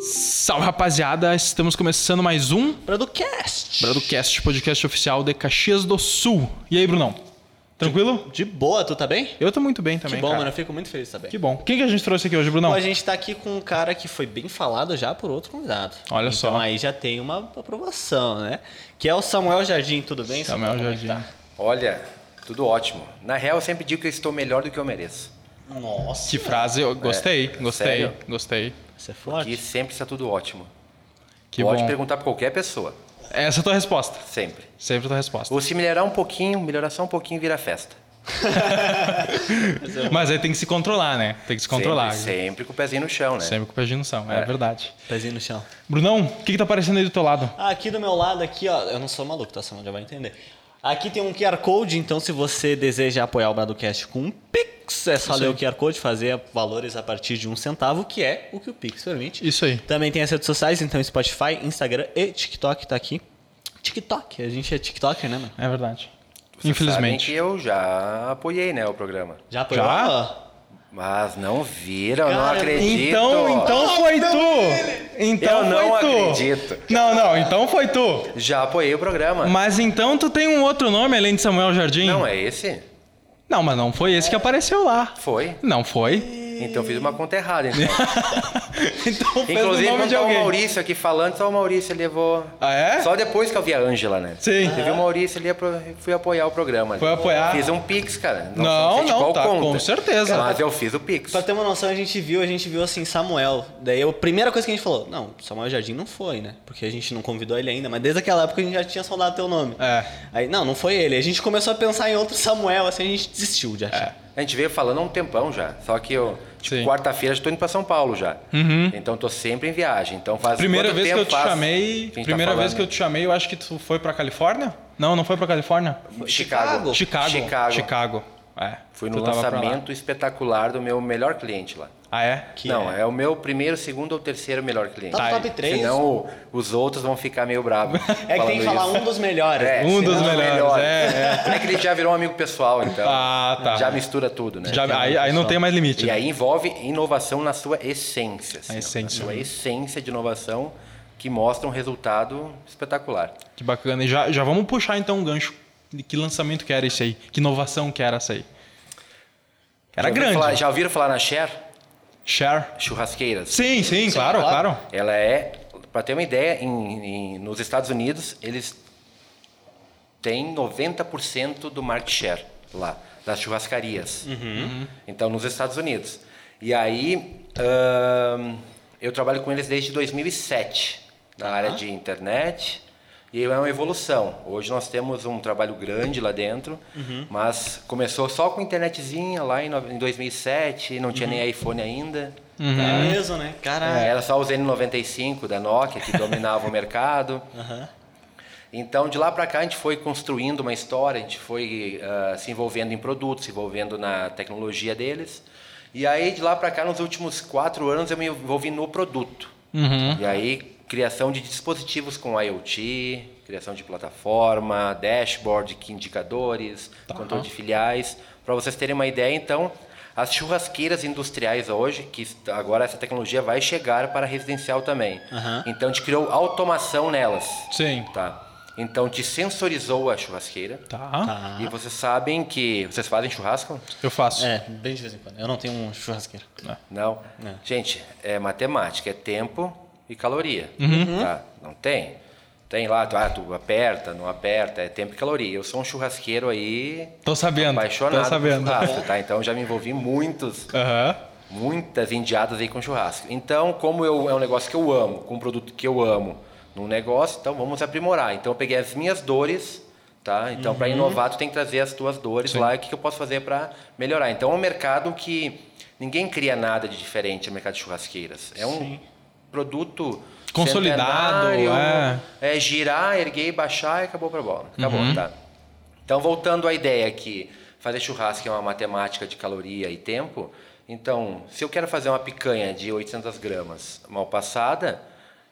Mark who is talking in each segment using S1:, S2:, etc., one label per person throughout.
S1: Salve rapaziada, estamos começando mais um
S2: Producast.
S1: Bradocast, podcast oficial de Caxias do Sul. E aí, Brunão? Tranquilo?
S2: De boa, tu tá bem?
S1: Eu tô muito bem também,
S2: que bom,
S1: cara.
S2: mano. Eu fico muito feliz de saber.
S1: Que bom. Quem que a gente trouxe aqui hoje, Brunão?
S2: Bom, a gente tá aqui com um cara que foi bem falado já por outro convidado.
S1: Olha
S2: então,
S1: só.
S2: aí já tem uma aprovação, né? Que é o Samuel Jardim, tudo bem?
S1: Samuel
S2: Como é que
S1: Jardim.
S3: Olha, tudo ótimo. Na real, eu sempre digo que eu estou melhor do que eu mereço.
S2: tá? Nossa,
S1: Que frase, eu gostei, gostei,
S3: sério?
S1: gostei.
S2: isso é
S3: Que
S2: forte.
S3: sempre está tudo ótimo.
S1: Que
S3: Pode
S1: bom.
S3: perguntar para qualquer pessoa,
S1: Essa é a tua resposta,
S3: sempre.
S1: sempre a tua resposta.
S3: Ou se melhorar um pouquinho, melhorar só um pouquinho, vira festa.
S1: Mas aí tem que se controlar, né? Tem que se controlar.
S3: Sempre, sempre com o pezinho no chão, né?
S1: Sempre com o pé de noção, é,
S3: É.
S1: verdade.
S2: Pezinho no chão.
S1: Brunão, o que, que tá aparecendo aí do teu lado?
S2: Ah, Aqui do meu lado, aqui, ó. Eu não sou maluco, tá? Samuel já vai entender. Aqui tem um QR Code, então se você deseja apoiar o Bradocast com um Pix, é só ler o QR Code, fazer valores a partir de um centavo, que é o que o Pix permite.
S1: Isso aí.
S2: Também tem as redes sociais, então Spotify, Instagram e TikTok tá aqui. TikTok, a gente é TikToker, né, mano?
S1: É verdade.
S3: Vocês
S1: Infelizmente.
S3: sabem que eu já apoiei, né, o programa.
S2: Já
S1: apoiou?
S3: Mas não viram, não
S2: Cara,
S3: acredito.
S1: Então, então foi tu. Então
S3: Eu não
S1: foi tu.
S3: acredito.
S1: Não, não, então foi tu.
S3: Já apoiei o programa.
S1: Mas então tu tem um outro nome além de Samuel Jardim?
S3: Não é esse?
S1: Não, mas não foi esse que apareceu lá.
S3: Foi.
S1: Não foi?
S3: Então fiz uma conta errada. Então.
S1: então fez o
S3: Inclusive,
S1: nome
S3: não
S1: de
S3: tá o
S1: alguém.
S3: Maurício aqui falando, só o Maurício levou.
S1: Ah, é?
S3: Só depois que eu vi a Ângela, né?
S1: Sim.
S3: Teve o Maurício ali, apro- fui apoiar o programa. né?
S1: Foi apoiar.
S3: Fiz um Pix, cara.
S1: Não,
S3: sei é de
S1: não,
S3: qual
S1: tá, com certeza. Tá.
S3: Mas eu fiz o Pix.
S2: Pra ter uma noção, a gente viu, a gente viu assim, Samuel. Daí a primeira coisa que a gente falou, não, Samuel Jardim não foi, né? Porque a gente não convidou ele ainda, mas desde aquela época a gente já tinha saudado teu nome.
S1: É.
S2: Aí, não, não foi ele. A gente começou a pensar em outro Samuel, assim, a gente desistiu
S3: É.
S2: de achar.
S3: A gente veio falando há um tempão já. Só que eu,
S1: Sim. Uhum.
S3: tipo, quarta-feira já tô indo pra São Paulo já. Então tô sempre em viagem. Então faz
S1: Primeira
S3: quanto
S1: vez que
S3: tempo
S1: eu te
S3: faz
S1: chamei,
S3: a gente
S1: primeira
S3: tá
S1: vez que eu te chamei, eu acho que tu foi pra Califórnia? Não, não foi pra Califórnia?
S3: eu... Chicago.
S1: Chicago.
S3: Chicago.
S1: Chicago. É.
S3: Fui no
S1: tu tava pra lá.
S3: lançamento espetacular do meu melhor cliente lá.
S1: Ah, é?
S2: Que
S3: não,
S2: é?
S3: é... o meu primeiro, segundo ou terceiro melhor cliente.
S1: Tá
S2: Tá no
S1: aí.
S2: top 3.
S3: Senão o- os outros vão ficar meio bravos.
S2: é que tem que falar
S3: isso.
S2: um dos melhores. né?
S3: É,
S1: Um
S3: sim,
S1: dos
S3: um
S1: melhores, é,
S3: que ele já virou um amigo pessoal, então.
S1: Ah, tá.
S3: Já mistura tudo, né?
S1: Já- aí, aí não tem mais limite.
S3: E
S1: né?
S3: aí envolve inovação na sua essência. assim, ó,
S1: essência,
S3: Na sua
S1: né?
S3: essência de inovação que mostra um resultado espetacular.
S1: Que bacana. E já, já vamos puxar então um gancho. De Que lançamento que era esse aí? Que inovação que era essa aí? Era
S3: já ouviram
S1: grande.
S3: falar- já ouviram falar na Cher?
S1: Share.
S3: Churrasqueiras.
S1: Sim, sim, claro, claro.
S2: claro.
S3: Ela é, para ter uma ideia, em- em- nos Estados Unidos eles têm 90% do market share lá, das churrascarias. Então, nos Estados Unidos. E aí, ahn, eu trabalho com eles desde 2007, na área de internet. E é uma evolução. Hoje nós temos um trabalho grande lá dentro, mas começou só com internetzinha lá em, no- em 2007, não tinha nem iPhone ainda.
S2: É mesmo, né? Caralho.
S3: Era só os N95 da Nokia que dominava o mercado. Então, de lá para cá, a gente foi construindo uma história, a gente foi ah, se envolvendo em produtos, se envolvendo na tecnologia deles. E aí, de lá para cá, nos últimos quatro anos, eu me envolvi no produto.
S1: Uhum.
S2: Uhum.
S3: E aí, criação de dispositivos com IoT, criação de plataforma, dashboard, que indicadores,
S2: Tá.
S3: controle de filiais. Para vocês terem uma ideia, então, as churrasqueiras industriais hoje, que est- agora essa tecnologia vai chegar para residencial também.
S2: Aham.
S3: Então, a gente criou automação nelas.
S1: Sim.
S3: Tá. Então te sensorizou a churrasqueira.
S1: Tá.
S2: Tá.
S3: Ah, E vocês sabem que. Vocês fazem churrasco?
S1: Eu faço.
S2: É, bem de vez em quando. Eu não tenho um churrasqueiro.
S3: Não? Gente, é matemática, é tempo e caloria.
S1: Uhum.
S3: Tá? Não tem? Tem lá, tu, ah, tu aperta, não aperta, é tempo e caloria. Eu sou um churrasqueiro aí
S1: Tô sabendo.
S3: apaixonado
S1: Tô sabendo.
S3: por churrasco, tá? Então já me envolvi em muitos
S1: Aham.
S3: muitas indiadas aí com churrasco. Então, como eu, é um negócio que eu amo, com um produto que eu amo num negócio, então vamos aprimorar. Então, eu peguei as minhas dores, tá? Então, para inovar, tu tem que trazer as tuas dores lá e o que, que eu posso fazer para melhorar. Então, é um mercado que ninguém cria nada de diferente no mercado de churrasqueiras. É um produto
S1: Consolidado,
S3: centenário,
S1: é.
S3: é girar, erguer, baixar e acabou pra bola. Acabou, tá? Então, voltando à ideia que fazer churrasco é uma matemática de caloria e tempo, então, se eu quero fazer uma picanha de 800 gramas mal passada,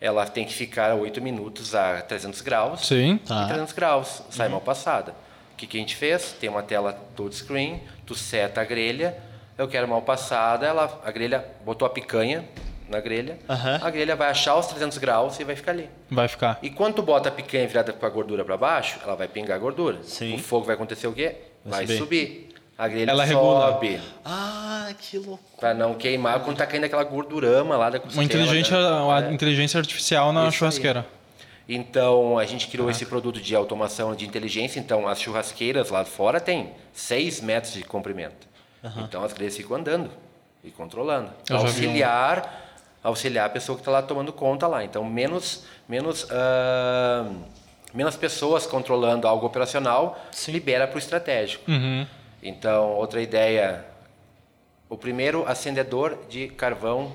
S3: ela tem que ficar 8 minutos a 300 graus
S1: Sim.
S3: e 300 graus, sai mal passada. O que, que a gente fez? Tem uma tela touchscreen, tu seta a grelha, eu quero mal passada, ela, a grelha botou a picanha, na grelha,
S2: Aham.
S3: a grelha vai achar os 300 graus e vai ficar ali.
S1: Vai ficar.
S3: E quando tu bota a picanha virada com a gordura para baixo, ela vai pingar a gordura.
S2: Sim.
S3: O fogo vai acontecer o quê?
S2: Vai
S3: Vai,
S2: subir.
S3: subir. A grelha
S1: Ela regula.
S3: sobe.
S2: Ah, que louco.
S3: Pra não queimar quando tá caindo aquela gordurama lá da
S1: Uma
S3: costela,
S1: inteligência,
S3: né?
S1: uma
S3: É.
S1: inteligência artificial na
S3: Isso aí.
S1: churrasqueira.
S3: Então, a gente
S1: Tá.
S3: criou esse produto de automação de inteligência. Então, as churrasqueiras lá fora têm 6 metros de comprimento. Então, as grelhas ficam andando e controlando.
S1: Eu já vi um.
S3: Auxiliar, auxiliar a pessoa que está lá tomando conta lá. Então, menos, menos, ah, menos pessoas controlando algo operacional libera para o estratégico.
S1: Uhum.
S3: Então, outra ideia. O primeiro acendedor de carvão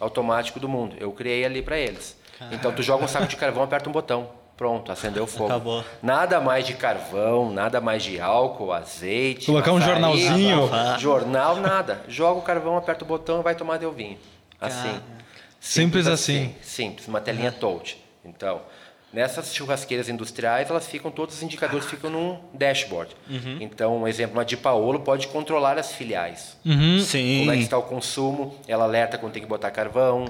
S3: automático do mundo. Eu criei ali para eles. Então, tu joga um saco de carvão, aperta um botão. Pronto, acendeu o fogo.
S2: Acabou.
S3: Nada mais de carvão, nada mais de álcool, azeite.
S1: Colocar um
S3: maçarico,
S1: jornalzinho.
S3: Jornal, nada. Joga o carvão, aperta o botão e vai tomar teu vinho. Assim.
S1: Simples assim.
S3: Simples, uma telinha touch. Então, nessas churrasqueiras industriais, elas ficam, todos os indicadores ficam num dashboard. Então, um exemplo, uma de Paolo pode controlar as filiais.
S1: Uhum.
S2: Sim.
S3: Como é que está o consumo, ela alerta quando tem que botar carvão.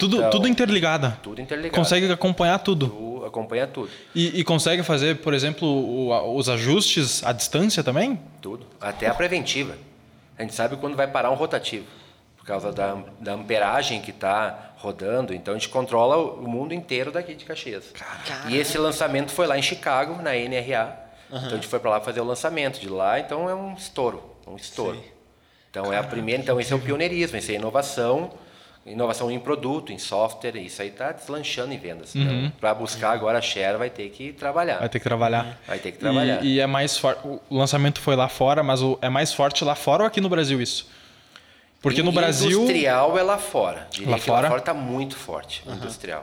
S1: Tudo,
S3: Então,
S1: tudo interligada.
S3: tudo interligado.
S1: Consegue acompanhar tudo.
S3: Tu acompanha tudo.
S1: E, e consegue fazer, por exemplo, o- a- os ajustes à distância também?
S3: Tudo. Até a preventiva. A gente sabe quando vai parar um rotativo. Por causa da, da amperagem que está rodando. Então a gente controla o o mundo inteiro daqui de Caxias. E esse lançamento foi lá em Chicago, na NRA. Então a gente foi para lá fazer o lançamento de lá. Então é um estouro. Um estouro. Então é a primeira. Então esse é o pioneirismo, esse é a inovação. Inovação em produto, em software, isso aí está deslanchando em vendas. Então, para buscar agora a share, vai ter que trabalhar.
S1: Vai ter que trabalhar.
S3: Uhum. Vai ter que trabalhar.
S1: E, e é mais forte. O lançamento foi lá fora, mas o- é mais forte lá fora ou aqui no Brasil isso? Porque no Brasil.
S3: Industrial é lá fora. Diria
S1: Lá
S3: que
S1: fora?
S3: lá fora está muito forte, o industrial.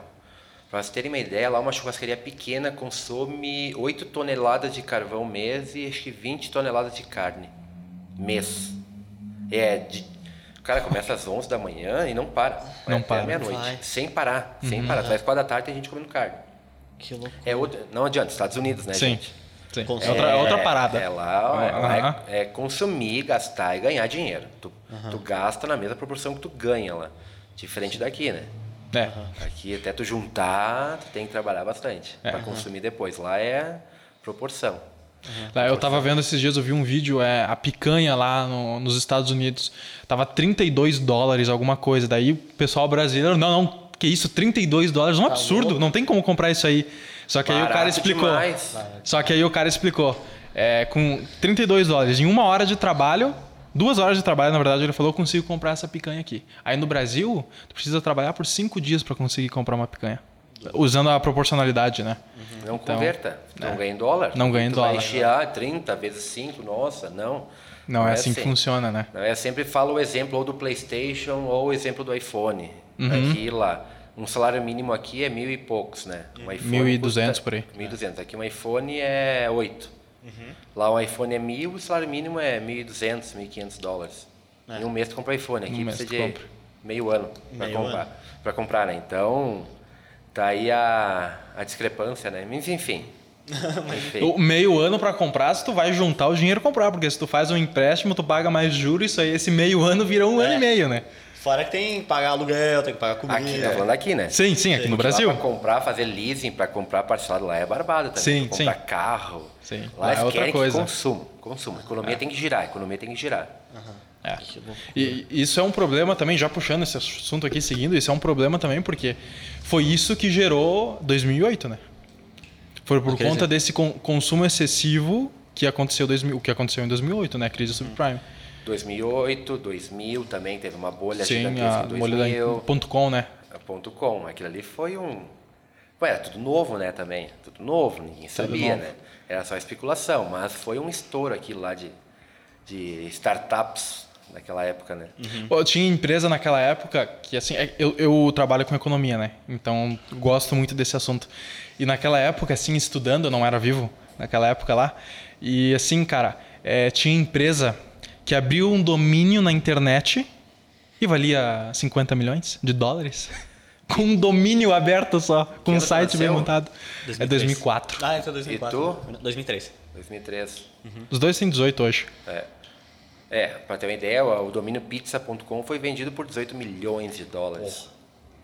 S3: Para vocês terem uma ideia, lá uma churrascaria pequena consome 8 toneladas de carvão mês e acho que 20 toneladas de carne mês. É, de- o cara começa às 11 da manhã e não para. Vai
S1: Não
S3: até
S1: para. Uhum.
S2: Vai.
S3: meia-noite. Sem parar, sem parar. Até às 4 da tarde tem gente comendo carne.
S2: Que louco.
S3: É outro, não adianta, Estados Unidos, né,
S1: Sim.
S3: gente?
S1: sim.
S2: Com
S1: É outra, é outra parada.
S3: É lá, é, lá é-
S1: Aham.
S3: é consumir, gastar e ganhar dinheiro. Tu, tu gasta na mesma proporção que tu ganha lá. Diferente daqui, né?
S1: É.
S3: Aqui até tu juntar, tu tem que trabalhar bastante
S1: É,
S3: pra consumir depois. Lá é proporção.
S1: Lá eu tava vendo esses dias, eu vi um vídeo, é a picanha lá no- nos Estados Unidos. Tava 32 dólares, alguma coisa. Daí o pessoal brasileiro, não, não, que isso, 32 dólares, um absurdo, não tem como comprar isso aí. Só que aí o cara
S3: Tá Barato
S1: explicou.
S3: demais.
S1: Só que aí o cara explicou. É, com 32 dólares, em uma hora de trabalho, duas horas de trabalho, na verdade, ele falou, eu consigo comprar essa picanha aqui. Aí no Brasil, tu precisa trabalhar por cinco dias pra conseguir comprar uma picanha. Usando a proporcionalidade, né?
S3: Não converta, não ganha em dólar.
S1: é. Não ganha em
S3: tu
S1: dólar.
S3: Vai enfiar 30 vezes 5, nossa, não.
S1: Não, é assim que funciona, né?
S3: Não, eu sempre falo o exemplo ou do PlayStation ou o exemplo do iPhone.
S1: Uhum.
S3: Aqui e lá. Um salário mínimo aqui é mil e poucos, né? Um iPhone
S1: 1.200
S3: custa-
S1: por aí.
S3: 1.200. Aqui um iPhone é 8.
S2: Uhum.
S3: Lá um iPhone é mil, o salário mínimo é 1.200, 1.500 dólares. Em um mês tu compra iPhone. Aqui
S1: Um mês
S3: precisa
S1: tu
S3: de
S1: compra.
S3: meio ano para
S2: É. Meio
S3: comprar.
S2: ano.
S3: Pra comprar, né? Então, tá aí a, a discrepância, né? Mas enfim. enfim.
S1: O meio ano pra comprar, se tu vai juntar o dinheiro e comprar, porque se tu faz um empréstimo, tu paga mais juros, isso aí esse meio ano vira um ano e meio, né?
S2: Fora que tem que pagar aluguel, tem que pagar comida.
S3: Aqui, tá falando aqui, né?
S1: Sim, sim, É, aqui no Brasil.
S3: Pra comprar, fazer leasing, pra comprar parcelado lá é barbado também.
S1: Sim,
S3: Pra
S1: sim.
S3: comprar carro.
S1: Sim,
S3: Lá,
S1: lá é
S3: eles
S1: outra
S3: querem que
S1: coisa.
S3: consumo, consumo. A economia tem que girar, a economia tem que girar.
S1: É. E e isso é um problema também, já puxando esse assunto aqui, seguindo, isso é um problema também, porque foi isso que gerou 2008, né? Foi por
S2: Aquele
S1: conta desse con- consumo excessivo que aconteceu, 2000 o que aconteceu em 2008, né? A crise subprime.
S3: 2008, 2000 também teve uma bolha
S1: Sim,
S3: gigantesca
S1: a
S3: em
S1: bolha
S3: 2000.
S1: da ponto .com, né?
S3: a ponto .com. Aquilo ali foi um... Ué, era tudo novo, né, também. Tudo novo, ninguém sabia, né? Era só especulação, mas foi um estouro aquilo lá de, de startups naquela época, né?
S2: Uhum.
S1: Eu tinha empresa naquela época que, assim, é- eu, eu trabalho com economia, né? Então, gosto muito desse assunto. E naquela época, assim, estudando, eu não era vivo naquela época lá. E, assim, cara, é, tinha empresa que abriu um domínio na internet e valia 50 milhões de dólares. Com um domínio aberto só, com um
S3: ano
S1: site bem
S3: nasceu?
S1: montado. É 2004.
S2: Ah, então 2004.
S3: E
S2: 2003.
S3: 2003.
S1: Os dois têm 18 hoje.
S3: É. É, para ter uma ideia, o o domínio pizza.com foi vendido por 18 milhões de dólares.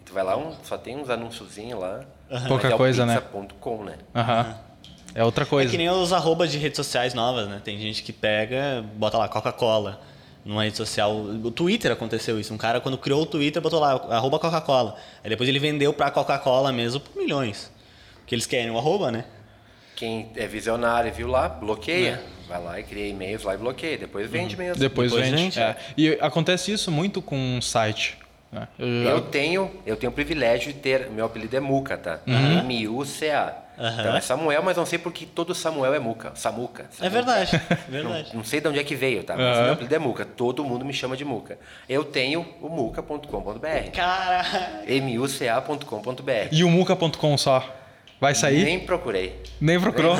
S3: Tu vai lá, um, só tem uns anúnciozinhos lá. mas
S1: Pouca
S3: é o
S1: coisa, né?
S3: Pizza.com, né?
S1: Aham. É outra
S2: É
S1: coisa.
S2: que nem os arroba de redes sociais novas, né? Tem gente que pega, bota lá Coca-Cola numa rede social. O Twitter aconteceu isso. Um cara, quando criou o Twitter, botou lá arroba Coca-Cola. Aí depois ele vendeu pra Coca-Cola mesmo por milhões. Porque eles querem o arroba, né?
S3: Quem é visionário e viu lá, bloqueia. Vai lá e cria e-mails lá e bloqueia. Depois vende mesmo.
S1: Depois,
S2: É. Uhum. Depois
S1: vende.
S2: vende,
S1: é. E acontece isso muito com um site. né? Eu-
S3: Eu tenho, eu tenho o privilégio de ter. Meu apelido é Muca, tá? M-U-C-A.
S2: Uhum.
S3: Então é Samuel, mas não sei porque todo Samuel é Muca. Samuca.
S2: É
S3: Samuca.
S2: verdade, é verdade.
S3: Não sei de onde é que veio, tá? Mas
S1: Uhum.
S3: meu apelido é Muca. Todo mundo me chama de Muca. Eu tenho o muca.com.br.
S2: Cara,
S3: M-U-C-A.com.br.
S1: E o muca.com só. Vai sair? Nem,
S3: Nem procurei.
S1: procurou.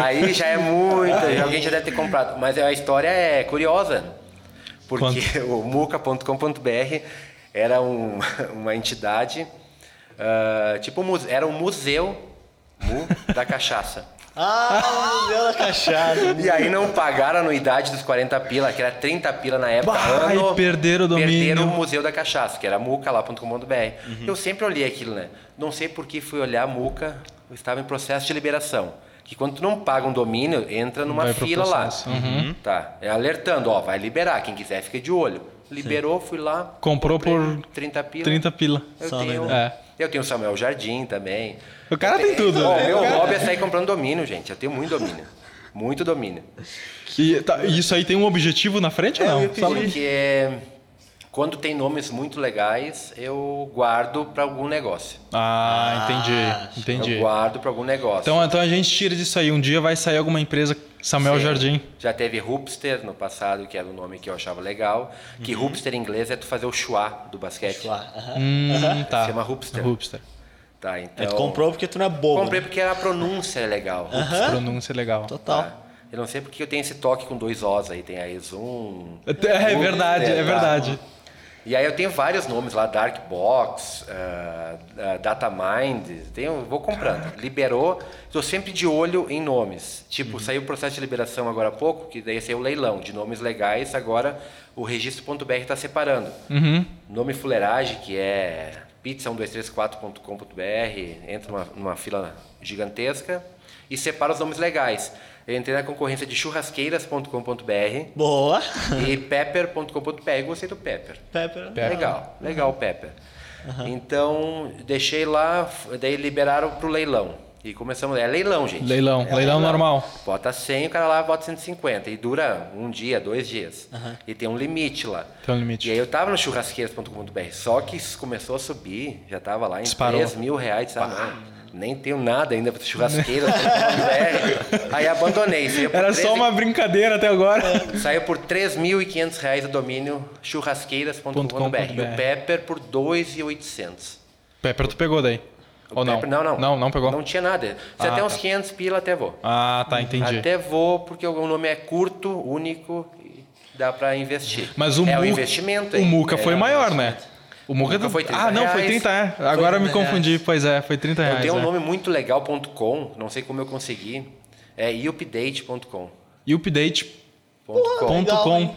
S3: Aí já é muito, já alguém já deve ter comprado. Mas a história é curiosa, porque o muca.com.br era um- uma entidade, ah, tipo, um muse- era um museu mu, da cachaça.
S2: ah, o museu da cachaça.
S3: E aí não pagaram a anuidade dos 40 pila, que era 30 pila na época.
S1: Bah,
S3: ano,
S1: e perderam o domínio.
S3: Perderam o Museu da Cachaça, que era mucalá.com.br. Eu sempre olhei aquilo, né? Não sei por que fui olhar a muca, eu estava em processo de liberação. Que quando tu não paga um domínio, entra numa
S1: Vai pro
S3: fila lá.
S1: processo. Uhum.
S3: Tá, é alertando, ó, vai liberar, quem quiser fica de olho. Liberou, fui lá.
S1: Comprou
S3: comprei
S1: por
S3: 30 pila.
S1: 30 pila.
S3: Eu
S2: Só
S3: tenho,
S1: lembra. É.
S3: eu tenho Samuel Jardim também.
S1: O cara tem tudo,
S3: Ó,
S1: né?
S3: meu hobby é sair comprando domínio, gente. Eu tenho muito domínio. Muito domínio.
S1: E tá- e isso aí tem um objetivo na frente ou
S3: É,
S1: não? um
S3: eu ia pedir. Porque quando tem nomes muito legais, eu guardo para algum negócio.
S1: Ah,
S2: Ah,
S1: entendi. Entendi.
S3: Eu guardo para algum negócio.
S1: Então, então a gente tira disso aí. Um dia vai sair alguma empresa Samuel
S3: Sim.
S1: Jardim.
S3: Já teve Hoopster no passado, que era um nome que eu achava legal. Que
S1: Uhum.
S3: Hoopster em inglês é tu fazer o chua do basquete.
S2: Lá, aham.
S1: Hum, tá.
S3: Chama Hoopster.
S1: Hoopster.
S3: Tá,
S2: Aí
S3: então.
S2: tu comprou porque tu não é bobo.
S3: Comprei
S2: né?
S3: porque era a pronúncia é legal.
S1: Essa Pronúncia é legal.
S2: Total.
S3: Tá? Eu não sei porque eu tenho esse toque com dois Os aí. Tem a Exum.
S1: É verdade, é
S3: Hoopster, tá?
S1: verdade.
S3: E aí eu tenho vários nomes lá, Dark Box, ah, ah, Data Mind, tenho, vou comprando. Liberou, estou sempre de olho em nomes. Tipo, saiu o processo de liberação agora há pouco, que daí saiu o leilão de nomes legais, agora o registro.br está tá separando.
S1: Uhum.
S3: Nome fuleiragem, que é pizza1234.com.br, entra numa, numa fila gigantesca e separa os nomes legais. Eu entrei na concorrência de churrasqueiras.com.br
S2: Boa.
S3: e pepper.com.br, eu gostei do pepper.
S2: Pepper.
S1: Pepper.
S3: Legal, legal o Pepper. Então, deixei lá, f- daí liberaram pro leilão. E começamos, é leilão, gente.
S1: Leilão,
S3: É
S1: leilão normal.
S3: Bota 100, o cara lá bota 150. E dura um dia, dois dias. E tem um limite lá.
S1: Tem um limite.
S3: E aí eu tava no churrasqueiras.com.br, só que isso começou a subir, já tava lá em
S1: Disparou.
S3: 3 mil reais. disse, Ah, não, nem tenho nada ainda para churrasqueiras.com.br. aí abandonei. saiu por
S1: Era
S3: 13
S1: só uma brincadeira até agora.
S3: É. Saiu por R$ 3.500 o domínio churrasqueiras.com.br e o Pepper por R$ 2.800.
S1: Pepper, tu pegou daí?
S3: O
S1: Ou não?
S3: Pepper- não? Não,
S1: Não, não pegou.
S3: Não tinha nada. Se
S1: Ah,
S3: até
S1: tá.
S3: uns 500 pila, até vou.
S1: Ah, tá, entendi.
S3: Até vou, porque o nome é curto, único e dá para investir.
S1: Mas o
S3: é
S1: Mu-
S3: um investimento,
S1: O
S3: hein?
S1: Muca
S3: É
S1: foi
S3: um
S1: maior,
S3: investimento.
S1: né? O Muca,
S3: Muca foi 30
S1: Ah, não, foi
S3: reais.
S1: 30, é. Agora eu me
S2: 30
S1: confundi. Pois é, foi 30
S3: Eu
S1: reais.
S3: tenho um
S1: é.
S3: nome muito legal.com, não sei como eu consegui. É iupdate.com.
S1: E update.com.
S2: legal, hein?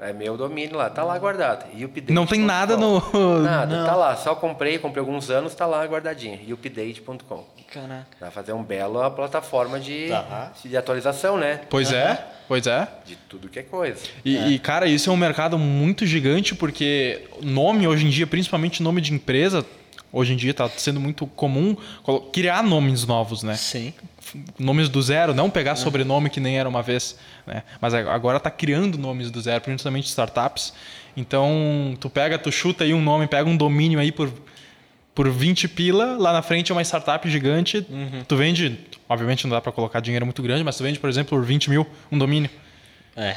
S3: É meu domínio lá, tá lá guardado. E update.
S1: Não tem nada no-
S3: Nada, tá lá. Só comprei, comprei alguns anos, tá lá guardadinho. E update.com.
S2: Caraca.
S3: Vai fazer um belo plataforma de,
S2: Tá.
S3: de atualização, né?
S1: Pois é, pois é.
S3: De tudo que é coisa.
S1: E, e, cara, isso é um mercado muito gigante, porque nome hoje em dia, principalmente nome de empresa, hoje em dia tá sendo muito comum colo- criar nomes novos, né?
S2: Sim.
S1: Nomes do zero, não pegar sobrenome que nem era uma vez, né? Mas a- agora tá criando nomes do zero, principalmente startups. Então, tu pega, tu chuta aí um nome, pega um domínio aí por por 20 pila, lá na frente é uma startup gigante,
S3: Uhum.
S1: tu vende, obviamente não dá para colocar dinheiro muito grande, mas tu vende, por exemplo, por 20 mil um domínio.
S2: É.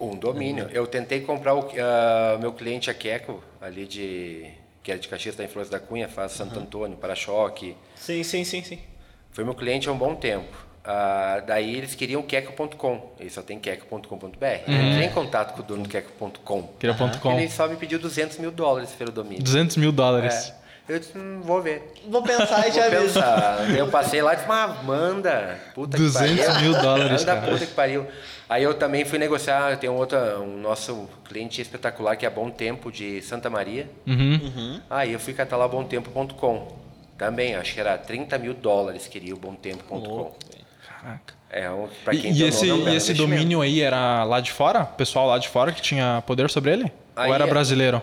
S3: Um domínio. Eu tentei comprar o ah, meu cliente a Queco, ali de. que era de Caxias da Influência da Cunha, faz Santo Antônio, Para-Choque.
S2: Sim, sim, sim, sim.
S3: Foi meu cliente há um bom tempo. Ah, daí eles queriam queco.com. Ele só tem queco.com.br. Eu
S1: Uhum.
S3: entrei em contato com o dono do queco.com.
S1: Queria ponto com.
S3: Ele só me pediu 200 mil dólares pelo domínio.
S1: 200 mil dólares.
S3: Eu disse, hum, vou ver.
S2: Vou pensar e
S3: Vou
S2: já aviso.
S3: pensar. Eu passei lá e disse, mas manda. Puta
S1: 200
S3: que pariu.
S1: mil dólares,
S3: Manda,
S1: cara.
S3: puta que pariu. Aí eu também fui negociar, tem um outro, um nosso cliente espetacular que é Bom Tempo de Santa Maria.
S1: Uhum.
S3: Aí eu fui catar lá bomtempo.com. Também, acho que era 30 mil dólares queria o bomtempo.com.
S2: Louco, velho.
S1: Caraca.
S3: É, um, pra
S1: E,
S3: quem
S1: e
S3: tem um
S1: esse,
S3: nome, é um
S1: e esse
S3: investimento.
S1: domínio aí era lá de fora? O pessoal lá de fora que tinha poder sobre ele?
S3: Aí
S1: Ou era
S3: é-
S1: brasileiro?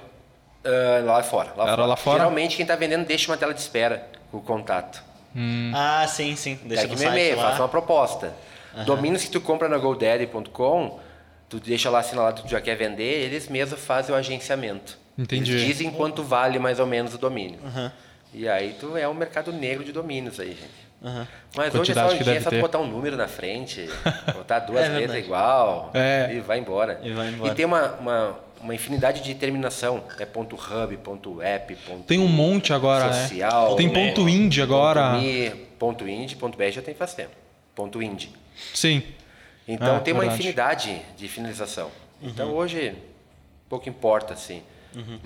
S3: Ah, lá fora. Lá
S1: Era
S3: fora.
S1: lá fora?
S3: Geralmente quem tá vendendo deixa uma tela de espera, o contato.
S1: Hum.
S2: Ah, sim, sim. Deixa
S3: Deixa
S2: no
S3: que
S2: site
S3: meme, um faça uma
S2: lá.
S3: proposta. Domínios que tu compra na GoDaddy.com, tu deixa lá assinalado que tu já quer vender, eles mesmos fazem o agenciamento.
S1: Entendi.
S3: Eles dizem quanto vale mais ou menos o domínio.
S2: Aham.
S3: E aí tu é um mercado negro de domínios aí, gente.
S2: Aham.
S3: Mas
S1: Quantidade
S3: hoje é
S1: que
S3: só, é
S1: deve
S3: só tu
S1: ter.
S3: botar um número na frente, botar duas
S2: É
S3: letras
S2: verdade.
S3: igual
S1: É.
S3: e vai embora.
S2: E vai embora.
S3: E tem uma, uma, uma infinidade de terminação. É ponto .hub, ponto .app, ponto
S1: Tem um monte agora,
S3: social.
S1: né? Tem
S2: né?
S1: ponto indie agora.
S3: Ponto .me, ponto .ind, ponto .br já tem faz tempo. Ponto .ind.
S1: Sim.
S3: Então
S1: Ah,
S3: tem uma
S1: verdade.
S3: infinidade de finalização. Então
S2: Uhum.
S3: hoje pouco importa, assim.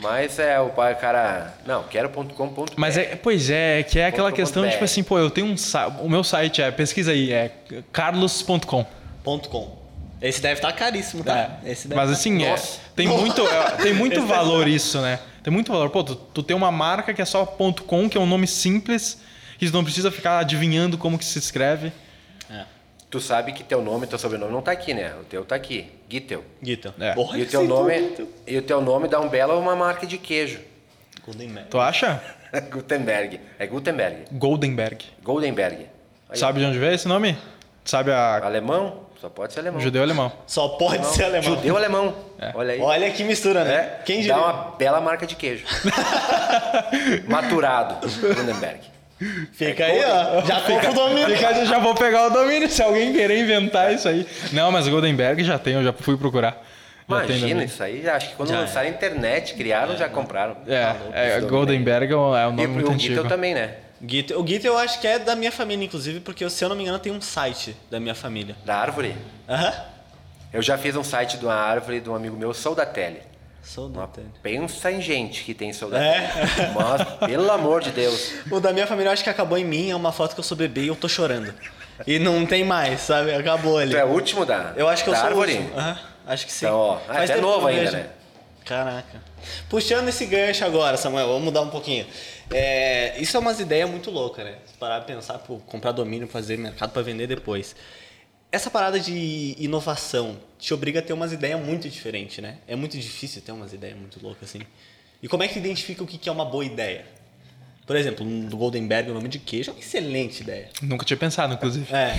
S3: Mas é o pa- cara... Não, quero.com.br.
S1: Mas é, pois é, que é aquela
S3: Ponto
S1: questão de,
S3: .br.
S1: tipo assim, pô, eu tenho um sa- o meu site é, pesquisa aí, é carlos.com.
S2: Ponto .com. Esse deve estar caríssimo, tá? Esse deve
S1: Mas
S2: tá-
S1: assim, é,
S3: Nossa.
S1: tem muito, é, tem muito valor isso, né? Tem muito valor. Pô, tu, tu tem uma marca que é só ponto .com, que é um nome simples, que tu não precisa ficar adivinhando como que se escreve.
S2: É.
S3: Tu sabe que teu nome, teu sobrenome não tá aqui, né? O teu tá aqui. Gitel.
S2: Guito.
S1: É.
S2: Porra,
S3: E o
S2: que tá
S3: teu
S2: sim,
S3: nome,
S2: Guito.
S3: e o teu nome dá um belo uma marca de queijo.
S2: Gutenberg.
S1: Tu acha?
S3: Gutenberg. É Gutenberg.
S1: Goldenberg.
S3: Goldenberg. Aí,
S1: Sabe de onde veio esse nome? Sabe a
S3: Alemão? Só pode ser alemão.
S1: judeu É. alemão.
S2: Só pode ser alemão.
S3: Judeu alemão. Olha aí.
S2: Olha que mistura, né?
S3: É,
S2: Quem
S3: dá
S2: diria?
S3: uma bela marca de queijo. Maturado. Gutenberg.
S2: Fica aí,
S3: é
S2: ó. Já compra o domínio.
S1: Fica, eu já vou pegar o domínio se alguém querer inventar isso aí. Não, mas Goldenberg já tem, eu já fui procurar. Já tem
S3: Imagina
S1: domínio.
S3: isso aí. já Acho que quando
S2: Já é.
S3: lançaram a internet, criaram, já compraram. Tá
S1: É, é
S3: Esse
S1: Goldenberg é um é um
S3: domínio.
S1: nome
S3: E
S1: muito
S3: o Guitel
S1: antigo.
S3: também, né?
S2: Guito, o Guito eu acho que é da minha família, inclusive, porque se eu não me engano tem um site da minha família.
S3: Da árvore.
S2: Aham.
S3: Eu já fiz um site de uma árvore de um amigo meu, Sou da Tele.
S2: Sou do
S3: Uma-
S2: Tânia.
S3: Pensa em gente que tem saudade.
S2: É.
S3: Mas, pelo amor de Deus.
S2: O da minha família eu acho que acabou em mim, é uma foto que eu sou bebê e eu tô chorando. E não tem mais, sabe? Acabou ali.
S3: Tu é o último da
S2: Eu acho que eu
S3: da
S2: sou
S3: árvore?
S2: o último. Aham, acho que sim.
S3: Então, ó, ah, tu é
S2: tempo que eu
S3: novo
S2: não
S3: ainda,
S2: vejo.
S3: né?
S2: Caraca. Puxando esse gancho agora, Samuel, vamos mudar um pouquinho. É, isso é umas ideias muito loucas, né? Se parar pra pensar, pô, comprar domínio, fazer mercado pra vender depois. Essa parada de inovação te obriga a ter umas ideias muito diferentes, né? É muito difícil ter umas ideias muito loucas assim. E como é que tu identifica o que que é uma boa ideia? Por exemplo, do Goldenberg, o nome de queijo é uma excelente ideia.
S1: Nunca tinha pensado, inclusive.
S2: É.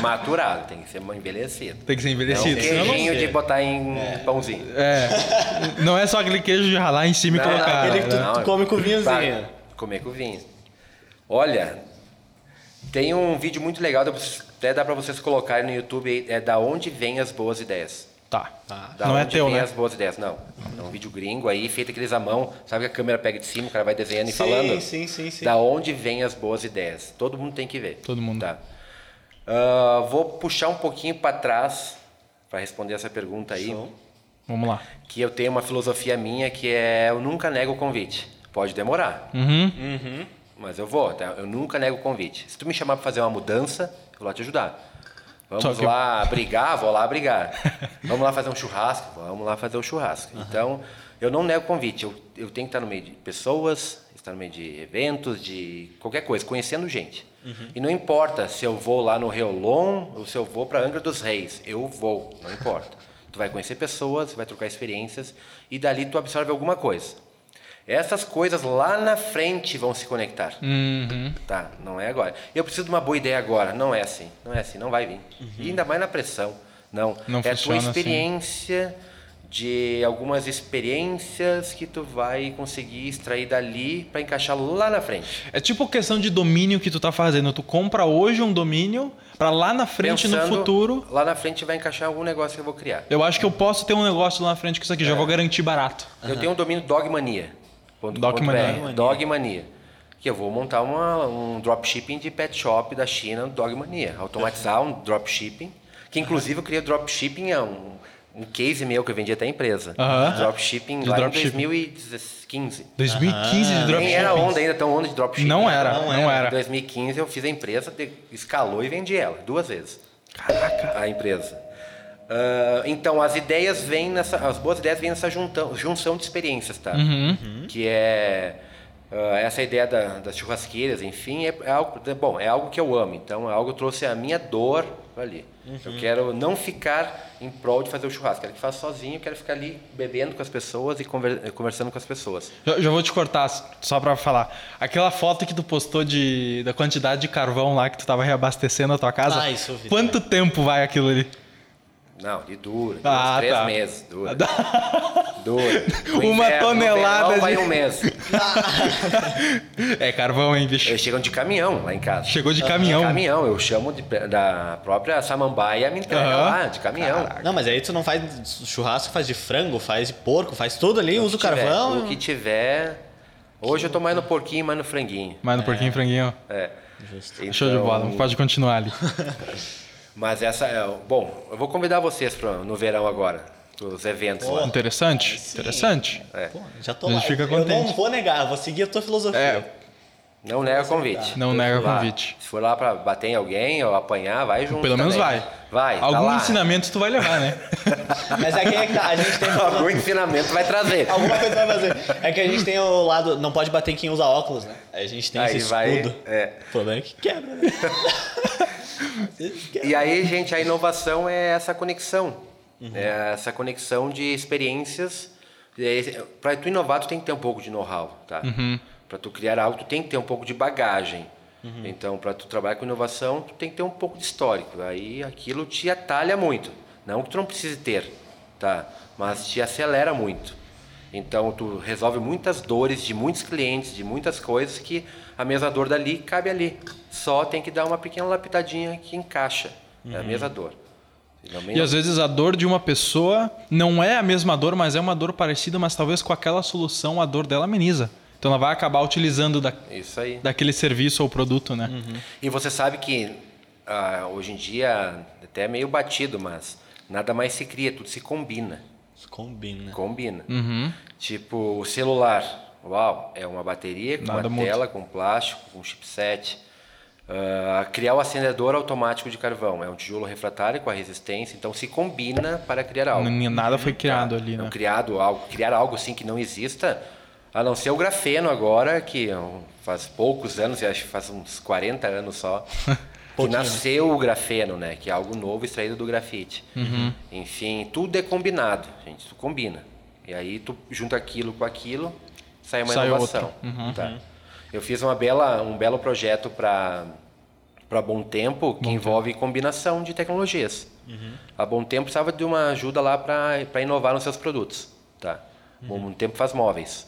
S3: Maturado, tem que ser envelhecido.
S1: Tem que ser
S3: É um
S1: envelhecido. senão não-
S3: queijinho de botar em pãozinho.
S1: É. Não é só aquele queijo de ralar em cima e
S3: Não,
S1: colocar.
S2: aquele que tu-
S1: né?
S2: come com vinhozinho.
S3: pra Comer com vinho. Olha, tem um vídeo muito legal, até dá pra vocês colocarem no YouTube, aí, é da onde vem as boas ideias.
S1: Tá.
S2: Tá.
S3: Ah, Da
S1: Não é
S3: onde
S1: teu,
S3: vem
S1: né?
S3: um as boas ideias, não. É um vídeo gringo aí, feito aqueles à mão. Sabe que a câmera pega de cima, o cara vai desenhando e
S2: Sim,
S3: falando?
S2: sim, sim, sim.
S3: Da onde vem as boas ideias. Todo mundo tem que ver.
S1: Todo mundo.
S3: Tá. Ah, vou puxar um pouquinho para trás para responder essa pergunta aí.
S2: Show.
S1: Vamos lá.
S3: Que eu tenho uma filosofia minha que é eu nunca nego o convite. Pode demorar,
S1: Uhum.
S3: mas eu vou. Tá? Eu nunca nego o convite. Se tu me chamar para fazer uma mudança, eu vou lá te ajudar.
S1: Só
S3: Vamos
S1: que-
S3: lá brigar, vou lá brigar. Vamos lá fazer um churrasco, vamos lá fazer o churrasco. Então, eu não nego o convite. Eu, eu tenho que estar no meio de pessoas, estar no meio de eventos, de qualquer coisa, conhecendo gente. E não importa se eu vou lá no Reolon ou se eu vou para Angra dos Reis, eu vou, não importa. Tu vai conhecer pessoas, vai trocar experiências e dali tu absorve alguma coisa. Essas coisas lá na frente vão se conectar.
S1: Uhum.
S3: Tá, não é agora. Eu preciso de uma boa ideia agora. Não é assim, não é assim, não vai vir. E ainda mais na pressão. Não,
S1: Uhum. Não
S3: é a tua
S1: funciona assim.
S3: experiência de algumas experiências que tu vai conseguir extrair dali para encaixar lá na frente.
S1: É tipo questão de domínio que tu tá fazendo. Tu compra hoje um domínio pra lá na frente, no
S3: Pensando,
S1: futuro.
S3: Lá na frente vai encaixar algum negócio que eu vou criar.
S1: Eu acho que eu posso ter um negócio lá na frente com isso aqui.
S3: É.
S1: Já vou garantir barato.
S3: Eu tenho um domínio Dogmania.
S1: Dogmania.
S3: Dogmania. Dogmania. Que eu vou montar uma, um dropshipping de pet shop da China, Dogmania. Automatizar um dropshipping. Que inclusive eu criei o dropshipping há um, um case meu que eu vendi até a empresa.
S1: Aham.
S3: de Dropshipping
S1: De
S3: lá
S1: dropshipping.
S3: em 2015.
S1: 2015 de dropshipping.
S3: Nem Ah. era onda ainda, tão onda de dropshipping.
S1: Não
S3: né?
S1: era, não era.
S3: Em 2015 eu fiz a empresa, de- escalou e vendi ela duas vezes. Caraca! A empresa. Ah, então as ideias vêm nessa, as boas ideias vêm nessa juntão- junção de experiências, tá?
S1: Uhum.
S3: Que é ah, essa ideia da- das churrasqueiras, enfim, é, é algo, bom, é algo que eu amo. Então é algo que trouxe a minha dor ali.
S1: Uhum.
S3: Eu quero não ficar em prol de fazer o churrasco. Quero que faça sozinho. Quero ficar ali bebendo com as pessoas e conver- conversando com as pessoas.
S1: Já, já vou te cortar, só pra falar. Aquela foto que tu postou de, da quantidade de carvão lá que tu tava reabastecendo a tua casa.
S2: Ah, isso eu vi
S1: Quanto tempo vai aquilo ali?
S3: Não, ele dura. dura
S1: Ah,
S3: uns três
S1: tá.
S3: meses. Dura. dura. No
S1: Uma
S3: inverno, no
S1: tonelada
S3: verão, vai
S1: de-
S3: um mês.
S1: É carvão, hein, bicho?
S3: Eles chegam de caminhão lá em casa. Ah,
S1: Chegou de caminhão.
S3: Caminhão, eu chamo de- da própria samambaia me entrega
S1: Aham.
S3: lá, de caminhão.
S2: Não, mas aí tu não faz churrasco, faz de frango, faz de porco, faz tudo ali, usa o
S3: tiver,
S2: carvão. é um-
S3: O que tiver. Hoje eu tô mais no porquinho, mais no franguinho.
S1: Mais no porquinho franguinho.
S3: É.
S1: Show de
S3: Então,
S1: bola, pode continuar ali.
S3: Mas essa é. Bom, eu vou convidar vocês pra, no verão agora, os eventos lá.
S1: Interessante, interessante.
S3: É.
S2: Pô, já tô
S1: A gente
S2: lá.
S1: fica
S2: eu
S1: contente.
S2: não vou negar, vou seguir a tua filosofia.
S3: É. Não nega o convite.
S1: Não nega o
S3: Lá.
S1: convite.
S3: Se for lá pra bater em alguém ou apanhar, vai junto.
S1: Pelo menos
S3: também.
S1: vai.
S3: Vai. tá
S1: Algum
S3: lá.
S1: ensinamento tu vai levar, né?
S2: Mas é que, é que tá, a gente tem
S3: Algum ensinamento vai trazer.
S2: alguma coisa vai fazer. É que a gente tem o lado, não pode bater em quem usa óculos, né? A gente tem
S3: Aí
S2: esse
S3: vai,
S2: escudo.
S3: é.
S2: O problema é que quebra, né?
S3: E aí, gente, a inovação é essa conexão.
S2: Uhum.
S3: É essa conexão de experiências. Para tu inovar, tu tem que ter um pouco de know-how, tá?
S2: Uhum.
S3: Para tu criar algo, tu tem que ter um pouco de bagagem.
S2: Uhum.
S3: Então, para tu trabalhar com inovação, tu tem que ter um pouco de histórico. Aí aquilo te atalha muito. Não que tu não precise ter, tá? Mas te acelera muito. Então, tu resolve muitas dores de muitos clientes, de muitas coisas que a mesma dor dali cabe ali. Só tem que dar uma pequena lapidadinha que encaixa. É a mesma dor. Finalmente,
S1: Uhum. E às vezes a dor de uma pessoa não é a mesma dor, mas é uma dor parecida, mas talvez com aquela solução a dor dela ameniza. Então ela vai acabar utilizando da-
S3: Isso aí.
S1: daquele serviço ou produto, né?
S3: E você sabe que ah, hoje em dia até é meio batido, mas nada mais se cria, tudo se combina.
S2: Combina.
S3: Combina.
S1: Uhum.
S3: Tipo, o celular. Uau, é uma bateria com
S1: Nada
S3: uma
S1: muda.
S3: tela, com plástico, com chipset. Ah, criar o acendedor automático de carvão. É um tijolo refratário com a resistência. Então se combina para criar algo.
S1: N- Nada foi criado ali,
S3: Então,
S1: né?
S3: criado algo, criar algo assim que não exista, a não ser o grafeno agora, que um, faz poucos anos, eu acho que faz uns 40 anos só, que
S2: Pouquinho, né?
S3: nasceu o grafeno, né? Que é algo novo extraído do grafite.
S1: Uhum.
S3: Enfim, tudo é combinado, gente, tu combina. E aí tu junta aquilo com aquilo, sai uma
S1: Sai
S3: inovação.
S1: outro. Uhum.
S3: tá? Eu fiz uma bela, um belo projeto para para Bom Tempo, que envolve combinação de tecnologias.
S1: Uhum.
S3: A Bom Tempo precisava de uma ajuda lá para inovar nos seus produtos. Tá?
S1: Uhum.
S3: Bom Tempo faz móveis.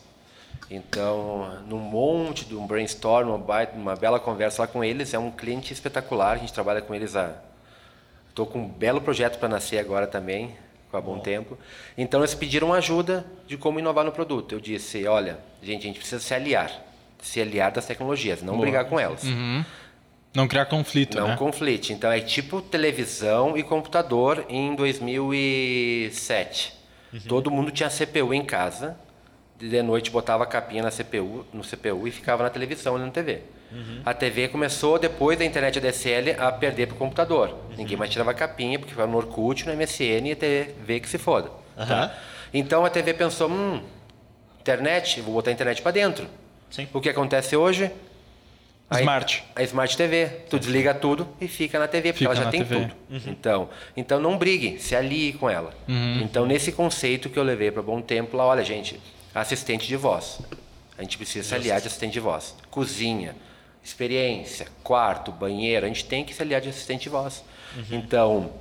S3: Então, num monte de um brainstorm, uma, baita- uma bela conversa lá com eles, é um cliente espetacular, a gente trabalha com eles há Estou com um belo projeto para nascer agora também, com a Bom Tempo. Então eles pediram ajuda de como inovar no produto. Eu disse, olha, gente, a gente precisa se aliar. Se aliar das tecnologias, não brigar com elas.
S1: Não criar conflito,
S3: Não
S1: né?
S3: conflite. Então é tipo televisão e computador em 2007. Todo mundo tinha CPU em casa. De de noite botava a capinha na CPU, no CPU e ficava na televisão, olhando TV. A TV começou depois da internet ADSL a perder para o computador. Ninguém mais tirava a capinha porque ficava no Orkut, no MSN e a TV que se foda.
S2: Aham.
S3: Então a TV pensou, hum, internet, vou botar a internet para dentro.
S2: Sim.
S3: O que acontece hoje? Aí-
S1: Smart.
S3: a Smart TV, tu desliga tudo e fica na TV, porque
S1: Fica
S3: ela já
S1: na
S3: tem
S1: TV.
S3: tudo. Então, então não brigue, se alie com ela.
S1: Uhum.
S3: Então, nesse conceito que eu levei para Bom Tempo, lá, olha, gente, assistente de voz. A gente precisa se aliar de assistente de voz. Cozinha, experiência, quarto, banheiro, a gente tem que se aliar de assistente de voz.
S1: Uhum.
S3: Então,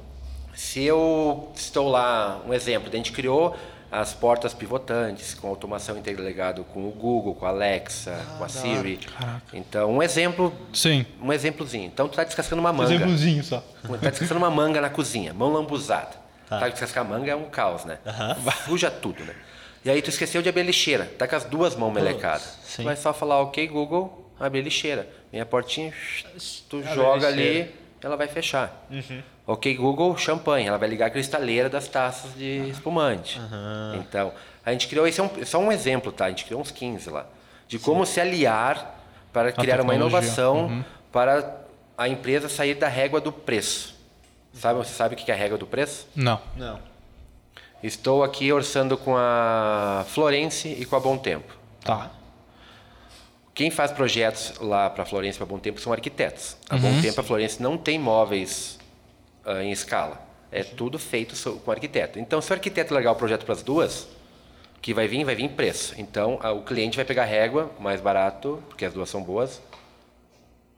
S3: se eu estou lá, um exemplo, a gente criou as portas pivotantes com automação interligado com o Google, com a Alexa,
S1: Ah,
S3: com a Siri. Então, um exemplo
S1: Sim.
S3: um exemplozinho. Então tu tá descascando uma manga.
S1: Um Exemplozinho só.
S3: Tu tá descascando uma manga na cozinha, mão lambuzada. Tá descascar a manga é um caos, né? Fuja tudo, né? E aí tu esqueceu de abrir a lixeira, tá com as duas mãos melecadas. Tu
S2: sim.
S3: vai só falar, ok, Google, abre a lixeira. Uhum. Minha portinha, tu joga ali, ela vai fechar. Ok, Google, champanhe. Ela vai ligar a cristaleira das taças de espumante. Então, a gente criou, esse é um- só um exemplo, tá? A gente criou uns 15 lá. De como se aliar para criar uma
S1: tecnologia.
S3: inovação para a empresa sair da régua do preço. Sabe, você sabe o que é a régua do preço?
S1: Não.
S2: Não.
S3: Estou aqui orçando com a Florence e com a Bom Tempo.
S1: Tá.
S3: Quem faz projetos lá para a Florence para Bom Tempo são arquitetos. A
S1: Uhum.
S3: Bom Tempo, a Florence não tem móveis ah, em escala. É tudo feito so- com arquiteto. Então, se o arquiteto largar o projeto para as duas, o que vai vir, vai vir preço. Então, a- o cliente vai pegar a régua, mais barato, porque as duas são boas.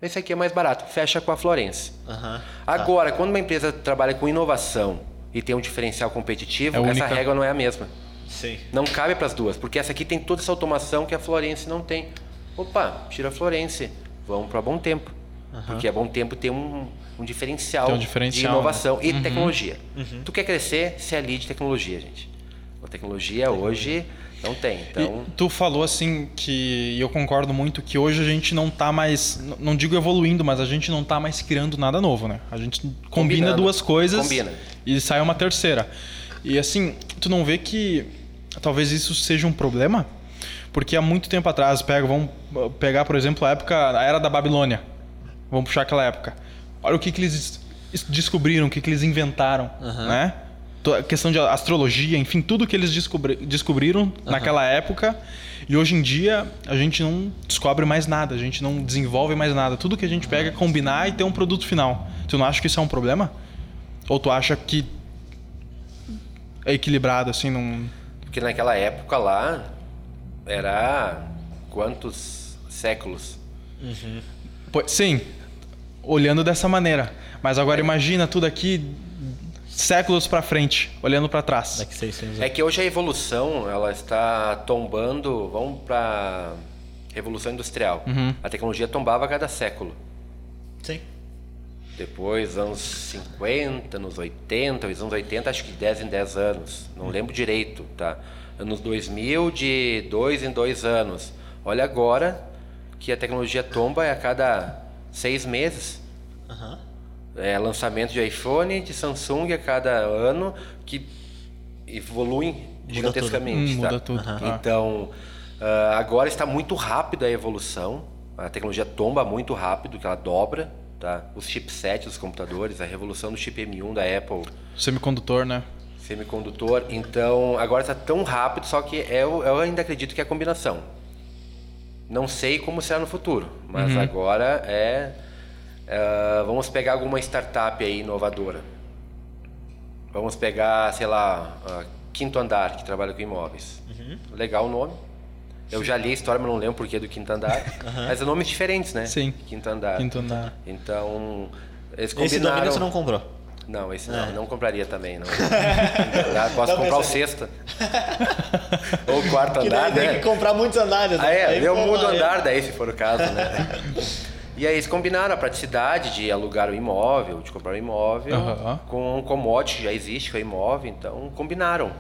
S3: Esse aqui é mais barato, fecha com a Florence.
S2: Aham.
S1: Tá.
S3: Agora, quando uma empresa trabalha com inovação e tem um diferencial competitivo,
S1: É
S3: essa
S1: única.
S3: régua não é a mesma.
S2: Sim.
S3: Não cabe para as duas, porque essa aqui tem toda essa automação que a Florence não tem. Opa, tira a Florence, vamos para Bom Tempo. Porque a Bom Tempo tem um, um diferencial,
S1: Tem um diferencial, Uhum.
S3: de inovação e tecnologia. Tu quer crescer, se alie de tecnologia, gente. A tecnologia, hoje não tem. Então,
S1: E tu falou assim que, e eu concordo muito, que hoje a gente não tá mais, n- não digo evoluindo, mas a gente não tá mais criando nada novo, né? A gente combina
S3: Combinando.
S1: duas coisas
S3: Combina.
S1: e sai uma terceira. E assim, tu não vê que talvez isso seja um problema? Porque há muito tempo atrás, pega, vamos uh, pegar, por exemplo, a época, a era da Babilônia. Vamos puxar aquela época. Olha o que, que eles es- descobriram, o que, que eles inventaram, né? To- A questão de astrologia, enfim, tudo que eles descobri- descobriram naquela época. E hoje em dia, a gente não descobre mais nada, a gente não desenvolve mais nada. Tudo que a gente pega é combinar e ter um produto final. Tu não acha que isso é um problema? Ou tu acha que é equilibrado, assim, num...
S3: porque naquela época lá era quantos séculos?
S1: Pô, Sim, olhando dessa maneira. Mas agora imagina tudo aqui séculos pra frente, olhando pra trás.
S2: Daqui seis anos.
S3: É que hoje a evolução ela está tombando, vamos para revolução industrial.
S1: Uhum.
S3: A tecnologia tombava a cada século.
S2: Sim.
S3: Depois, anos 50, nos 80, os anos 80, acho que 10 em 10 anos. Não lembro direito, tá? Anos 2000, de 2 em 2 anos. Olha agora que a tecnologia tomba é a cada 6 meses.
S2: Aham.
S3: É, lançamento de iPhone, de Samsung a cada ano, que evoluem gigantescamente.
S1: Hum,
S3: tá?
S1: muda tudo, Aham. tá.
S3: Então, ah, agora está muito rápida a evolução. A tecnologia tomba muito rápido, que ela dobra. Tá? Os chipsets dos computadores, a revolução do chip M1 da Apple,
S1: Semicondutor, né?
S3: semicondutor. Então, agora está tão rápido, só que eu, eu ainda acredito que é a combinação. Não sei como será no futuro, mas agora é. ah, vamos pegar alguma startup aí inovadora. Vamos pegar, sei lá, ah, Quinto Andar, que trabalha com imóveis. Legal o nome. Eu já li a história, mas não lembro porquê do Quinto Andar. Mas é nomes diferentes, né?
S1: Sim.
S3: Quinto Andar.
S1: Quinto andar.
S3: Então, eles
S2: Esse
S3: combinaram...
S2: domínio você não comprou.
S3: Não, esse não, não compraria também, não. Dá- Posso
S2: É. Não
S3: comprar o
S2: pensa-
S3: sexto. Ou o quarto
S2: que daí
S3: andar,
S2: tem
S3: né?
S2: que comprar muitos andares.
S3: Ah,
S2: né?
S3: é,
S2: Aí
S3: eu
S2: ficou
S3: mudo o
S2: uma-
S3: andar daí, se for o caso, né? E aí eles combinaram a praticidade de alugar o imóvel, de comprar o imóvel,
S1: Aham.
S3: com um commodity que já existe, que é o imóvel, então combinaram.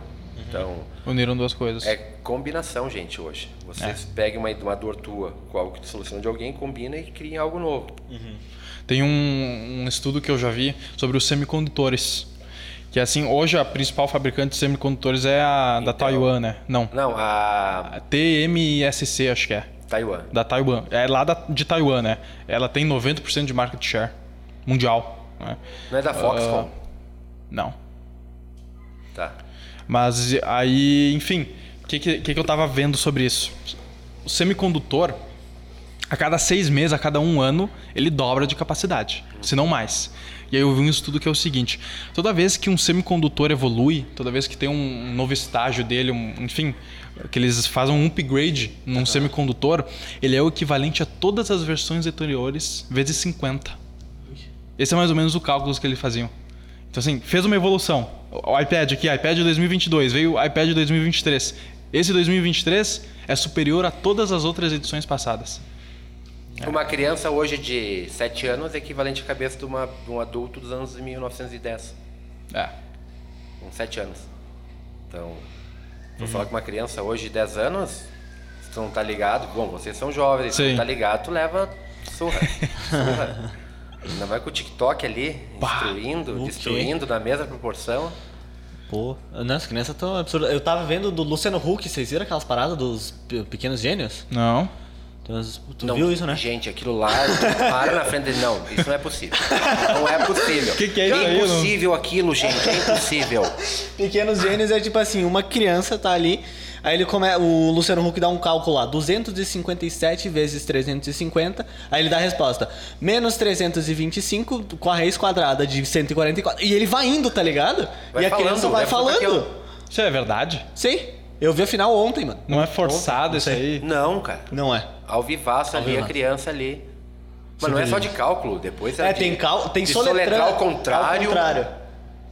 S3: Então,
S1: Uniram duas coisas.
S3: é combinação, gente, hoje. Vocês peguem uma, uma dor tua com algo que tu soluciona de alguém, combina e criem algo novo.
S1: Tem um, um estudo que eu já vi sobre os semicondutores. Que assim, hoje a principal fabricante de semicondutores é a da Taiwan, né? Não.
S3: Não, a
S1: A TMSC, acho que é.
S3: Taiwan.
S1: Da Taiwan. É lá da- de Taiwan, né? Ela tem 90% de market share mundial. Né?
S3: Não é da Foxconn?
S1: Não.
S3: Tá.
S1: Mas aí, enfim, o que, que, que que eu tava vendo sobre isso? O semicondutor, a cada seis meses, a cada um ano, ele dobra de capacidade, se não mais. E aí eu vi um estudo que é o seguinte: toda vez que um semicondutor evolui, toda vez que tem um, um novo estágio dele, um- enfim, que eles fazem um upgrade num semicondutor, ele é o equivalente a todas as versões anteriores vezes 50. Esse é mais ou menos o cálculo que eles faziam. Então, assim, fez uma evolução. O o iPad aqui, iPad 2022, veio o iPad 2023. Esse 2023 é superior a todas as outras edições passadas. É.
S3: Uma criança hoje de 7 anos é equivalente à cabeça de, uma- de um adulto dos anos 1910,
S1: É.
S3: com 7 anos. Então, vou
S1: Uhum.
S3: falar com uma criança hoje de 10 anos, se tu não tá ligado, bom, vocês são jovens, se tu
S1: Sim.
S3: não tá ligado, tu leva surra. surra. Ainda vai com o TikTok ali,
S1: Bah,
S3: destruindo,
S2: o
S3: destruindo na mesma proporção.
S2: Pô, nossa, criança tão absurda. Eu tava vendo do Luciano Huck, vocês viram aquelas paradas dos pe- pequenos gênios?
S1: Não.
S2: Tem umas- Tu
S3: Não,
S2: viu isso, né?
S3: Gente, aquilo lá, para na frente dele. Não, isso não é possível. Não é possível.
S1: Que que é isso aí,
S3: É impossível aquilo, gente. É impossível.
S2: Pequenos gênios é tipo assim, uma criança tá ali, aí ele come... o Luciano Huck dá um cálculo lá, 257 vezes 350, aí ele dá a resposta, menos 325 com a raiz quadrada de 144, e ele vai indo, tá ligado?
S3: Vai
S2: e a
S3: falando, é
S2: criança vai
S3: vai falando
S2: falando.
S3: aquilo.
S1: Isso é verdade?
S2: Sim, eu vi a final ontem, mano.
S1: Não é forçado isso aí?
S3: Não, cara.
S2: Não é.
S3: Ao vivaço ali, a
S2: vivaço.
S3: criança ali. Mas não é só de cálculo, depois
S2: É,
S3: de-
S2: tem, cal... tem
S3: de
S2: soletrando.
S3: soletrar ao contrário.
S2: Ao contrário.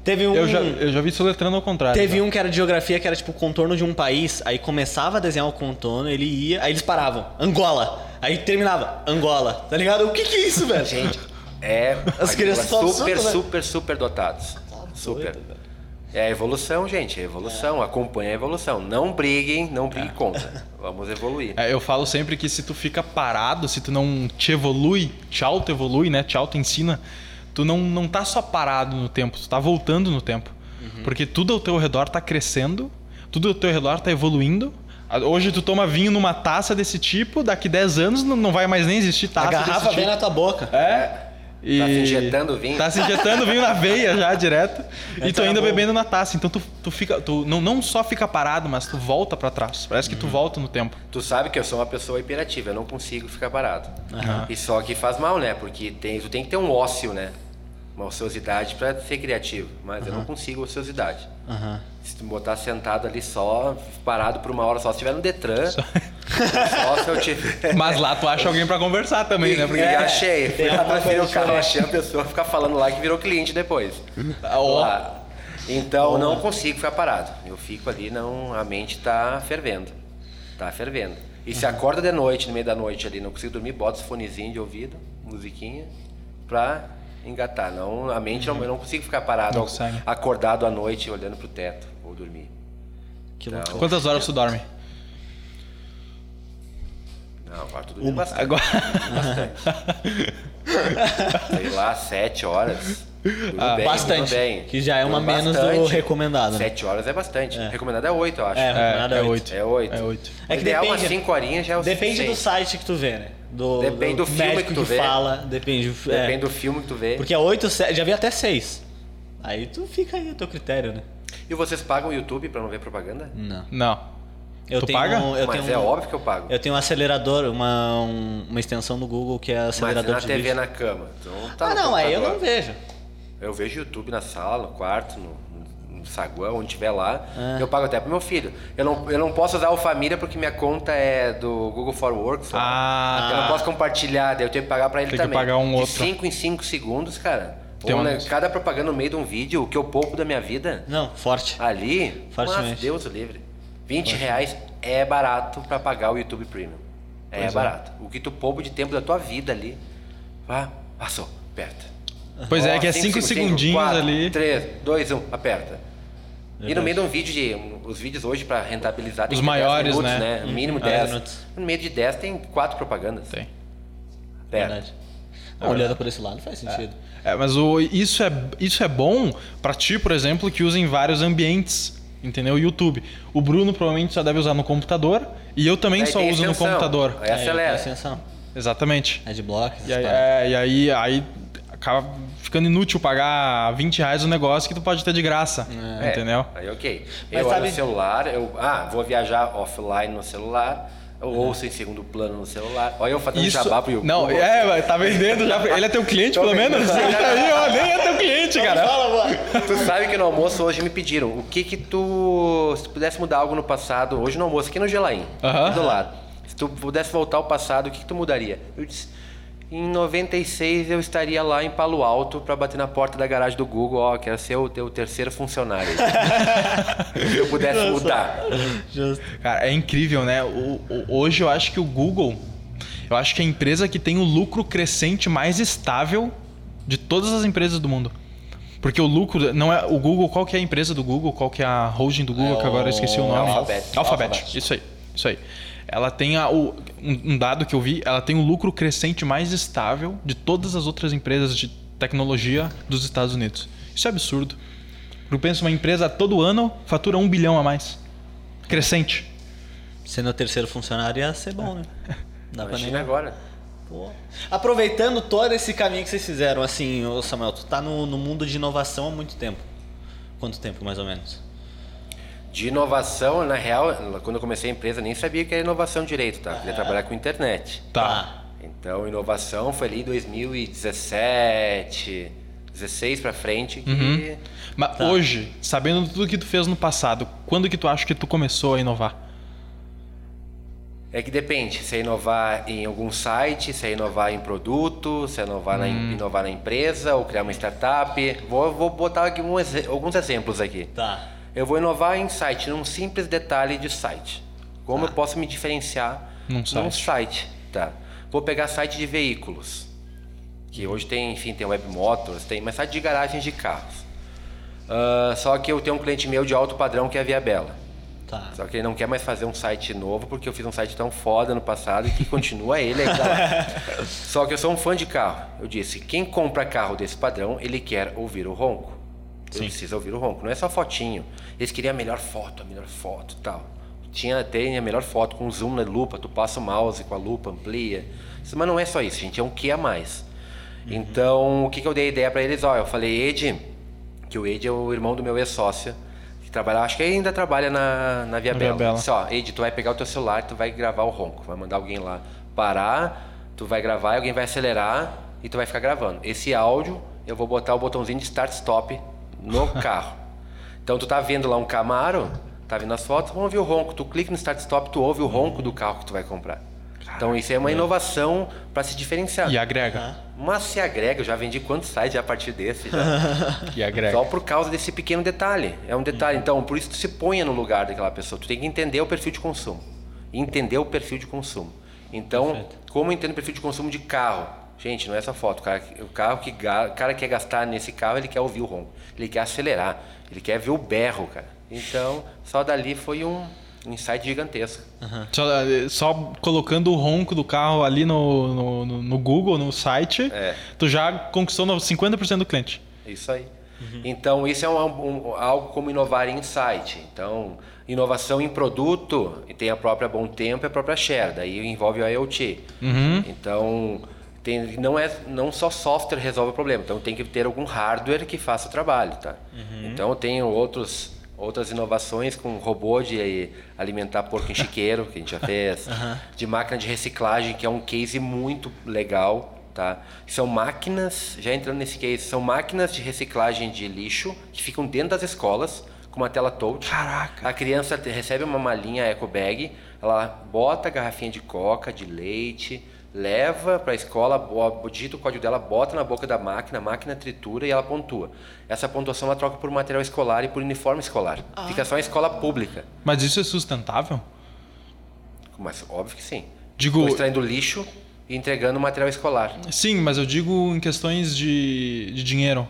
S2: Teve um...
S1: Eu já, eu já vi soletrando ao contrário.
S2: Teve
S1: tá?
S2: um que era de geografia, que era tipo o contorno de um país, aí começava a desenhar o contorno, ele ia, aí eles paravam, Angola, aí terminava, Angola, tá ligado? O que que é isso, velho? Gente,
S3: É,
S2: As
S3: aquilo
S2: crianças
S3: é
S2: são
S3: super,
S2: absurdas, né?
S3: super, super dotados. Super. É a evolução, gente, é a evolução. Acompanha a evolução. Não briguem,
S2: É.
S3: não briguem contra. Vamos evoluir.
S1: É, eu falo sempre que se tu fica parado, se tu não te evolui, tchau, tu evolui, né? Tchau, tu ensina. Tu não, não tá só parado no tempo, tu tá voltando no tempo. Porque tudo ao teu redor tá crescendo, tudo ao teu redor tá evoluindo. A- Hoje tu toma vinho numa taça desse tipo, daqui 10 anos não, não vai mais nem existir taça
S2: a garrafa
S1: desse
S2: vem
S1: tipo.
S2: na tua boca.
S1: É. E...
S3: tá se injetando vinho.
S1: Tá se injetando vinho na veia já, direto. e tu
S2: tá
S1: ainda
S2: bom.
S1: bebendo na taça. Então tu, tu fica. Tu não, não só fica parado, mas tu volta pra trás. Parece que tu volta no tempo.
S3: Tu sabe que eu sou uma pessoa hiperativa, eu não consigo ficar parado. E só que faz mal, né? Porque tem, tu tem que ter um ócio, né? Uma ociosidade pra ser criativo. Mas eu não consigo ociosidade.
S2: Aham.
S3: Se tu me botar sentado ali só, parado por uma hora só, se tiver no Detran, só, se eu tiver.
S1: Mas lá tu acha alguém pra conversar também, né?
S3: E,
S1: Porque
S3: e achei,
S2: tem
S3: fui lá
S2: alguma
S3: pra ver o
S2: coisa
S3: carro,
S2: diferente.
S3: achei a pessoa ficar falando lá que virou cliente depois. É. Lá. Então não consigo ficar parado. Eu fico ali, não, a mente tá fervendo. Tá fervendo. E
S1: Uhum.
S3: se acorda de noite, no meio da noite ali, não consigo dormir, bota esse fonezinho de ouvido, musiquinha, pra engatar. Não, a mente não, eu não consigo ficar parado,
S1: Uhum. Não consegue.
S3: acordado à noite, olhando pro teto, ou dormir. Então,
S2: Que louco.
S1: quantas horas tu dorme?
S3: Não, agora tudo bem bastante.
S1: Agora.
S3: Sei lá, sete horas. Tudo bem, tudo
S2: Ah, bastante.
S3: bem.
S2: Que já é uma
S3: Tudo
S2: menos do
S3: bastante.
S2: recomendado, né?
S3: Sete horas é bastante. Recomendado é oito, eu acho.
S2: É, nada
S1: é
S2: oito.
S1: oito.
S3: É oito.
S1: É oito.
S2: É que
S3: o ideal,
S2: depende-
S3: umas cinco horinhas já é o
S2: Depende do
S3: suficiente.
S2: site que tu vê, né? Do,
S3: Depende do filme
S2: médico
S3: que tu vê.
S2: fala, depende. do- é.
S3: Depende do filme que tu vê.
S2: Porque é 8, já vi até 6. Aí tu fica aí o teu critério, né?
S3: E vocês pagam o YouTube pra não ver propaganda?
S2: Não.
S1: Não.
S2: Eu
S1: Tu
S2: tenho,
S1: paga?
S2: Eu
S3: Mas
S2: tenho
S3: é
S2: um-
S3: óbvio que eu pago.
S2: Eu tenho um acelerador, uma, um- uma extensão do Google que é
S3: Mas
S2: acelerador
S3: na
S2: de
S3: TV
S2: vídeo.
S3: na cama. Tu não tá
S2: Ah,
S3: no
S2: não, aí eu não
S3: computador.
S2: vejo.
S3: Eu vejo YouTube na sala, no quarto, no, no saguão, onde tiver lá. Eu pago até pro meu filho. Eu não, eu não posso usar o Família porque minha conta é do Google for Works. ó.
S1: Ah,
S3: eu não posso compartilhar, daí eu tenho que pagar pra ele
S1: Tem que
S3: também.
S1: pagar um
S3: De
S1: outro.
S3: 5 em 5 segundos, cara.
S1: Tem
S3: Ou,
S1: um-
S3: né, cada propaganda no meio de um vídeo, o que eu poupo da minha vida.
S2: Não, forte.
S1: Ah,
S3: Ali,
S2: Fortemente.
S3: mas Deus o livre. 20 reais é barato pra pagar o YouTube Premium. É barato. O que tu poupa de tempo da tua vida ali. Vá, passou, aperta.
S1: Pois é,
S3: Ó,
S1: que é
S3: cinco,
S1: cinco
S3: cinco, cinco,
S1: segundinhos
S3: quatro,
S1: ali. É
S3: três, dois, um, aperta. E
S2: Verdade.
S3: no meio de um vídeo de. um, Os vídeos hoje pra rentabilizar tem
S1: Os
S3: que ter dez
S1: maiores,
S3: minutos,
S1: né?
S3: né? Mínimo
S2: Ah,
S3: 10.
S2: minutos.
S3: No meio de 10 tem quatro propagandas. É.
S1: Tem.
S3: Aperta.
S2: Verdade.
S1: Ah,
S2: Não, olhando por esse lado faz sentido.
S1: É, mas o- isso, é, isso é bom pra ti, por exemplo, que usa em vários ambientes. Entendeu? YouTube. O Bruno provavelmente só deve usar no computador. E eu também
S3: Daí
S1: só
S3: tem
S1: uso no
S3: extensão. É.
S1: computador.
S2: É,
S3: Aí acelera.
S2: Presta atenção.
S1: Exatamente.
S2: Adblock,
S1: É,
S2: é essas
S1: E aí,
S2: paradas.
S1: é, e aí, aí acaba ficando inútil pagar 20 reais um negócio que tu pode ter de graça.
S3: É,
S1: Entendeu?
S3: Aí ok.
S2: Mas
S3: eu
S2: sabe-
S3: olho o celular, eu. Ah, vou viajar offline no celular, eu ouço em segundo plano no celular. Olha eu fazendo jabá pro YouTube.
S1: Uhum. Não, é, vai, tá vendendo já. pra- Ele é teu cliente, pelo menos? Ele tá aí, ó, nem é teu cliente, cara.
S2: Fala, boa.
S3: Tu sabe que no almoço hoje me pediram o que que tu. Se tu pudesse mudar algo no passado, hoje no almoço, aqui no Gelaim,
S1: Aham.
S3: aqui do lado. Se tu pudesse voltar ao passado, o que, que tu mudaria? Eu disse. Em 96 eu estaria lá em Palo Alto pra bater na porta da garagem do Google, ó, quero ser o teu terceiro funcionário. Se eu pudesse mudar.
S2: Justo.
S1: Cara, é incrível, né? O- o- hoje eu acho que o Google, eu acho que é a empresa que tem o lucro crescente mais estável de todas as empresas do mundo. Porque o lucro não é o Google, qual que é a empresa do Google, qual que é a holding do Google,
S2: É
S1: que agora eu esqueci o
S2: o
S1: nome.
S2: Alphabet.
S1: Alphabet.
S2: Alphabet.
S1: Isso aí. Isso aí. Ela tem a, o, um um dado que eu vi, ela tem o lucro crescente mais estável de todas as outras empresas de tecnologia dos Estados Unidos. Isso é absurdo. Eu penso uma empresa todo ano fatura um bilhão a mais. Crescente.
S2: Sendo o terceiro funcionário ia ser bom, né? Não Dá pra
S3: Imagina
S2: negar.
S3: agora.
S2: Pô. Aproveitando todo esse caminho que vocês fizeram, assim, ô Samuel, tu tá no, no mundo de inovação há muito tempo. Quanto tempo, mais ou menos?
S3: De inovação, na real, quando eu comecei a empresa, nem sabia que era inovação direito, tá? Eu Queria trabalhar com internet.
S1: Tá.
S3: Então, inovação foi ali em 2017, 16 pra frente. que-
S1: Mas
S3: tá.
S1: hoje, sabendo tudo que tu fez no passado, quando que tu acha que tu começou a inovar?
S3: É que depende, se é inovar em algum site, se é inovar em produto, se é inovar, na, em- inovar na empresa ou criar uma startup. Vou, vou botar aqui um exe- alguns exemplos aqui.
S2: Tá.
S3: Eu vou inovar em site, num simples detalhe de site. Como eu posso me diferenciar
S1: Tá. Num site.
S3: site, tá? Vou pegar site de veículos, que hoje tem, enfim, tem Web Motors, tem, mas site de garagens de carros. Ah, só que eu tenho um cliente meu de alto padrão que é a Via Bela.
S2: Tá.
S3: Só que ele não quer mais fazer um site novo, porque eu fiz um site tão foda no passado que continua ele ainda lá. Só que eu sou um fã de carro. Eu disse, quem compra carro desse padrão, ele quer ouvir o ronco. Ele precisa ouvir o ronco. Não é só fotinho. Eles queriam a melhor foto, a melhor foto e tal. Tinha até a melhor foto com zoom na lupa, tu passa o mouse com a lupa, amplia. Isso, Mas não é só isso, gente, é um que a mais. Então, o que, que eu dei ideia pra eles? Ó, eu falei, Ed, que o Ed é o irmão do meu ex-sócio, que trabalha, acho que ainda trabalha na, na Via
S1: Na Via
S3: Bela.
S1: Bela.
S3: Disse, ó, Ed, tu vai pegar o teu celular, tu vai gravar o ronco, vai mandar alguém lá parar, tu vai gravar, alguém vai acelerar e tu vai ficar gravando. Esse áudio, eu vou botar o botãozinho de start stop no carro. Então tu tá vendo lá um Camaro, tá vendo as fotos, vamos ouvir o ronco, tu clica no start stop, tu ouve o ronco do carro que tu vai comprar. Então isso é uma inovação para se diferenciar.
S1: E agrega.
S3: Mas se agrega, eu já vendi quantos sites a partir desse já.
S1: E agrega.
S3: Ah. Só por causa desse pequeno detalhe. É um detalhe. Então, por isso tu se ponha no lugar daquela pessoa. Tu tem que entender o perfil de consumo. Entender o perfil de consumo. Então, como eu entendo o perfil de consumo de carro? Gente, não é essa foto. O cara, o carro que, ga- o cara quer gastar nesse carro, ele quer ouvir o ronco. Ele quer acelerar. Ele quer ver o berro, cara. Então, só dali foi um insight gigantesco.
S1: Só, eh, só colocando o ronco do carro ali no, no, no- no Google, no site,
S3: É.
S1: tu já conquistou 50% do cliente.
S3: Isso aí. Então, isso é um- um- algo como inovar em site. Então, inovação em produto, e tem a própria Bom Tempo e a própria Share, daí envolve o IoT. Então, tem- não, é, não só software resolve o problema, então tem que ter algum hardware que faça o trabalho, tá? Então, eu tenho outros, outras inovações com robô de alimentar porco em chiqueiro, que a gente já fez, de máquina de reciclagem, que é um case muito legal, tá? São máquinas, já entrando nesse case, são máquinas de reciclagem de lixo que ficam dentro das escolas com uma tela touch. Caraca. A criança te- recebe uma malinha eco bag, ela bota a garrafinha de coca, de leite, leva para a escola, bo- digita o código dela, bota na boca da máquina, a máquina tritura e ela pontua. Essa pontuação ela troca por material escolar e por uniforme escolar. Fica só em escola pública.
S1: Mas isso é sustentável?
S3: Mas óbvio que sim.
S1: Digo-
S3: Tô extraindo lixo e entregando material escolar.
S1: Sim, mas eu digo em questões de, de dinheiro.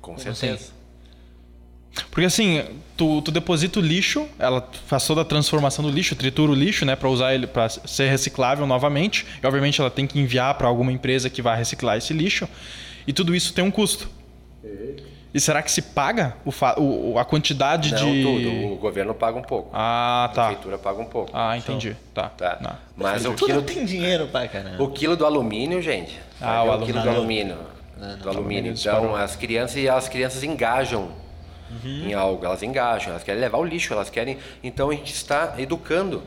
S3: Com
S2: assim?
S3: certeza.
S1: Porque assim, tu, tu deposita o lixo, ela faz toda a transformação do lixo, tritura o lixo, né, para usar ele para ser reciclável novamente. E obviamente ela tem que enviar para alguma empresa que vai reciclar esse lixo. E tudo isso tem um custo. E será que se paga o, fa- o- o- a quantidade
S3: Não
S1: de
S3: tudo, o governo paga um pouco.
S1: Ah,
S3: A
S1: tá.
S3: prefeitura paga um pouco.
S1: Ah, entendi. Tá.
S3: Tá.
S1: Não.
S3: Mas o
S2: Tu não
S3: quilo,
S2: tem dinheiro pra caramba.
S3: o quilo do alumínio, gente.
S1: Ah,
S3: vai
S1: o
S3: ver quilo do alumínio. Do alumínio. Então, as crianças e as crianças engajam
S1: Uhum.
S3: em algo, elas engajam, elas querem levar o lixo, elas querem. Então a gente está educando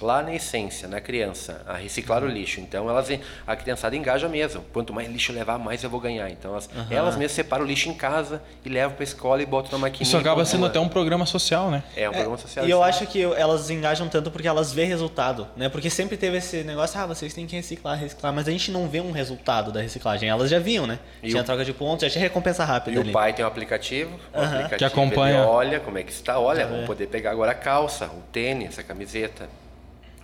S3: lá na essência, na criança, a reciclar
S1: Uhum.
S3: o lixo. Então elas a criançada engaja mesmo. Quanto mais lixo eu levar, mais eu vou ganhar. Então elas, elas mesmas separam o lixo em casa e levam para escola e botam na maquininha.
S1: Isso
S3: e
S1: acaba sendo
S3: pontua.
S1: até um programa social, né?
S3: É um programa social.
S2: E eu
S3: isso.
S2: acho que elas engajam tanto porque elas vê resultado, né? Porque sempre teve esse negócio, ah, vocês têm que reciclar, reciclar, mas a gente não vê um resultado da reciclagem. Elas já viam, né?
S3: E
S2: tinha
S3: o-
S2: troca de pontos, já tinha recompensa rápida
S3: E
S2: ali.
S3: o pai tem um aplicativo, o aplicativo
S1: Que acompanha.
S3: ele olha como é que está, olha, vamos poder pegar agora a calça, o tênis, a camiseta.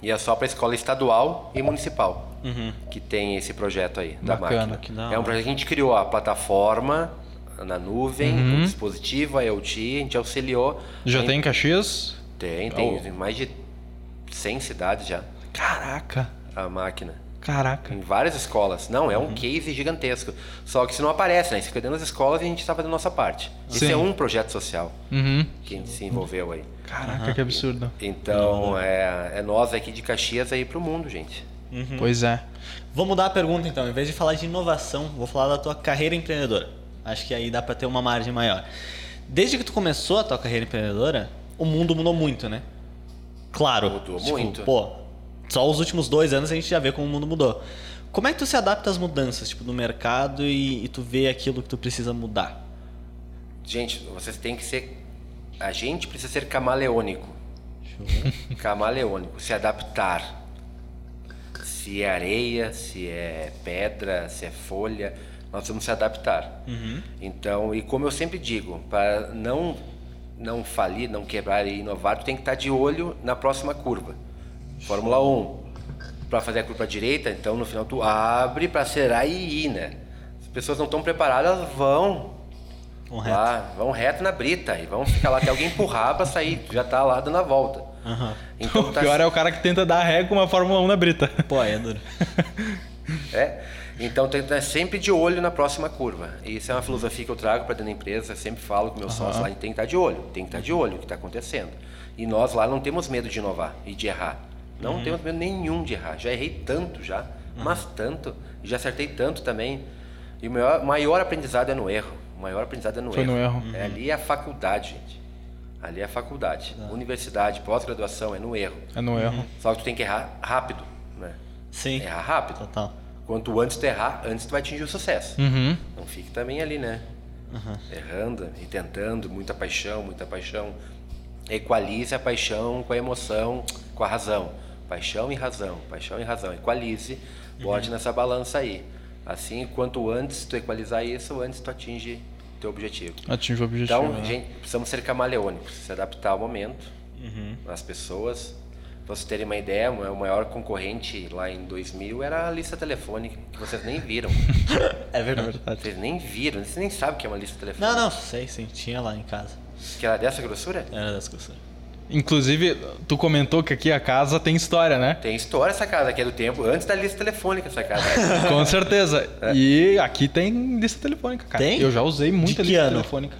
S3: E é só para escola estadual e municipal que tem esse projeto aí da
S1: Bacana,
S3: máquina.
S1: que da
S3: é um projeto que a gente criou a plataforma na nuvem, o dispositivo, a IoT, a gente auxiliou.
S1: Uhum. Já
S3: Aí-
S1: tem em Caxias?
S3: Tem, tem mais de 100 cidades já,
S1: Caraca.
S3: a máquina.
S1: Caraca.
S3: Em várias escolas. Não, é um case gigantesco. Só que isso não aparece, né? Isso fica dentro das escolas e a gente está fazendo a nossa parte. Isso
S1: Sim.
S3: é um projeto social
S1: Uhum.
S3: que a gente se envolveu aí.
S1: Caraca, que absurdo.
S3: Então, é, é nós aqui de Caxias aí pro mundo, gente.
S1: Pois é.
S2: Vou mudar a pergunta então. Em vez de falar de inovação, vou falar da tua carreira empreendedora. Acho que aí dá pra ter uma margem maior. Desde que tu começou a tua carreira empreendedora, o mundo mudou muito, né? Claro. Tipo,
S3: Mudou muito.
S2: Pô, só os últimos dois anos a gente já vê como o mundo mudou. Como é que tu se adapta às mudanças, tipo, no mercado e, e tu vê aquilo que tu precisa mudar?
S3: Gente, vocês têm que ser. A gente precisa ser camaleônico. camaleônico, se adaptar. Se é areia, se é pedra, se é folha, nós vamos se adaptar. Então, e como eu sempre digo, para não não falir, não quebrar e inovar, tu tem que estar de olho na próxima curva. Fórmula 1. Para fazer a curva direita, então no final tu abre para acelerar e ir, né? As pessoas não estão preparadas, elas vão
S2: Um reto.
S3: lá, vão reto na brita e vão ficar lá até alguém empurrar pra sair, tu já tá lá dando a volta.
S2: Aham.
S3: Então
S1: O
S3: tá
S1: pior é o cara que tenta dar ré com uma Fórmula 1 na brita.
S2: Pô, aí é duro.
S3: É. Então tem que estar sempre de olho na próxima curva. E isso é uma filosofia que eu trago para dentro da empresa, eu sempre falo com meus sócios lá, a gente tem que estar de olho, tem que estar de olho o que está acontecendo. E nós lá não temos medo de inovar e de errar. Não
S1: Uhum.
S3: temos medo nenhum de errar. Já errei tanto já, mas tanto, e já acertei tanto também. E o maior, maior aprendizado é no erro. O maior aprendizado é no
S1: Foi
S3: erro.
S1: no erro. Uhum.
S3: É, ali é a faculdade, gente. Ali é a faculdade. Universidade, pós-graduação é no erro.
S1: É no erro.
S3: Só que tu tem que errar rápido, né?
S2: Sim.
S3: Errar rápido.
S2: Total.
S3: Quanto antes tu errar, antes tu vai atingir o sucesso.
S1: Uhum.
S3: Não fique também ali, né? Errando e tentando, muita paixão, muita paixão. Equalize a paixão com a emoção, com a razão. Paixão e razão, paixão e razão. Equalize, bote nessa balança aí. Assim, quanto antes tu equalizar isso, antes tu atinge teu objetivo.
S1: Atinge o objetivo.
S3: Então,
S1: né?
S3: gente, precisamos ser camaleônicos, se adaptar ao momento, às pessoas. Pra vocês terem uma ideia, o meu maior concorrente lá em 2000 era a lista telefônica, que vocês nem viram.
S2: É verdade.
S3: vocês nem viram, vocês nem sabem o que é uma lista telefônica.
S2: Não, não, sei, sim. Tinha lá em casa.
S3: Que era dessa grossura?
S2: Era das coisas.
S1: Inclusive, tu comentou que aqui a casa tem história, né?
S3: Tem história essa casa, que é do tempo, antes da lista telefônica essa casa.
S1: Com certeza. E aqui tem lista telefônica, cara.
S2: Tem?
S1: Eu já usei muita
S2: que
S1: lista
S2: ano?
S1: telefônica.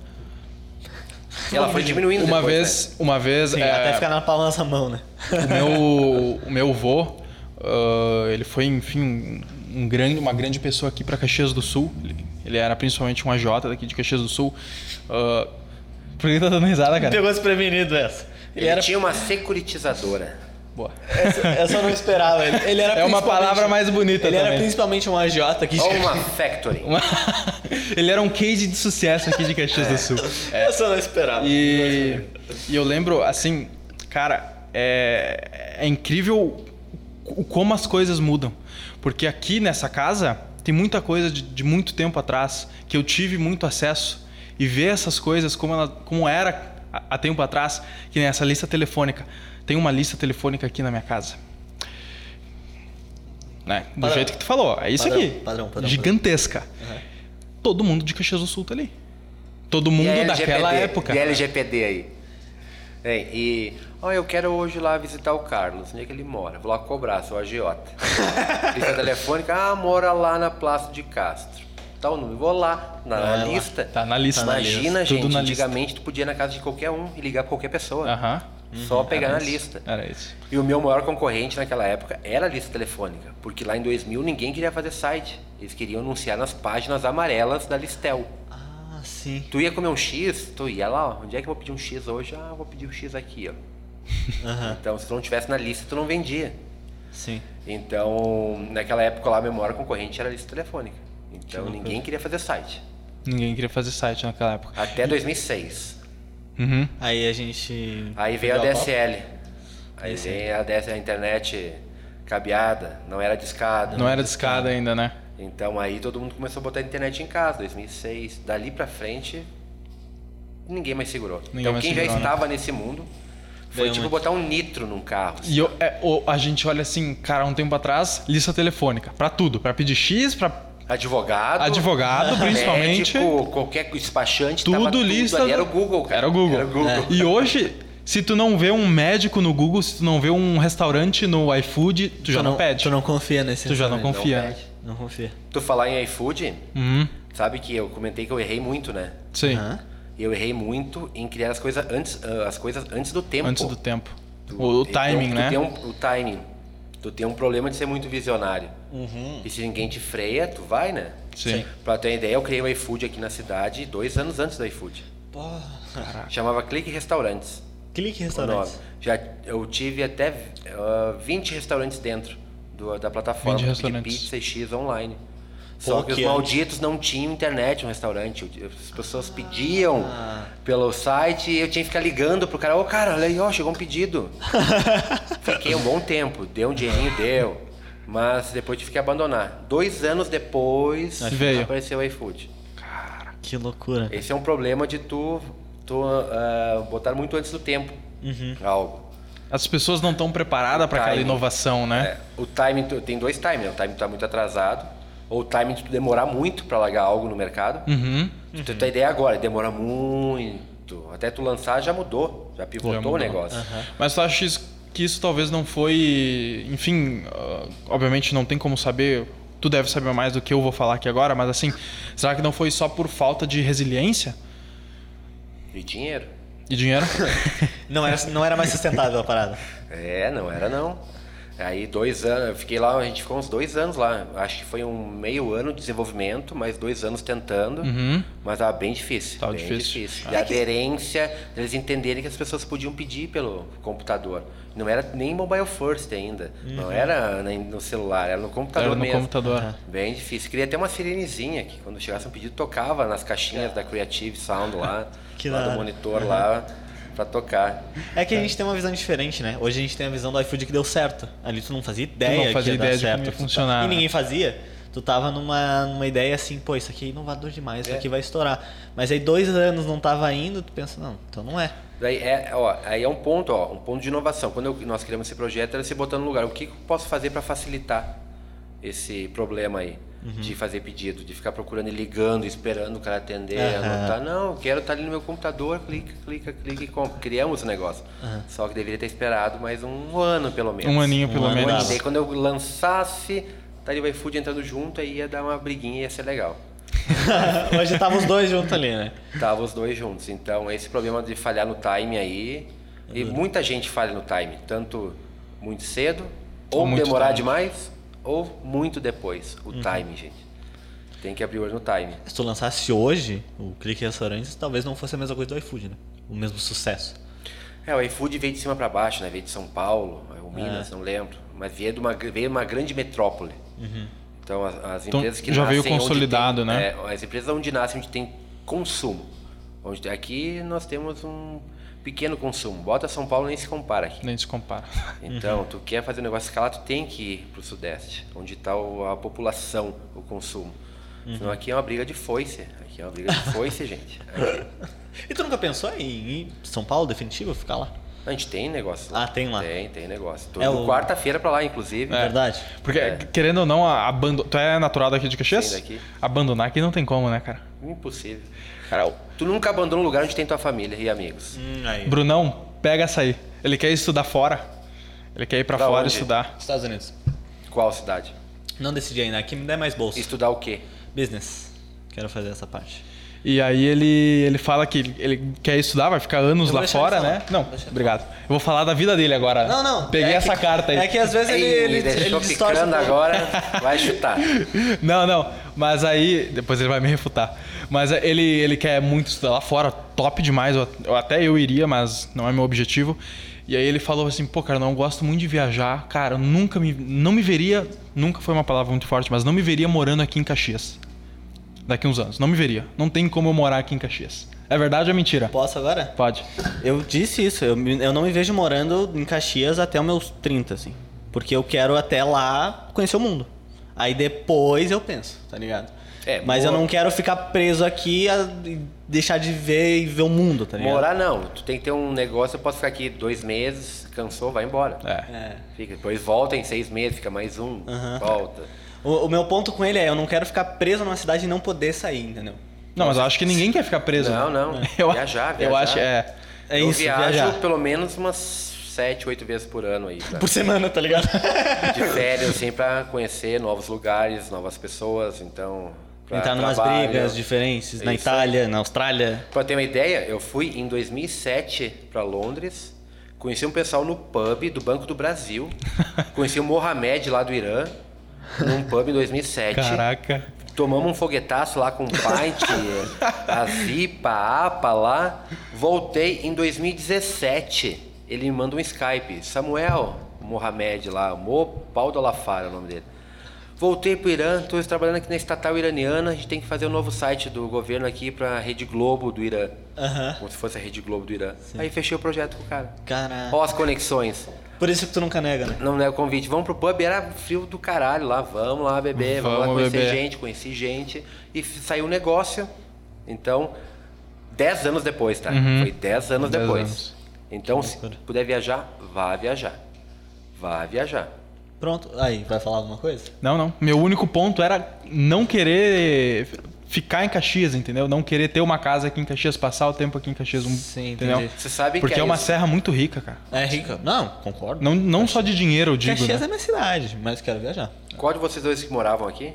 S3: Ela foi diminuindo
S1: Uma
S3: depois,
S1: vez, uma vez,
S2: Sim,
S1: é,
S2: até ficar na palma da sua mão, né?
S1: o meu o meu vô, ah, ele foi, enfim, um, um grande, uma grande pessoa aqui para Caxias do Sul. Ele, ele era principalmente um AJ daqui de Caxias do Sul. Ah, por que tá dando risada, cara?
S2: Pegou desprevenido essa.
S3: né?
S2: Ele
S3: Ele
S2: era.
S3: tinha uma securitizadora.
S1: Boa.
S2: Essa, essa eu não esperava. Ele, ele era
S1: É uma
S2: principalmente-
S1: palavra mais bonita
S2: Ele era
S1: também.
S2: principalmente um agiota que.
S3: Ou uma factory.
S1: Uma- ele era um case de sucesso aqui de Caxias do Sul.
S2: Essa eu não esperava.
S1: É. E, e eu lembro, assim, cara, é, é incrível o como as coisas mudam. Porque aqui nessa casa tem muita coisa de, de muito tempo atrás que eu tive muito acesso e ver essas coisas como, ela, como era há há tempo atrás, que nessa lista telefônica. Tem uma lista telefônica aqui na minha casa. Né? Do
S2: Padrão.
S1: jeito que tu falou, é isso
S2: Padrão,
S1: aqui.
S2: padrão, padrão,
S1: Gigantesca. Todo mundo de Caxias do Sul tá ali. Todo
S3: E
S1: mundo
S3: a LGPD,
S1: daquela época.
S3: E a LGPD aí. Bem, e. Ó, eu quero hoje lá visitar o Carlos. Onde é que ele mora? Vou lá cobrar, sou agiota. lista telefônica. Ah, mora lá na Praça de Castro. Tá o número. Vou lá, na,
S1: Ah, é lá.
S3: lista.
S1: Tá na lista.
S3: Imagina,
S1: Tá na lista.
S3: gente.
S1: Tudo na lista.
S3: antigamente tu podia ir na casa de qualquer um e ligar pra qualquer pessoa.
S1: Aham. Uhum,
S3: Só pegar
S1: Era
S3: na
S1: isso.
S3: lista.
S1: Era isso.
S3: E o meu maior concorrente naquela época era a lista telefônica, porque lá em 2000 ninguém queria fazer site. Eles queriam anunciar nas páginas amarelas da Listel.
S2: Ah, sim.
S3: Tu ia comer um X, tu ia lá, ó, onde é que eu vou pedir um X hoje? Ah, eu vou pedir um X aqui, ó.
S2: Aham,
S3: Então, se tu não tivesse na lista, tu não vendia.
S2: sim.
S3: Então, naquela época lá, a memória concorrente era a lista telefônica. Então, ninguém queria fazer site.
S1: Ninguém queria fazer site naquela época.
S3: Até 2006.
S1: Uhum.
S2: Aí a gente.
S3: Aí veio a
S2: Deu papo.
S3: DSL. Aí veio a, DS a internet cabeada, não era discada.
S1: Não era discada ainda, né?
S3: Então, aí todo mundo começou a botar a internet em casa, 2006. Dali pra frente, ninguém mais segurou.
S1: Ninguém
S3: então,
S1: mais
S3: quem já
S1: segurou, né?
S3: estava nesse mundo... Foi
S2: Ganhou
S3: tipo
S2: muito.
S3: botar um nitro num carro.
S1: E eu- é, o- a gente olha assim, cara, um tempo atrás, lista telefônica. Pra tudo. Pra pedir X, pra
S3: Advogado.
S1: advogado, principalmente.
S3: Médico, qualquer despachante.
S1: Tudo
S3: tava
S1: lista
S3: ali.
S1: do-
S3: Era o Google, cara.
S1: Era o Google. É.
S3: Era o Google.
S1: E hoje, Se tu não vê um médico no Google, se tu não vê um restaurante no iFood, tu, já não, pede.
S2: Tu não confia nesse
S1: Tu já não
S2: restaurante.
S1: confia.
S3: Não pede.
S2: Não confia.
S3: Tu falar em iFood,
S1: Uhum,
S3: sabe que eu comentei que eu errei muito, né?
S1: sim.
S2: Hã?
S3: Eu errei muito em criar as coisas antes, ah, as coisas antes do tempo.
S1: Antes do tempo.
S3: Tu-
S1: O, o
S3: então,
S1: timing,
S3: tu
S1: né?
S3: tem um- o timing. Tu tem um problema de ser muito visionário. E se ninguém te freia, tu vai, né?
S1: Sim. Sim.
S3: Pra ter uma ideia, eu criei o iFood aqui na cidade dois anos antes do iFood.
S2: Porra.
S1: Tá.
S3: Chamava Clique Restaurantes.
S2: Clique
S3: o nome.
S2: restaurante.
S3: Já eu tive até ah, 20 restaurantes dentro do- da plataforma
S1: 20
S3: de
S1: restaurantes.
S3: pizza e X online. Só que os
S2: que
S3: malditos não tinham internet no restaurante. As pessoas pediam pelo site e eu tinha que ficar ligando pro cara. Ô, cara, olha aí, ó, chegou um pedido. Fiquei um bom tempo. Deu um dinheirinho, deu. Mas depois tive que abandonar. Dois anos depois
S1: Veio.
S3: apareceu o iFood.
S2: Que loucura.
S3: Esse é um problema de tu, tu ah, botar muito antes do tempo
S1: Uhum.
S3: algo.
S1: As pessoas não estão preparadas para aquela
S3: Timing.
S1: inovação, né?
S3: É, O timing, tu- tem dois timings, né? o timing tá muito atrasado, ou o timing de tu demorar muito para largar algo no mercado.
S1: Uhum.
S3: Se Tu tem ideia agora, demora muito, até tu lançar já mudou, já pivotou
S1: Já mudou.
S3: o negócio.
S1: Mas tu acha isso- que isso talvez não foi. Enfim, ah, obviamente não tem como saber. Tu deve saber mais do que eu vou falar aqui agora, mas assim, será que não foi só por falta de resiliência
S3: E dinheiro?
S1: e dinheiro?
S2: Não era, não era mais sustentável a parada.
S3: É, não era não. Aí dois anos, eu fiquei lá, a gente ficou uns dois anos lá. Acho que foi um meio ano de desenvolvimento, mas dois anos tentando.
S1: uhum.
S3: Mas tava bem difícil.
S1: Tava
S3: bem
S1: difícil.
S3: difícil. E a aderência, eles entenderem que as pessoas podiam pedir pelo computador. Não era nem mobile first ainda. Não era nem no celular, era no computador
S1: Era no
S3: mesmo.
S1: computador.
S3: Bem difícil. Queria até uma sirenezinha que quando chegasse um pedido tocava nas caixinhas da Creative Sound lá,
S2: Que
S3: lá
S2: da
S3: do
S2: hora.
S3: monitor lá, pra tocar.
S2: É que a gente tem uma visão diferente, né? Hoje a gente tem a visão do iFood que deu certo. Ali tu não fazia ideia
S1: não fazia
S2: que ia
S1: ideia
S2: dar
S1: de
S2: certo.
S1: como ia
S2: Tu
S1: funcionar,
S2: tá- E
S1: né?
S2: ninguém fazia. Tu tava numa, numa ideia assim, pô, isso aqui é inovador demais, isso aqui vai estourar. Mas aí dois anos não tava indo, tu pensa, não, então não é.
S3: Daí é, ó, aí é um ponto, ó, um ponto de inovação. Quando eu- nós criamos esse projeto, era se botar no lugar. O que que eu posso fazer para facilitar esse problema aí?
S1: Uhum.
S3: De fazer pedido, de ficar procurando e ligando, esperando o cara atender,
S2: Aham.
S3: anotar. Não, eu quero estar ali no meu computador, clica, clica, clica e compra. Criamos o negócio. Só que deveria ter esperado mais um ano, pelo menos.
S1: Um aninho, pelo
S2: Um ano
S1: menos.
S2: dava.
S3: Daí quando eu lançasse, estaria o iFood entrando junto, aí ia dar uma briguinha, ia ser legal.
S2: Hoje tava os dois juntos ali, né?
S3: Tava os dois juntos. Então, esse problema de falhar no time aí. E
S1: Uhum.
S3: muita gente falha no time, tanto muito cedo, ou,
S1: Ou muito
S3: demorar
S1: tarde. Uhum.
S3: demais, ou muito depois. O time, gente. Tem que abrir o olho no time.
S2: Se tu lançasse hoje o Clique Restaurantes, talvez não fosse a mesma coisa do iFood, né? O mesmo sucesso.
S3: É, o iFood veio de cima para baixo, né? Veio de São Paulo, ou Minas,
S1: É.
S3: não lembro. Mas veio de uma, gr- veio de uma grande metrópole. Então, as, as
S1: Uhum. Então,
S3: empresas que
S1: já veio
S3: nascem onde
S1: consolidado,
S3: tem-
S1: né?
S3: é, as empresas onde nascem, onde tem consumo. Onde, tem- aqui nós temos um pequeno consumo. Bota São Paulo, nem se compara aqui.
S1: Nem se compara.
S3: Então, tu quer fazer um negócio escalar, tu tem que ir pro Sudeste, onde está a população, o consumo.
S2: Uhum.
S3: Senão aqui é uma briga de foice. Aqui é uma briga de foice, gente. Aqui-
S2: E tu nunca pensou em ir pra São Paulo, definitivo, ficar lá?
S3: a gente tem negócio
S2: Ah, tem lá.
S3: Tem, tem negócio. Tô
S2: É
S3: indo
S2: o-
S3: quarta-feira pra lá, inclusive.
S2: É. Verdade?
S1: Porque, querendo ou não, a- abando... tu é natural daqui de Caxias?
S3: Sim, daqui.
S1: Abandonar aqui não tem como, né, cara?
S3: Impossível.
S1: Cara, o
S3: Tu nunca abandona um lugar onde tem tua família e amigos.
S2: Hum, aí.
S1: Brunão, pega essa aí. Ele quer estudar fora. Ele quer ir pra
S3: Pra
S1: fora
S3: onde?
S1: estudar.
S2: Estados Unidos.
S3: Qual cidade?
S2: Não decidi ainda, aqui me dá mais bolsa.
S3: Estudar o quê?
S2: Business. Quero fazer essa parte.
S1: E aí ele, ele fala que ele- ele quer estudar, vai ficar anos
S2: Eu vou
S1: lá
S2: deixar
S1: fora,
S2: ele falar.
S1: né? Não,
S2: Vou deixar ele
S1: obrigado. Eu vou falar da vida dele agora.
S2: Não, não.
S1: Peguei
S2: é
S1: essa
S2: que-
S1: carta aí.
S2: É que às vezes ele,
S3: Ih,
S2: ele, ele
S3: deixou
S2: distorce. Tá um
S3: picando
S2: pouco.
S3: agora, vai chutar.
S1: Não, não. Mas aí, depois ele vai me refutar. Mas ele, ele quer muito estudar lá fora, top demais. Eu- eu- até eu iria, mas não é meu objetivo. E aí ele falou assim, pô, cara, eu não gosto muito de viajar. Cara, eu nunca me. Não me veria. Nunca foi uma palavra muito forte, mas não me veria morando aqui em Caxias. Daqui uns anos. Não me veria. Não tem como eu morar aqui em Caxias. É verdade ou é mentira?
S2: Posso agora?
S1: Pode.
S2: Eu disse isso, eu, me- eu não me vejo morando em Caxias até os meus 30, assim. Porque eu quero até lá conhecer o mundo. Aí depois eu penso, tá ligado?
S3: É,
S2: Mas eu
S3: boa.
S2: não quero ficar preso aqui a- e deixar de ver e ver o mundo, tá ligado?
S3: Morar não. Tu tem que ter um negócio, eu posso ficar aqui dois meses, cansou, vai embora.
S1: É.
S2: É.
S3: Fica, depois volta em seis meses, fica mais um,
S2: Aham.
S3: volta.
S2: O, o meu ponto com ele é, eu não quero ficar preso numa cidade e não poder sair, entendeu?
S1: Não, mas eu acho que ninguém quer ficar preso.
S3: Não,
S1: né?
S3: não.
S1: Eu,
S3: Viajar,
S1: Eu
S3: viajar.
S1: acho, é.
S2: É
S3: eu
S2: isso,
S3: viajo
S2: viajar.
S3: pelo menos umas sete, oito vezes por ano aí. pra-
S2: Por semana, tá ligado?
S3: de férias, assim, pra conhecer novos lugares, novas pessoas, então... pra
S2: Entrar numas
S3: trabalho.
S2: brigas diferentes na
S3: Isso.
S2: Itália, na Austrália.
S3: Pra ter uma ideia, eu fui em 2007 pra Londres, conheci um pessoal no pub do Banco do Brasil, conheci o Mohamed lá do Irã, num pub em 2007.
S1: Caraca.
S3: Tomamos um foguetaço lá com pint, a Zipa, a APA lá. Voltei em 2017. Ele me manda um Skype. Samuel Mohamed lá, Mo Pau do Alafara é o nome dele. Voltei pro Irã, estou trabalhando aqui na estatal iraniana. A gente tem que fazer um novo site do governo aqui pra Rede Globo do Irã.
S2: Aham.
S3: Como se fosse a Rede Globo do Irã. Aí fechei o projeto com o cara.
S2: Caraca.
S3: Ó as conexões.
S2: Por isso que tu nunca nega, né?
S3: Não é o convite. Vamos pro pub, era frio do caralho lá. Vamos lá beber, vamos, lá
S1: Vamos
S3: conhecer
S1: beber.
S3: gente, conheci gente. E f- saiu um negócio. Então, 10 anos depois, tá? Foi 10 anos
S1: Uhum. Dez
S3: depois.
S1: anos.
S3: Então, se puder viajar, vá viajar. Vá viajar.
S2: Pronto. Aí, vai falar alguma coisa?
S1: Não, não. Meu único ponto era não querer ficar em Caxias, entendeu? Não querer ter uma casa aqui em Caxias, passar o tempo aqui em Caxias. um-
S2: Sim,
S1: entendeu?
S2: entendi.
S3: Você sabe
S1: Porque
S3: que
S1: é uma
S3: isso.
S1: serra muito rica, cara.
S2: É rica. Não, concordo.
S1: Não, não só de dinheiro, eu digo.
S2: Caxias
S1: né?
S2: é minha cidade, mas quero viajar.
S3: Qual de vocês dois que moravam aqui?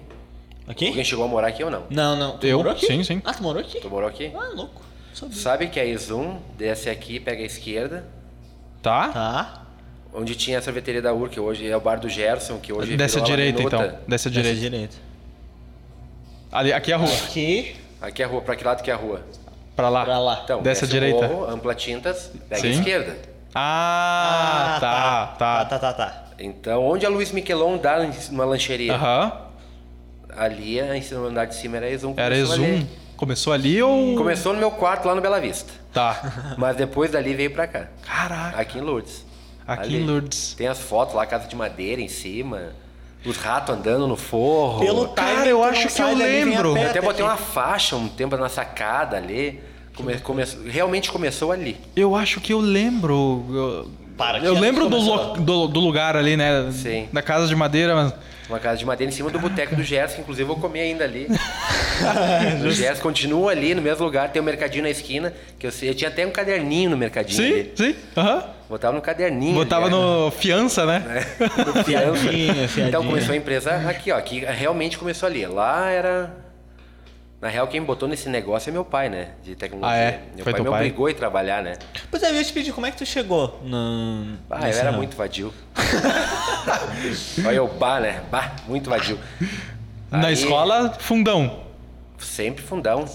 S3: Alguém
S2: Aqui?
S3: chegou a morar aqui ou não?
S2: Não, não. Tu
S1: Eu?
S2: morou aqui?
S1: Sim, sim.
S2: Ah, tu morou aqui?
S3: Tu morou aqui?
S2: Ah, louco. Sabia.
S3: Sabe que a Izum desce aqui, pega a esquerda,
S1: Tá?
S2: Tá.
S3: onde tinha a sorveteria da UR, que hoje é o bar do Gerson, que hoje
S1: Desce à
S3: virou a
S1: direita,
S3: Laminuta.
S1: então. Desce à
S2: Direito.
S1: direita.
S2: direito.
S1: Ali, aqui é a rua.
S2: Aqui
S3: Aqui é a rua, pra que lado que é a rua?
S1: Pra lá.
S2: pra lá.
S3: Então,
S1: Desce à
S3: desce o
S1: direita.
S3: morro, ampla tintas, pega a
S1: Sim.
S3: esquerda.
S1: Ah, tá, tá.
S2: Tá, tá, tá.
S3: Então, onde a Luiz Miquelon dá uma lancheria?
S1: Aham.
S3: Ali, a ensino andar de cima era Exum.
S1: Era
S3: começou ali.
S1: Exum. Começou ali ou.
S3: Começou no meu quarto lá no Bela Vista.
S1: Tá.
S3: Mas depois dali veio pra cá.
S1: Caraca.
S3: Aqui em Lourdes.
S1: Aqui
S3: Ali.
S1: em Lourdes.
S3: Tem as fotos lá, casa de madeira em cima. Os ratos andando no forro.
S2: Pelo
S1: Cara,
S2: timing,
S1: eu
S2: tu não
S1: acho que
S2: sai
S1: eu
S2: dali, vem a
S1: lembro.
S2: pé
S3: Eu até botei
S2: aqui.
S3: uma faixa um tempo na sacada ali. Come, começou- realmente começou ali.
S1: Eu acho que eu lembro. Eu,
S2: Para,
S1: eu
S2: que
S1: lembro
S2: ano
S1: do,
S2: começou?
S1: lo- do, do lugar ali, né?
S3: Sim.
S1: Da casa de madeira, mas.
S3: Uma casa de madeira em cima do boteco do Gerson, que inclusive eu vou comer ainda ali. o Gerson continua ali no mesmo lugar, tem um mercadinho na esquina, que eu, sei- eu tinha até um caderninho no mercadinho.
S1: Sim,
S3: ali.
S1: sim. Aham.
S3: Botava no caderninho.
S1: Botava
S3: ali,
S1: no fiança, né?
S3: ó, no fiança.
S2: Fiadinha, fiadinha.
S3: Então começou a empresa aqui, ó, que realmente começou ali. Lá era. Na real, quem botou nesse negócio é meu pai, né? De tecnologia.
S1: Ah, é?
S3: Meu
S1: Foi
S3: pai
S1: teu
S3: me
S1: pai?
S3: obrigou a ir trabalhar, né?
S2: Pois é, eu ia te pedir como é que tu chegou no.
S3: Ah, eu
S2: nesse
S3: era
S2: ramo.
S3: muito vadio. Olha eu, bah, né? Bah, muito vadio.
S1: Na
S3: É. Aí-
S1: escola, fundão.
S3: Sempre fundão.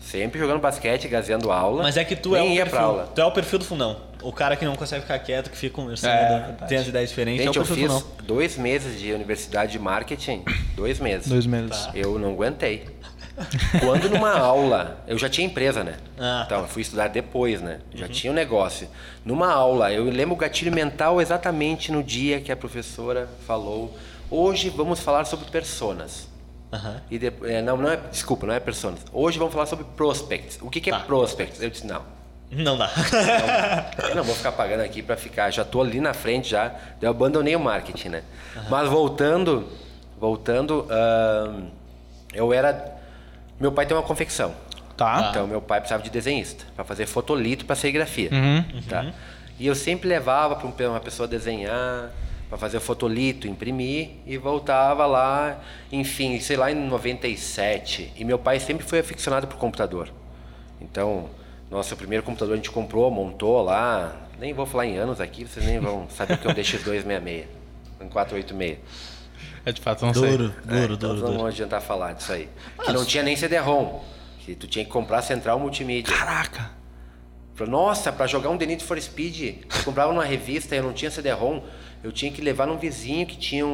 S3: Sempre jogando basquete, gazeando aula.
S2: Mas é que tu
S3: Nem
S2: é o
S3: ia
S2: perfil,
S3: pra aula.
S2: Tu é o perfil do fundão. O cara que não consegue ficar quieto, que fica conversando,
S1: É,
S2: tem as ideias diferentes,
S3: Gente,
S2: é
S3: eu
S2: o perfil
S3: fiz
S2: do fundão.
S3: dois meses de universidade de marketing. Dois meses.
S1: Dois meses.
S2: Tá.
S3: Eu não aguentei. Quando numa aula, eu já tinha empresa, né?
S2: Ah. Uhum.
S3: Então, eu fui estudar depois, né? Já tinha o negócio. Numa aula, eu lembro o gatilho mental exatamente no dia que a professora falou: hoje vamos falar sobre personas.
S2: Aham.
S3: E depois, é, não, não é, desculpa, não é personas. Hoje vamos falar sobre prospects. O que, que é
S2: Tá.
S3: prospects? Eu disse, não,
S2: Não dá.
S3: Eu Então, não vou ficar pagando aqui pra ficar, já tô ali na frente já. Daí Eu abandonei o marketing, né? Mas voltando, voltando, ahn, eu era meu pai tem uma confecção.
S1: Tá.
S3: Então meu pai precisava de desenhista para fazer fotolito para serigrafia,
S1: Uhum.
S3: tá? E eu sempre levava para uma pessoa desenhar, para fazer o fotolito, imprimir e voltava lá, enfim, sei lá em 97. E meu pai sempre foi aficionado por computador. Então, nosso primeiro computador a gente comprou, montou lá. Nem vou falar em anos aqui, vocês nem vão saber o que é um DX266, um 486.
S1: É de fato, não sei.
S2: Duro, duro,
S3: Então
S2: duro,
S3: não
S2: duro.
S3: vou adiantar falar disso aí. Que não tinha nem CD-ROM, que tu tinha que comprar a central multimídia.
S1: Caraca.
S3: Falei, Nossa, pra jogar um The Need for Speed, eu comprava numa revista, eu não tinha CD-ROM, eu tinha que levar num vizinho que tinha um,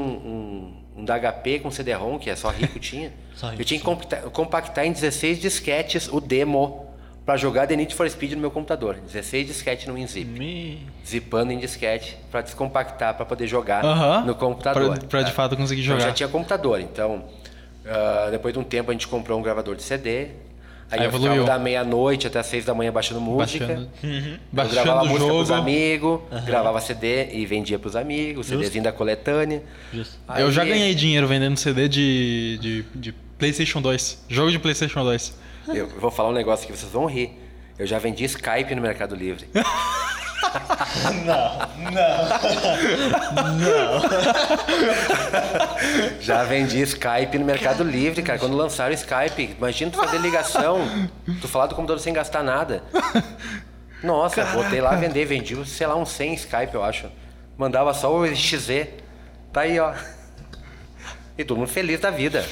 S3: um, um da HP com CD-ROM, que é só rico tinha.
S2: Só rico
S3: eu tinha que compacta- compactar em 16 disquetes o demo pra jogar The Need for Speed no meu computador. 16 disquetes no WinZip.
S2: Me-
S3: Zipando em disquete pra descompactar, pra poder jogar
S1: Aham.
S3: no computador.
S1: Pra, pra de fato conseguir
S3: Então,
S1: jogar.
S3: já tinha computador, então ah, depois de um tempo a gente comprou um gravador de CD.
S1: Aí
S3: Aí eu
S1: evoluiu.
S3: ficava da meia-noite até as seis da manhã baixando música.
S1: Baixando,
S3: Eu
S1: baixando
S3: gravava
S1: o
S3: música
S1: jogo.
S3: pros amigos, gravava CD e vendia pros amigos, CDzinho da coletânea.
S2: Justo.
S1: Eu
S3: Aí-
S1: já ganhei dinheiro vendendo CD de, de, de PlayStation 2. Jogo de PlayStation 2.
S3: Eu vou falar um negócio que vocês vão rir. Eu já vendi Skype no Mercado Livre.
S2: Não, não. não.
S3: Já vendi Skype no Mercado Livre, cara. Quando lançaram o Skype, imagina tu fazer ligação, tu falar do computador sem gastar nada. Nossa, botei lá vender, vendi, sei lá, uns 100 Skype, eu acho. Mandava só o XZ. Tá aí, ó. E todo mundo feliz da vida.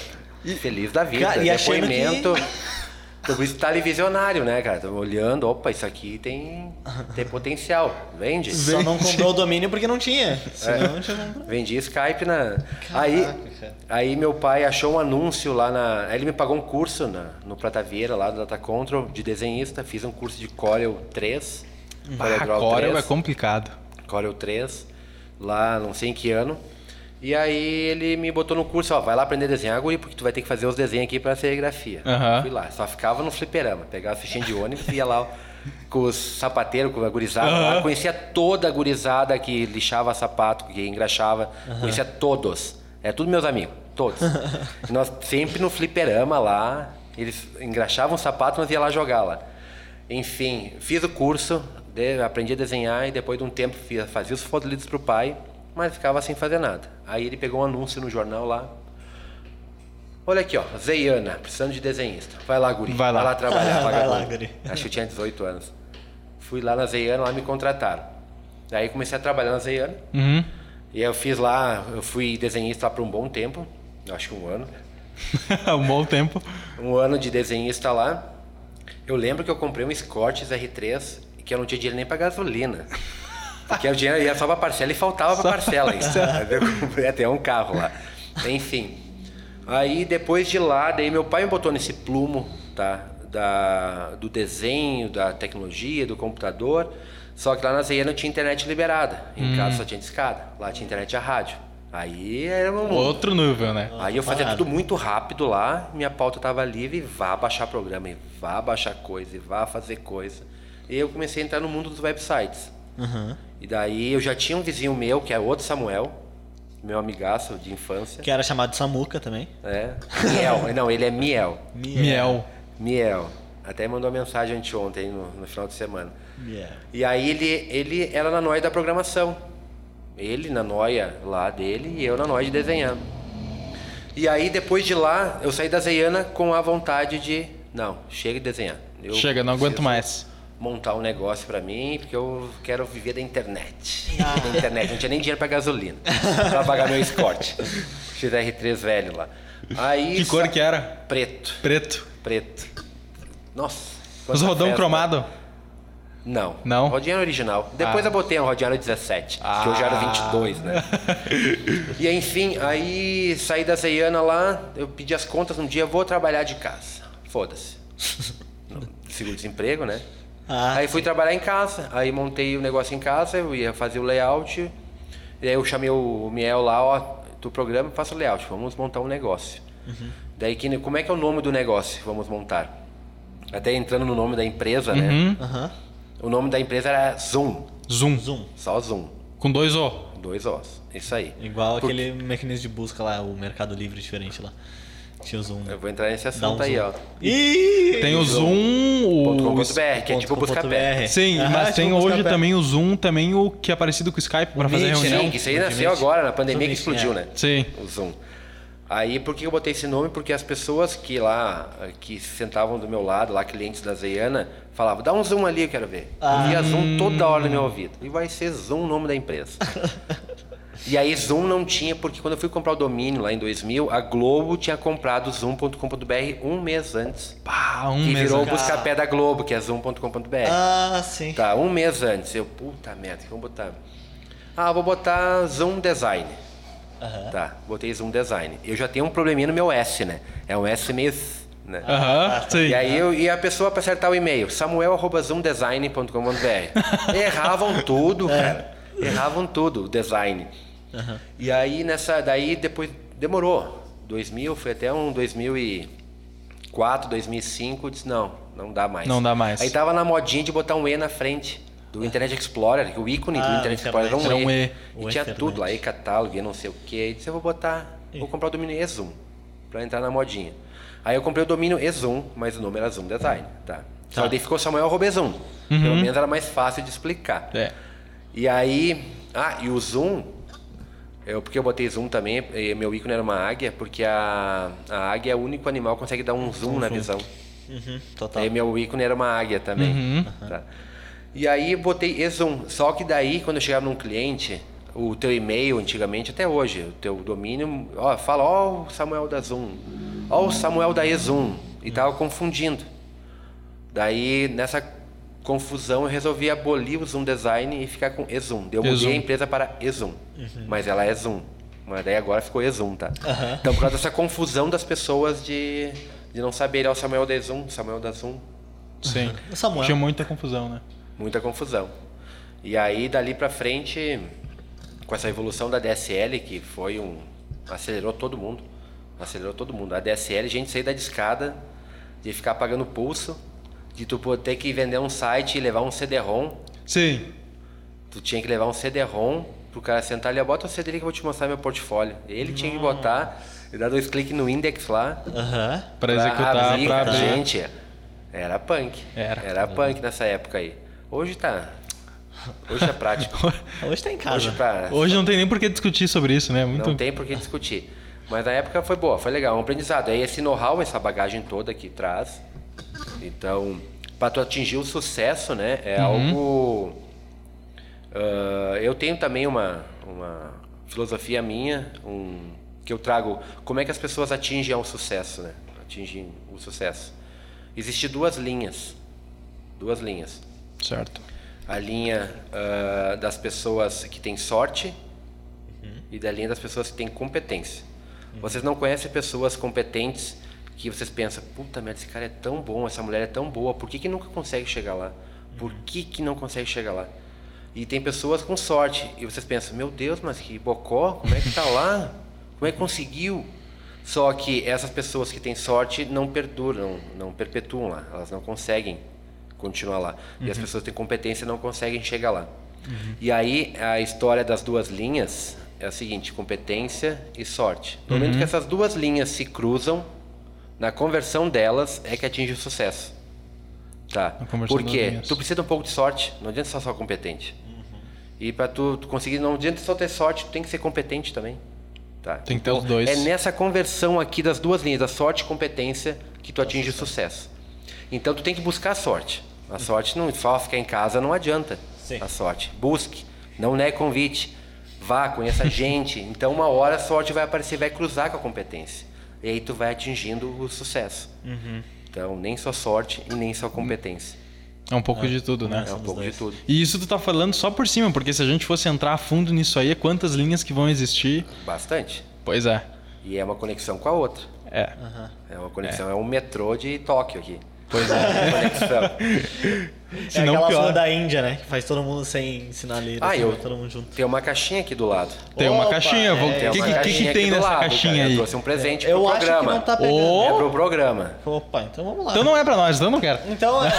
S3: feliz da vida.
S2: Cara, e achando que-
S3: Depoimento. Por isso tá ali visionário, né, cara? Tô olhando, opa, isso aqui tem, tem potencial. Vende.
S2: Só não comprou o domínio porque não
S3: É.
S2: tinha. Senão tinha comprado.
S3: Vendi Skype na. Aí, aí meu pai achou um anúncio lá na. aí Ele me pagou um curso na, no Prata Vieira, lá do Data Control, de desenhista. Fiz um curso de Corel 3.
S1: Ah,
S3: Draw
S1: Corel é
S3: 3.
S1: complicado.
S3: Corel 3, lá não sei em que ano. E aí ele me botou no curso, ó, vai lá aprender a desenhar, guri, porque tu vai ter que fazer os desenhos aqui pra serigrafia.
S1: Aham.
S3: Fui lá, só ficava no fliperama, pegava fichinha de ônibus e ia lá ó, com os sapateiros, com a gurizada lá. Conhecia toda a gurizada que lixava sapato, que engraxava, conhecia todos. É tudo meus amigos, todos. E nós sempre no fliperama lá, eles engraxavam sapato, nós ia lá jogar lá. Enfim, fiz o curso, de- aprendi a desenhar e depois de um tempo fiz- fazia os fotolitos pro pai, mas ficava sem fazer nada. Aí ele pegou um anúncio no jornal lá. Olha aqui, ó, Zeiana, precisando de desenhista. Vai lá, guri.
S1: Vai lá.
S3: trabalhar,
S2: Vai
S3: vagabundo.
S2: lá, guri.
S3: Acho que eu tinha 18 anos. Fui lá na Zeiana, lá me contrataram. Daí comecei a trabalhar na Zeiana.
S1: Uhum.
S3: E eu fiz lá, eu fui desenhista lá por um bom tempo, acho que um ano
S1: um bom tempo.
S3: um ano de desenhista lá. Eu lembro que eu comprei um Scorches R3 que eu não tinha dinheiro nem pra gasolina. Porque o dinheiro ia só pra parcela e faltava pra parcela. ainda. Eu comprei até um carro lá. Enfim. Aí depois de lá, daí meu pai me botou nesse plumo, tá? Da, do desenho, da tecnologia, do computador. Só que lá na Zeia não tinha internet liberada. Em casa só tinha discada. Lá tinha internet a rádio. Aí era um mundo.
S1: Outro nível, né?
S3: Aí eu fazia
S2: Parado.
S3: tudo muito rápido lá, minha pauta tava livre, e vá baixar programa, e vá baixar coisa, e vá fazer coisa. E eu comecei a entrar no mundo dos websites.
S2: Aham.
S3: E daí eu já tinha um vizinho meu, que é outro Samuel, meu amigaço de infância.
S2: Que era chamado de Samuca também.
S3: né? Miel, não, ele é Miel.
S1: Miel.
S3: Miel. Até mandou uma mensagem anteontem, no, no final de semana.
S2: Miel.
S3: E aí ele, ele era na noia da programação. Ele na noia lá dele e eu na noia de desenhar. E aí depois de lá, eu saí da Zeiana com a vontade de, não, chega de desenhar. Eu
S1: Chega, não aguento
S3: preciso
S1: mais.
S3: Montar um negócio pra mim, porque eu quero viver da internet. Da internet, não tinha nem dinheiro pra gasolina, pra pagar meu escorte. XR3 velho lá. Aí
S1: Que cor que é? era?
S3: preto,
S1: Preto.
S3: preto. Nossa.
S1: Os
S3: quanta
S1: rodão
S3: festa.
S1: cromado.
S3: Não.
S1: Não?
S3: Rodinha original. Depois
S1: Ah.
S3: eu botei um rodinha no 17, que eu já era 22, né? e enfim, aí saí da Zeiana lá, eu pedi as contas um dia, vou trabalhar de casa. Foda-se. Não, Seguro-desemprego, né?
S2: Ah,
S3: aí fui trabalhar em casa, aí montei o negócio em casa, eu ia fazer o layout, e aí eu chamei o Miel lá, ó, do programa, faça o layout, vamos montar um negócio.
S1: Uhum.
S3: Daí, que- como é que é o nome do negócio? Vamos montar. Até entrando no nome da empresa, né?
S1: Uhum.
S2: Aham.
S3: O nome da empresa era Zoom.
S1: Zoom.
S2: Zoom.
S3: Só Zoom.
S1: Com dois O.
S3: Dois Os. Isso aí.
S2: Igual aquele mecanismo de busca lá, o Mercado Livre diferente lá. Tinha o Zoom. né?
S3: Eu vou entrar nesse
S2: Dá um
S3: assunto aí,
S2: zoom.
S3: ó.
S2: Ih!
S1: Tem o Zoom, o.
S3: .com.br, que é tipo
S2: ponto com ponto
S3: busca-pé.
S2: BR.
S1: Sim,
S2: Ah,
S1: mas
S2: tipo
S1: tem hoje
S2: busca-pé.
S1: também o Zoom, também o que é parecido com o Skype pra fazer
S2: Meet,
S1: reunião.
S3: Sim, que isso aí
S2: Zoom
S3: nasceu
S2: Meet.
S3: agora, na pandemia
S2: Zoom
S3: que
S2: Meet,
S3: explodiu,
S2: é.
S3: né?
S1: Sim.
S3: O Zoom. Aí, por que eu botei esse nome? Porque as pessoas que lá, que se sentavam do meu lado, lá, clientes da Zeiana, falavam, dá um zoom ali, eu quero ver.
S1: Ah.
S3: E ia zoom toda hora no meu ouvido. E vai ser zoom o nome da empresa. e aí, zoom não tinha, porque quando eu fui comprar o domínio lá em 2000, a Globo tinha comprado zoom.com.br um mês antes.
S1: Pá, um
S3: que
S1: mês.
S3: virou o
S1: antes.
S3: busca-pé da Globo, que é zoom.com.br.
S2: Ah, sim.
S3: Tá, um mês antes. Eu, puta merda, o que eu vou botar? Ah, vou botar Zoom Design.
S2: Aham.
S3: Tá, botei Zoom Design. Eu já tenho um probleminha no meu S, né? É um S meio... s, Né?
S1: Aham, sim.
S3: E aí eu, e a pessoa para acertar o e-mail, samuel.zoomdesign.com.br. Erravam tudo, cara. Erravam tudo, o design. E aí nessa. Daí depois. Demorou. 2000, foi até um 2004, 2005. eu Disse, não, não dá mais.
S1: Não dá mais.
S3: Aí tava na modinha de botar um E na frente. Do Internet Explorer, que o ícone
S2: Ah,
S3: do Internet Explorer era um,
S1: internet.
S3: e.
S1: Era
S2: um E.
S3: E
S2: O
S3: tinha
S2: internet.
S3: tudo lá, e-catálogo, e não sei o quê. Eu disse, eu vou botar, vou comprar o domínio Exum, pra entrar na modinha. Aí eu comprei o domínio Exum, mas o nome era Zoom Design, tá? Uhum. Só daí ficou Samuel Robezão. Pelo menos era mais fácil de explicar.
S1: É.
S3: E aí, ah, e o Zoom, eu, porque eu botei Zoom também, e meu ícone era uma águia, porque a, a águia é o único animal que consegue dar um zoom na visão.
S2: Uhum, total.
S3: Aí Tá. meu ícone era uma águia também. Tá. E aí eu botei e-zoom. Só que daí, quando eu chegava num cliente, o teu e-mail antigamente, até hoje, o teu domínio, ó, fala, ó o Samuel da Zoom, ó o Samuel da e-zoom. E tava confundindo. Daí, nessa confusão, eu resolvi abolir o Zoom Design e ficar com e-zoom. Eu mudei
S1: E-zoom.
S3: a empresa para e-zoom, mas ela é Zoom. Mas daí agora ficou e-zoom, tá? Então, por causa dessa confusão das pessoas de, de não saber, ó, Samuel da e-zoom, Samuel da Zoom.
S1: Sim.
S2: Samuel.
S1: Tinha muita confusão, né?
S3: Muita confusão. E aí, dali pra frente, com essa evolução da DSL, que foi um. acelerou todo mundo. Acelerou todo mundo. A DSL, a gente saiu da discada, de ficar pagando pulso, de tu pô- ter que vender um site e levar um CD-ROM.
S1: Sim.
S3: Tu tinha que levar um CD-ROM pro cara sentar ali, ó, bota o CD ali que eu vou te mostrar meu portfólio. Ele tinha que botar, e dar dois cliques no index lá.
S2: Aham.
S1: Pra executar,
S3: abrir,
S1: pra abrir.
S3: Gente, era punk.
S1: Era.
S3: punk nessa época aí. Hoje tá. Hoje é prático.
S2: Hoje tá em
S3: Hoje
S2: casa.
S3: tá.
S1: Hoje não tem nem por que discutir sobre isso, né? Muito...
S3: Não tem por que discutir. Mas na época foi boa, foi legal, um aprendizado. Aí esse know-how, essa bagagem toda que traz. Então, para tu atingir o sucesso, né? É algo. Ah, eu tenho também uma, uma filosofia minha, um, que eu trago como é que as pessoas atingem ao sucesso, né? Atingem o sucesso. Existem duas linhas. Duas linhas
S1: Certo.
S3: a linha ah, das pessoas que têm sorte e da linha das pessoas que têm competência. Vocês não conhecem pessoas competentes que vocês pensam, puta merda, esse cara é tão bom, essa mulher é tão boa, por que, que nunca consegue chegar lá? Por que, que não consegue chegar lá? E tem pessoas com sorte e vocês pensam, meu Deus, mas que bocó, como é que tá lá? Como é que conseguiu? Só que essas pessoas que têm sorte não perduram, não perpetuam lá, elas não conseguem continuar lá. E
S1: Uhum.
S3: as pessoas que têm competência e não conseguem chegar lá. E aí a história das duas linhas é a seguinte: competência e sorte. No
S1: Uhum.
S3: momento que essas duas linhas se cruzam, na conversão delas é que atinge o sucesso. Tá.
S1: Na conversão
S3: Por
S1: das
S3: quê?
S1: linhas. Uhum.
S3: Tu precisa de um pouco de sorte, não adianta só ser competente. E para tu, tu conseguir, não adianta só ter sorte, tu tem que ser competente também. Tá.
S1: Tem que ter os dois.
S3: É nessa conversão aqui das duas linhas, da sorte e competência, que tu atinge o sucesso. Então tu tem que buscar a sorte. A sorte não só ficar em casa não adianta.
S2: Sim.
S3: A sorte. Busque. Não negue convite. Vá, conheça gente. Então uma hora a sorte vai aparecer, vai cruzar com a competência. E aí tu vai atingindo o sucesso.
S1: Uhum.
S3: Então nem só sorte e nem só competência.
S1: É um pouco de tudo, né?
S3: É um pouco de tudo.
S1: E isso tu tá falando só por cima, porque se a gente fosse entrar a fundo nisso aí, quantas linhas que vão existir?
S3: Bastante.
S1: Pois é.
S3: E é uma conexão com a outra.
S1: É.
S3: É uma conexão, é, um metrô de Tóquio aqui.
S1: Pois é.
S3: Conexão.
S1: Se
S2: é
S1: não
S2: aquela
S1: pior.
S2: flor da Índia, né? Que faz todo mundo sem sinaleira.
S3: Ah,
S2: assim,
S3: eu-
S2: vai todo mundo junto.
S3: Tem uma caixinha aqui do lado.
S1: Tem uma
S2: Opa,
S1: caixinha. O
S2: é,
S1: que,
S3: Tem
S1: que,
S3: uma
S1: que,
S3: caixinha
S1: que
S3: aqui
S1: tem
S3: do
S1: nessa
S3: lado,
S1: caixinha
S3: cara. Eu
S1: aí?
S3: trouxe um presente
S2: Eu
S3: pro
S2: acho que
S3: programa.
S2: não tá pegando.
S1: Ô!
S3: É pro programa.
S2: Opa, então vamos lá.
S1: Então não é pra nós, então não quero.
S2: Então é.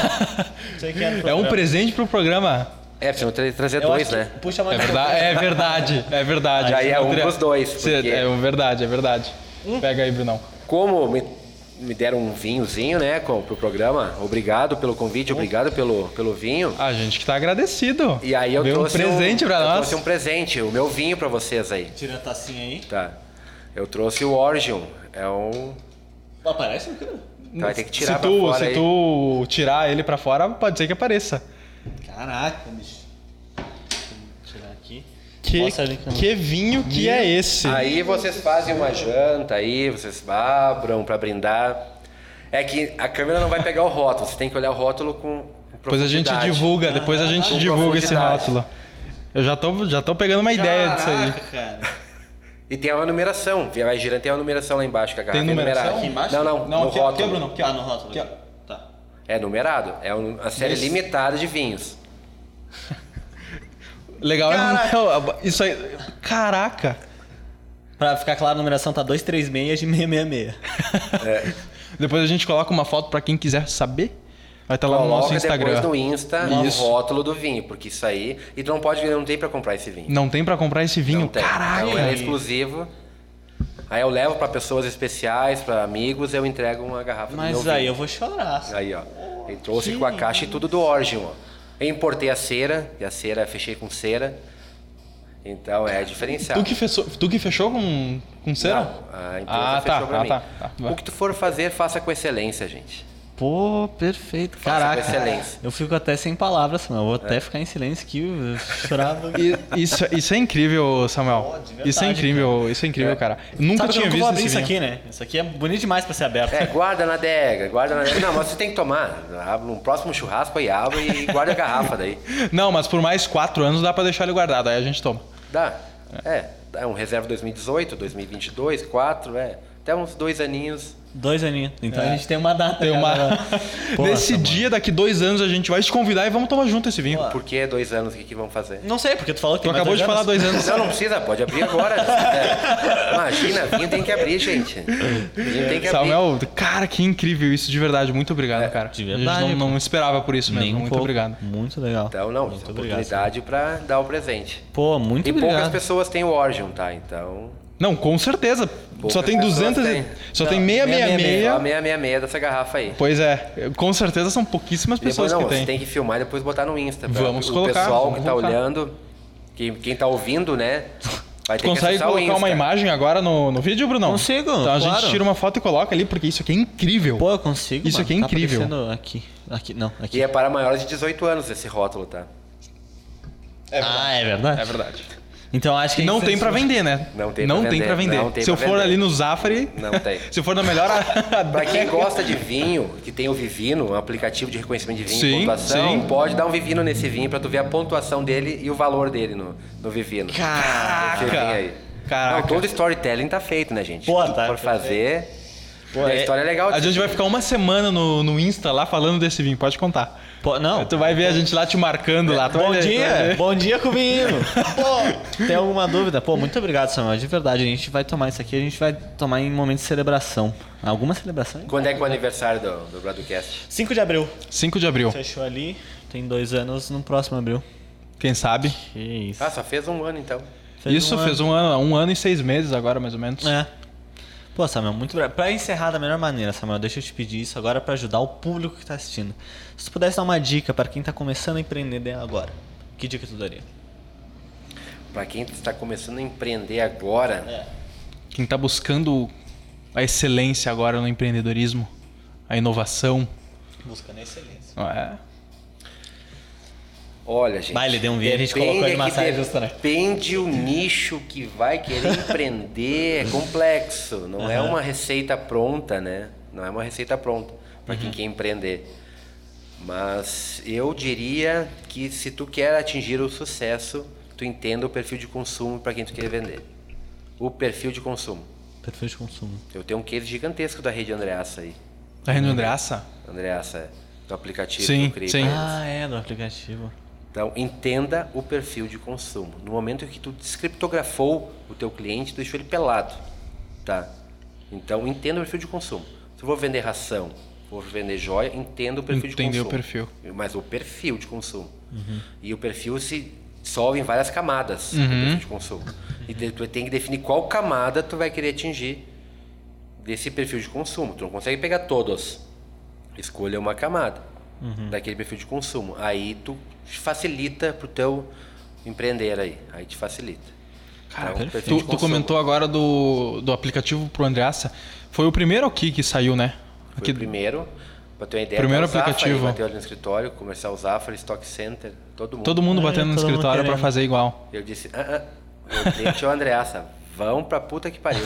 S2: Você quer
S1: É um
S2: programa.
S1: presente pro programa.
S3: É, precisam tra- trazer
S2: Eu
S3: dois,
S2: acho que-
S3: né?
S2: Puxa mais
S1: É verdade, é verdade, é verdade.
S3: Aí é um
S1: Poderia-
S3: dos dois,
S1: Cê-
S3: porque- Hum.
S1: É um verdade, é verdade. Pega aí, Brunão.
S3: Como me, me deram um vinhozinho, né, com, pro programa, obrigado pelo convite,
S1: Hum.
S3: obrigado pelo, pelo vinho.
S1: A gente que tá agradecido.
S3: E aí eu
S1: Deu um
S3: trouxe
S1: presente pra
S3: eu
S1: nós.
S3: trouxe um presente, o meu vinho pra vocês aí,
S2: Tira a tacinha aí.
S3: tá? Eu trouxe o Orgion, é um...
S2: Pô, Aparece um né? no câmera?
S3: Vai ter que tirar
S1: se
S3: pra
S1: tu,
S3: fora
S1: se
S3: aí.
S1: tu tirar ele pra fora, pode ser que apareça.
S2: Caraca, bicho. Deixa eu tirar aqui.
S1: Que,
S2: Mostra ali que-
S1: que vinho que é esse?
S3: Aí vocês fazem uma janta aí, vocês abram pra brindar. É que a câmera não vai pegar o rótulo, você tem que olhar o rótulo com com
S1: Depois a gente
S3: profundidade.
S1: divulga, depois a gente
S3: Com
S1: divulga esse
S3: profundidade.
S1: rótulo. Eu já tô, já tô pegando uma ideia disso aí.
S2: Caraca, cara.
S3: E tem uma numeração, vai girando, tem uma numeração lá embaixo que a garrafa é
S1: numeração?
S3: numerada.
S1: Aqui
S2: embaixo?
S3: Não,
S1: Não,
S3: não, no
S1: aqui, aqui,
S3: rótulo.
S1: Bruno, aqui, ó.
S2: Ah, no rótulo.
S1: Aqui,
S2: Aqui,
S1: ó.
S2: Tá.
S3: é numerado, é um- uma série
S1: Esse.
S3: limitada de vinhos.
S1: Legal, é,
S2: Caraca.
S1: um- isso aí. Caraca.
S2: Pra ficar claro, a numeração tá 236 de 666.
S1: Depois a gente coloca uma foto pra quem quiser saber. Vai estar lá no
S3: Coloca
S1: nosso Instagram.
S3: depois no Insta
S1: Isso.
S3: o rótulo do vinho, porque isso aí... E tu não pode, não tem pra comprar esse vinho.
S1: Não tem pra comprar esse vinho.
S3: Não tem.
S1: Caraca.
S3: Então é exclusivo. Aí eu levo pra pessoas especiais, pra amigos, eu entrego uma garrafa do meu
S2: Mas
S3: vinho.
S2: aí eu vou chorar.
S3: Aí, ó. Ele trouxe com a caixa e tudo do Origin. ó. Eu importei a cera, e a cera fechei com cera. Então é diferenciado.
S1: Tu que fechou, tu que fechou com, com cera?
S3: Não, a empresa
S1: Ah,
S3: fechou
S1: tá,
S3: pra
S1: ah,
S3: mim.
S1: tá, tá.
S3: O que tu for fazer, faça com excelência, gente.
S2: Pô, perfeito.
S3: Faça
S2: Caraca.
S3: com excelência.
S2: Eu fico até sem palavras, mano. Eu vou até ficar em silêncio aqui, eu chorava.
S1: É. E- Isso, isso é incrível, Samuel.
S2: Ó, de verdade,
S1: isso é incrível, isso é incrível, cara. Nunca
S2: Sabe que eu
S1: tinha
S2: nunca
S1: visto
S2: vou abrir
S1: esse
S2: isso
S1: vinho.
S2: aqui, né? Isso aqui é bonito demais pra ser aberto.
S3: É, guarda na adega, guarda na adega. Não, mas você tem que tomar. Abre um próximo churrasco aí abre e guarda a garrafa daí.
S1: Não, mas por mais quatro anos dá pra deixar ele guardado, aí a gente toma.
S3: Dá. É, é um reserva 2018, 2022, 4, é. Até uns dois aninhos.
S2: Dois aninhos. Então
S1: É.
S2: a gente tem uma data.
S1: Tem uma...
S2: cara. Pô,
S1: Nesse
S2: Samuel.
S1: dia, daqui dois anos, a gente vai te convidar e vamos tomar junto esse vinho.
S3: Por que dois anos? O que, que vão fazer?
S2: Não sei, porque tu falou que
S1: Tu
S2: tem mais
S1: acabou de falar
S2: anos.
S1: dois anos.
S3: Não, não precisa, pode abrir agora. se quiser. Imagina, vinho tem que abrir, gente. Vinho tem que abrir.
S1: Samuel, cara, que incrível isso, de verdade. Muito obrigado, cara.
S2: É, de verdade,
S1: A gente não, não esperava por isso mesmo.
S2: Nem um
S1: muito
S2: pouco.
S1: obrigado.
S2: Muito legal.
S3: Então, não,
S2: Muito obrigado,
S3: oportunidade para dar o presente.
S2: Pô, muito
S3: e poucas
S2: obrigado.
S3: pessoas têm o Orgion, tá? Então.
S1: Não, com certeza. só
S3: Poucas
S1: tem
S3: pessoas
S1: 200 e-
S3: têm.
S1: Só
S2: Não,
S1: tem 666.
S2: 666.
S3: Só a 666 dessa garrafa aí.
S1: Pois é, com certeza são pouquíssimas pessoas
S3: Depois não,
S1: que
S3: você
S1: tem.
S3: tem que filmar e depois botar no Insta. pra
S1: Vamos
S3: o
S1: colocar,
S3: pessoal
S1: vamos
S3: que tá
S1: colocar.
S3: olhando, quem, quem tá ouvindo, né? Vai
S1: Tu
S3: ter que
S1: consegue
S3: acessar o
S1: colocar
S3: Insta.
S1: uma imagem agora no, no vídeo, Bruno?
S2: Consigo,
S1: Então a
S2: claro.
S1: gente tira uma foto e coloca ali, porque isso aqui é incrível.
S2: Pô, eu consigo.
S1: Isso
S2: mano.
S1: aqui é
S2: Tá
S1: incrível.
S2: aparecendo Aqui. Aqui, não, aqui.
S3: E é para maiores de 18 anos esse rótulo, tá?
S2: ah, é verdade.
S1: É verdade.
S2: Então acho que. é
S1: Não
S2: isso
S1: tem
S2: aí.
S1: pra vender, né?
S3: Não tem
S1: não
S3: pra
S1: tem
S3: vender,
S1: pra vender.
S3: não tem
S1: Se eu
S3: pra
S1: for
S3: vender.
S1: ali no Zafari.
S3: Não tem.
S1: Se eu for na melhor.
S3: Para quem gosta de vinho, que tem o Vivino, um aplicativo de reconhecimento de vinho
S1: Sim,
S3: e pontuação,
S1: sim.
S3: pode dar um Vivino nesse vinho para tu ver a pontuação dele e o valor dele no, no Vivino.
S1: Caraca!
S3: Esse vinho aí.
S1: Caraca.
S3: Não, todo storytelling tá feito, né, gente?
S2: Pô,
S3: Se
S2: tá,
S3: for fazer. a história é legal.
S1: A gente vai ficar uma semana no, no Insta lá falando desse vinho, pode contar.
S2: Pô, não.
S1: Tu vai ver a gente lá te marcando lá. tu vai
S2: Bom
S1: ver, tu vai
S2: dia,
S1: ver.
S2: bom dia Cubinho. Pô, tem alguma dúvida? Pô, muito obrigado, Samuel. De verdade, a gente vai tomar isso aqui, a gente vai tomar em momento de celebração. Alguma celebração?
S3: Quando é que é o aniversário do, do Broadcast?
S2: 5 de abril.
S1: 5 de abril.
S2: Fechou ali, tem dois anos no próximo abril.
S1: Quem sabe?
S2: Que isso.
S3: Ah, só fez um ano então.
S1: isso fez um ano, um ano e seis meses agora, mais ou menos.
S2: É. Pô, Samuel, muito obrigado. Pra encerrar da melhor maneira, Samuel, deixa eu te pedir isso agora pra ajudar o público que tá assistindo. Se tu pudesse dar uma dica pra quem tá começando a empreender de- agora, que dica tu daria?
S3: Para quem está começando a empreender
S2: É.
S3: agora,
S1: Quem tá buscando a excelência agora no empreendedorismo, a inovação.
S2: Buscando excelência.
S1: É.
S3: olha, gente.
S2: Bah, ele deu um vídeo, a gente colocou ele
S3: é
S2: numa
S3: que
S2: saia justa, né?
S3: Depende o nicho que vai querer empreender, é complexo, não é uma receita pronta, né? Não é uma receita pronta para
S2: Uhum.
S3: quem quer empreender. Mas eu diria que se tu quer atingir o sucesso, tu entenda o perfil de consumo para quem tu quer vender. O perfil de consumo.
S2: Perfil de consumo.
S3: Eu tenho um case gigantesco da rede Andreaça aí.
S1: Tá
S2: Uhum.
S1: rindo Andreaça?
S3: Andreaça, do aplicativo
S1: Sim,
S3: que eu criei
S1: sim.
S3: pra eles.
S2: Ah, é, do aplicativo.
S3: Então, entenda o perfil de consumo. No momento em que tu descriptografou o teu cliente, tu deixou ele pelado, tá? Então, entenda o perfil de consumo. Se eu vou vender ração, vou vender joia, entenda o perfil
S1: Entender
S3: de
S1: o
S3: consumo.
S1: perfil. Uhum.
S3: Mas o perfil de consumo. E o perfil se dissolve em várias camadas o perfil de consumo. E de- tu tem que definir qual camada tu vai querer atingir desse perfil de consumo. Tu não consegue pegar todos. Escolha uma camada
S1: Uhum.
S3: daquele perfil de consumo. Aí tu facilita pro teu empreender aí. Aí te facilita. Então, Cara,
S1: Tu, tu comentou agora do, do aplicativo pro Andreaça. Foi o primeiro aqui que saiu, né?
S3: Foi
S1: Aqui-
S3: o primeiro. Pra ter uma ideia,
S1: Primeiro
S3: tá o Zafari,
S1: aplicativo.
S3: bateu ali no escritório, comercial Zafari, Stock Center, todo mundo.
S1: todo mundo
S2: É,
S1: batendo no
S2: todo mundo
S1: escritório pra
S2: querendo.
S1: fazer igual.
S3: Eu disse, ah, ah. meu cliente é o Andreassa, vão pra puta que pariu.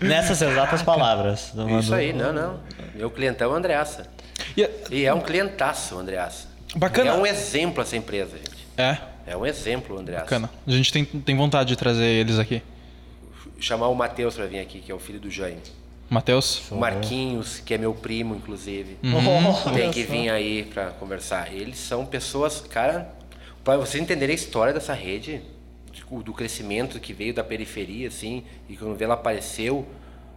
S2: Nessas exatas palavras. do
S3: Isso
S2: Manu.
S3: aí, é não, não. Meu clientão é o Andreassa.
S1: E-
S3: E é um clientaço o Andreassa.
S1: Bacana.
S3: É um exemplo essa empresa, gente.
S1: é,
S3: É um exemplo o Andreassa.
S1: bacana. A gente tem, tem vontade de trazer eles aqui.
S3: Chamar o Matheus pra vir aqui, que é o filho do Jaime.
S1: Matheus?
S3: O Marquinhos, que é meu primo, inclusive.
S1: Uhum.
S2: Olha
S3: Tem que
S2: só.
S3: vir aí pra conversar. Eles são pessoas, cara, pra vocês entenderem a história dessa rede, de- do crescimento que veio da periferia, assim, e quando vê ela apareceu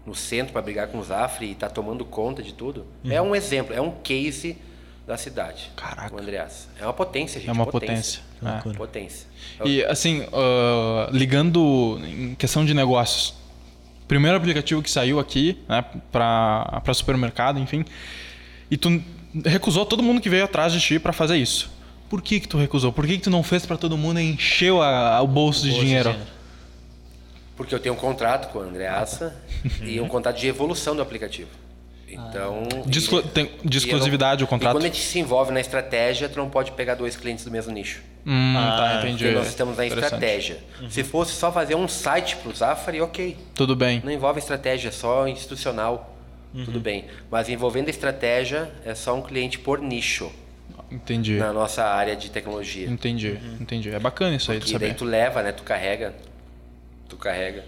S3: no centro para brigar com os Afri e tá tomando conta de tudo. É um exemplo, é um case da cidade.
S1: Uhum. Caraca.
S3: O Andreas. É uma potência, gente.
S1: É uma potência. É.
S2: Loucura.
S3: Potência.
S1: E assim, ah, ligando em questão de negócios, primeiro aplicativo que saiu aqui, né, para supermercado, enfim, E tu recusou todo mundo que veio atrás de ti para fazer isso. Por que que tu recusou? Por que que tu não fez para todo mundo e encheu a- a- o bolso, de,
S2: bolso de
S1: dinheiro?
S2: dinheiro.
S3: Porque eu tenho um contrato com a Andreaça e um contrato de evolução do aplicativo. Então.
S1: De exclu-
S3: e-
S1: tem- de
S3: e
S1: exclusividade
S3: eu
S1: o contrato?
S3: E quando a gente se envolve na estratégia, tu não pode pegar dois clientes do mesmo nicho.
S1: Hum,
S2: Ah,
S1: tá, entendi.
S3: Porque nós estamos na
S1: Interessante. Uhum.
S3: estratégia. Se fosse só fazer um site pro Zafari, ok.
S1: Tudo bem.
S3: Não envolve estratégia, é só institucional.
S1: Uhum.
S3: Tudo bem. Mas envolvendo estratégia, é só um cliente por nicho
S1: Entendi.
S3: na nossa área de tecnologia.
S1: Entendi, entendi. É bacana isso aí de
S3: E Uhum. daí
S1: saber.
S3: tu leva, né? Tu carrega. Tu carrega.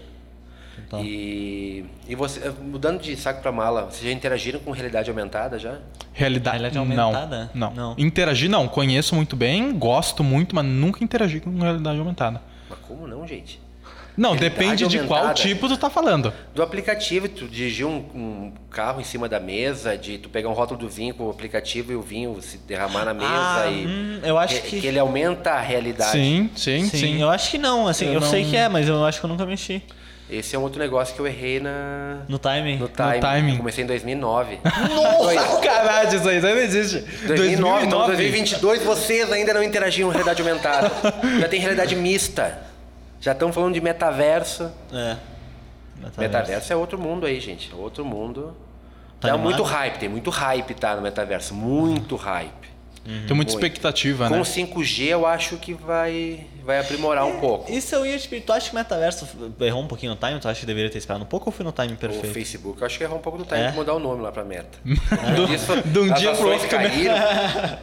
S2: Tá.
S3: E, e você, eh, mudando de saco pra mala, vocês já interagiram com realidade aumentada já?
S1: Realidade,
S2: Realidade aumentada?
S1: Não, não.
S2: Não.
S1: Interagir não. Conheço muito bem, gosto muito, mas nunca interagi com realidade aumentada.
S3: Mas como não, gente?
S1: Não,
S3: Realidade
S1: depende de qual
S3: aumentada?
S1: tipo tu tá falando.
S3: Do aplicativo, tu dirigir um, um carro em cima da mesa, de tu pegar um rótulo do vinho com o aplicativo e o vinho se derramar na mesa
S2: Ah,
S3: e.
S2: hum, eu acho que-
S3: ele aumenta a realidade.
S1: Sim, sim, sim.
S2: Eu acho que não, assim, eu,
S1: Eu não-
S2: sei que é, mas eu acho que eu nunca mexi.
S3: Esse é um outro negócio que eu errei na.
S2: No timing.
S3: No timing.
S1: timing.
S3: Eu comecei em 2009.
S1: Nossa, caralho, isso aí isso aí não existe.
S3: 2009,
S1: 2009.
S3: então 2022 vocês ainda não interagiam com realidade aumentada. Já tem realidade mista. Já estão falando de metaverso.
S2: É.
S1: Tá
S3: Metaverso é outro mundo aí, gente. É Outro mundo.
S2: Tá
S3: Tá
S2: animado?
S3: muito hype, tem muito hype tá no metaverso, muito hype.
S1: Tem muita
S3: Muito.
S1: expectativa,
S3: Com
S1: né? É,
S3: o 5G eu acho que vai vai aprimorar um pouco.
S2: Isso eu ia te pedir. Tu acha que o metaverso errou um pouquinho no time? Tu acha que deveria ter esperado um pouco ou foi no time
S3: O
S2: perfeito?
S3: Facebook, eu acho que errou um pouco do time
S2: É?
S3: de mudar o nome lá pra meta.
S1: Do- de um
S3: as
S1: dia pro
S3: ações
S1: outro, né?
S3: caíram,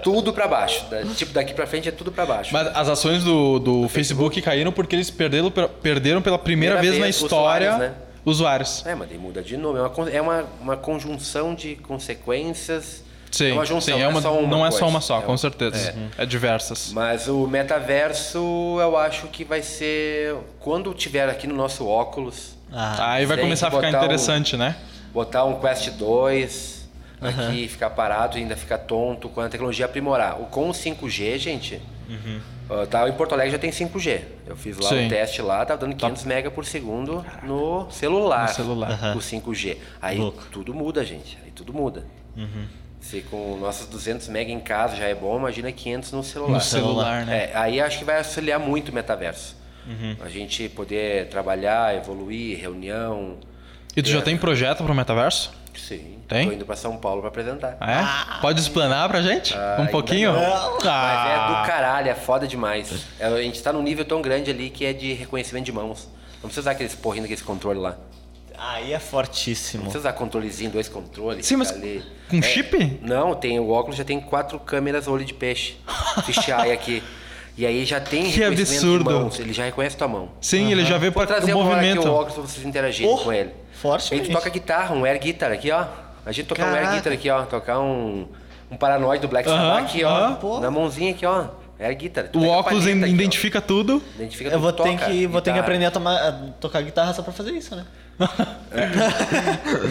S3: tudo pra baixo. Da- tipo, daqui pra frente é tudo pra baixo.
S1: Mas as ações do, do Facebook caíram porque eles perderam, pe- perderam pela primeira,
S3: Primeira
S1: vez, na
S3: vez,
S1: história
S3: usuários, né?
S1: usuários.
S3: É, mas daí muda de nome. É uma, con- é uma, uma conjunção de consequências.
S1: Sim,
S3: é uma junção,
S1: sim, é uma,
S3: não é só uma
S1: não é só
S3: coisa.
S1: uma só,
S3: É
S1: com certeza. É, diversas.
S3: Mas o metaverso, eu acho que vai ser... Quando tiver aqui no nosso óculos,
S2: Ah,
S1: Aí vai
S3: tem
S1: começar a
S3: que
S1: ficar
S3: botar um-
S1: interessante, né?
S3: botar um Quest 2 aqui, ficar parado e ainda ficar tonto, quando a tecnologia aprimorar. O, com o 5G, gente... ah, Tá, em Porto Alegre já tem 5G. Eu fiz lá
S1: Uhum. Sim.
S3: um teste lá, tá dando 500 mega por segundo no celular.
S1: No celular.
S3: O 5G. Aí
S2: Louco.
S3: tudo muda, gente. Aí tudo muda.
S1: Uhum.
S3: Se com nossos 200 mega em casa já é bom, imagina 500 no celular.
S1: No celular, né? Uhum.
S3: É, aí acho que vai auxiliar muito o metaverso. A gente poder trabalhar, evoluir, reunião.
S1: E tu
S3: É.
S1: já tem projeto pro metaverso?
S3: Sim.
S1: Tem?
S3: Tô indo para São Paulo para apresentar.
S1: Ah, é? Pode explanar pra gente? um
S3: ainda
S1: pouquinho?
S3: não. Mas é do
S1: Ah,
S3: caralho, é foda demais. É, A gente tá num nível tão grande ali que é de reconhecimento de mãos. Não precisa usar aqueles porrinhos daqueles controle lá. Não
S2: Aí é fortíssimo.
S3: precisa usar controlezinho, dois controles.
S1: Sim, mas
S3: ficar ali. É.
S1: com chip?
S3: Não, tem o óculos já tem quatro câmeras olho de peixe. Fisheye aqui. E aí já tem
S1: Que
S3: reconhecimento
S1: absurdo.
S3: de mãos. Ele já reconhece tua mão.
S1: Sim, ele já veio
S3: Vou
S1: para
S3: trazer
S1: o
S3: uma hora aqui
S1: movimento.
S3: o óculos pra vocês interagirem
S2: Oh,
S3: com ele.
S2: forte
S3: A gente
S2: mesmo.
S3: toca guitarra, um air guitar aqui, ó. A gente tocar um
S2: Caraca.
S3: air guitar aqui, ó. Tocar um, um paranoide do Black Sabbath
S1: Aham,
S3: aqui,
S1: aham.
S3: ó.
S2: Pô.
S3: Na mãozinha aqui, ó. Air guitar. Tu
S1: O
S3: pega a
S1: óculos
S3: palheta aqui, ó.
S1: identifica tudo.
S3: Identifica
S2: Eu vou
S3: tudo,
S2: ter
S3: toca
S2: que, vou ter que
S3: guitarra.
S2: aprender a, tomar- a tocar guitarra só pra fazer isso, né?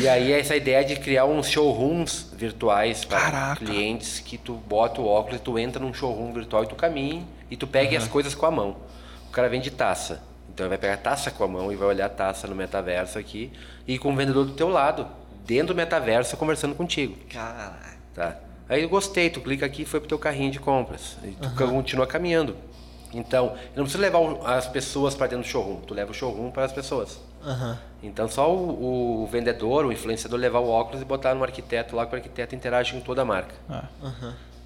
S3: E aí essa ideia de criar uns showrooms virtuais para
S1: Caraca.
S3: clientes que tu bota o óculos, tu entra num showroom virtual e tu caminha e tu pega as coisas com a mão. O cara vende taça. Então ele vai pegar a taça com a mão e vai olhar a taça no metaverso aqui e com o vendedor do teu lado, dentro do metaverso, conversando contigo.
S2: Caraca.
S3: Tá? Aí eu gostei, tu clica aqui e foi pro teu carrinho de compras. E tu continua caminhando. Então, eu não precisa levar o- as pessoas para dentro do showroom, tu leva o showroom para as pessoas.
S2: Aham.
S3: Então só o, o vendedor, o influenciador levar o óculos e botar no arquiteto lá que o arquiteto interage com toda a marca.
S1: Ah,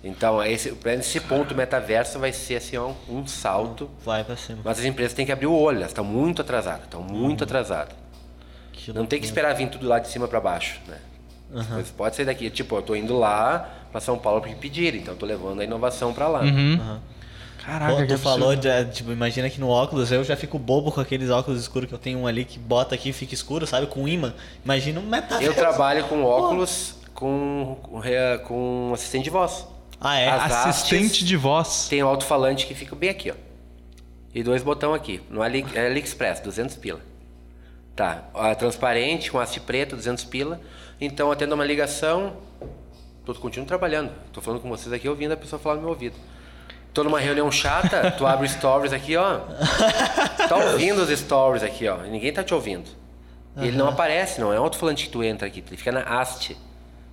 S3: Então esse, pra esse ponto o metaverso vai ser assim ó, um salto,
S2: Vai pra cima.
S3: mas as empresas têm que abrir o olho, elas estão muito atrasadas, estão muito atrasadas.
S2: Uhum. Que
S3: Não tem que esperar vir tudo lá de cima para baixo, né? As coisas Pode sair daqui, tipo, eu tô indo lá para São Paulo porque pedir, então eu tô levando a inovação para lá.
S2: Uhum.
S1: Uhum. Caraca,
S2: Pô,
S1: que
S2: tu
S1: absurdo.
S2: falou, de, é, tipo, imagina que no óculos eu já fico bobo com aqueles óculos escuros que eu tenho um ali que bota aqui e fica escuro, sabe? Com imã. Imagina um metaverso.
S3: Eu trabalho com óculos com, com, re- com assistente de voz.
S2: Ah, é?
S3: As
S1: Assistente de voz.
S3: Tem o alto-falante que fica bem aqui, ó. E dois botões aqui. No Ali, é AliExpress, 200 pila. Tá. A transparente, com haste preto, 200 pila. Então, atendo uma ligação. Tô, continuo trabalhando. Tô falando com vocês aqui, ouvindo a pessoa falar no meu ouvido. Tô numa reunião chata, tu abre stories aqui, ó. Tá ouvindo os stories aqui, ó. e Ninguém tá te ouvindo. E Ele não aparece, não. É um alto-falante que tu entra aqui. Ele fica na haste.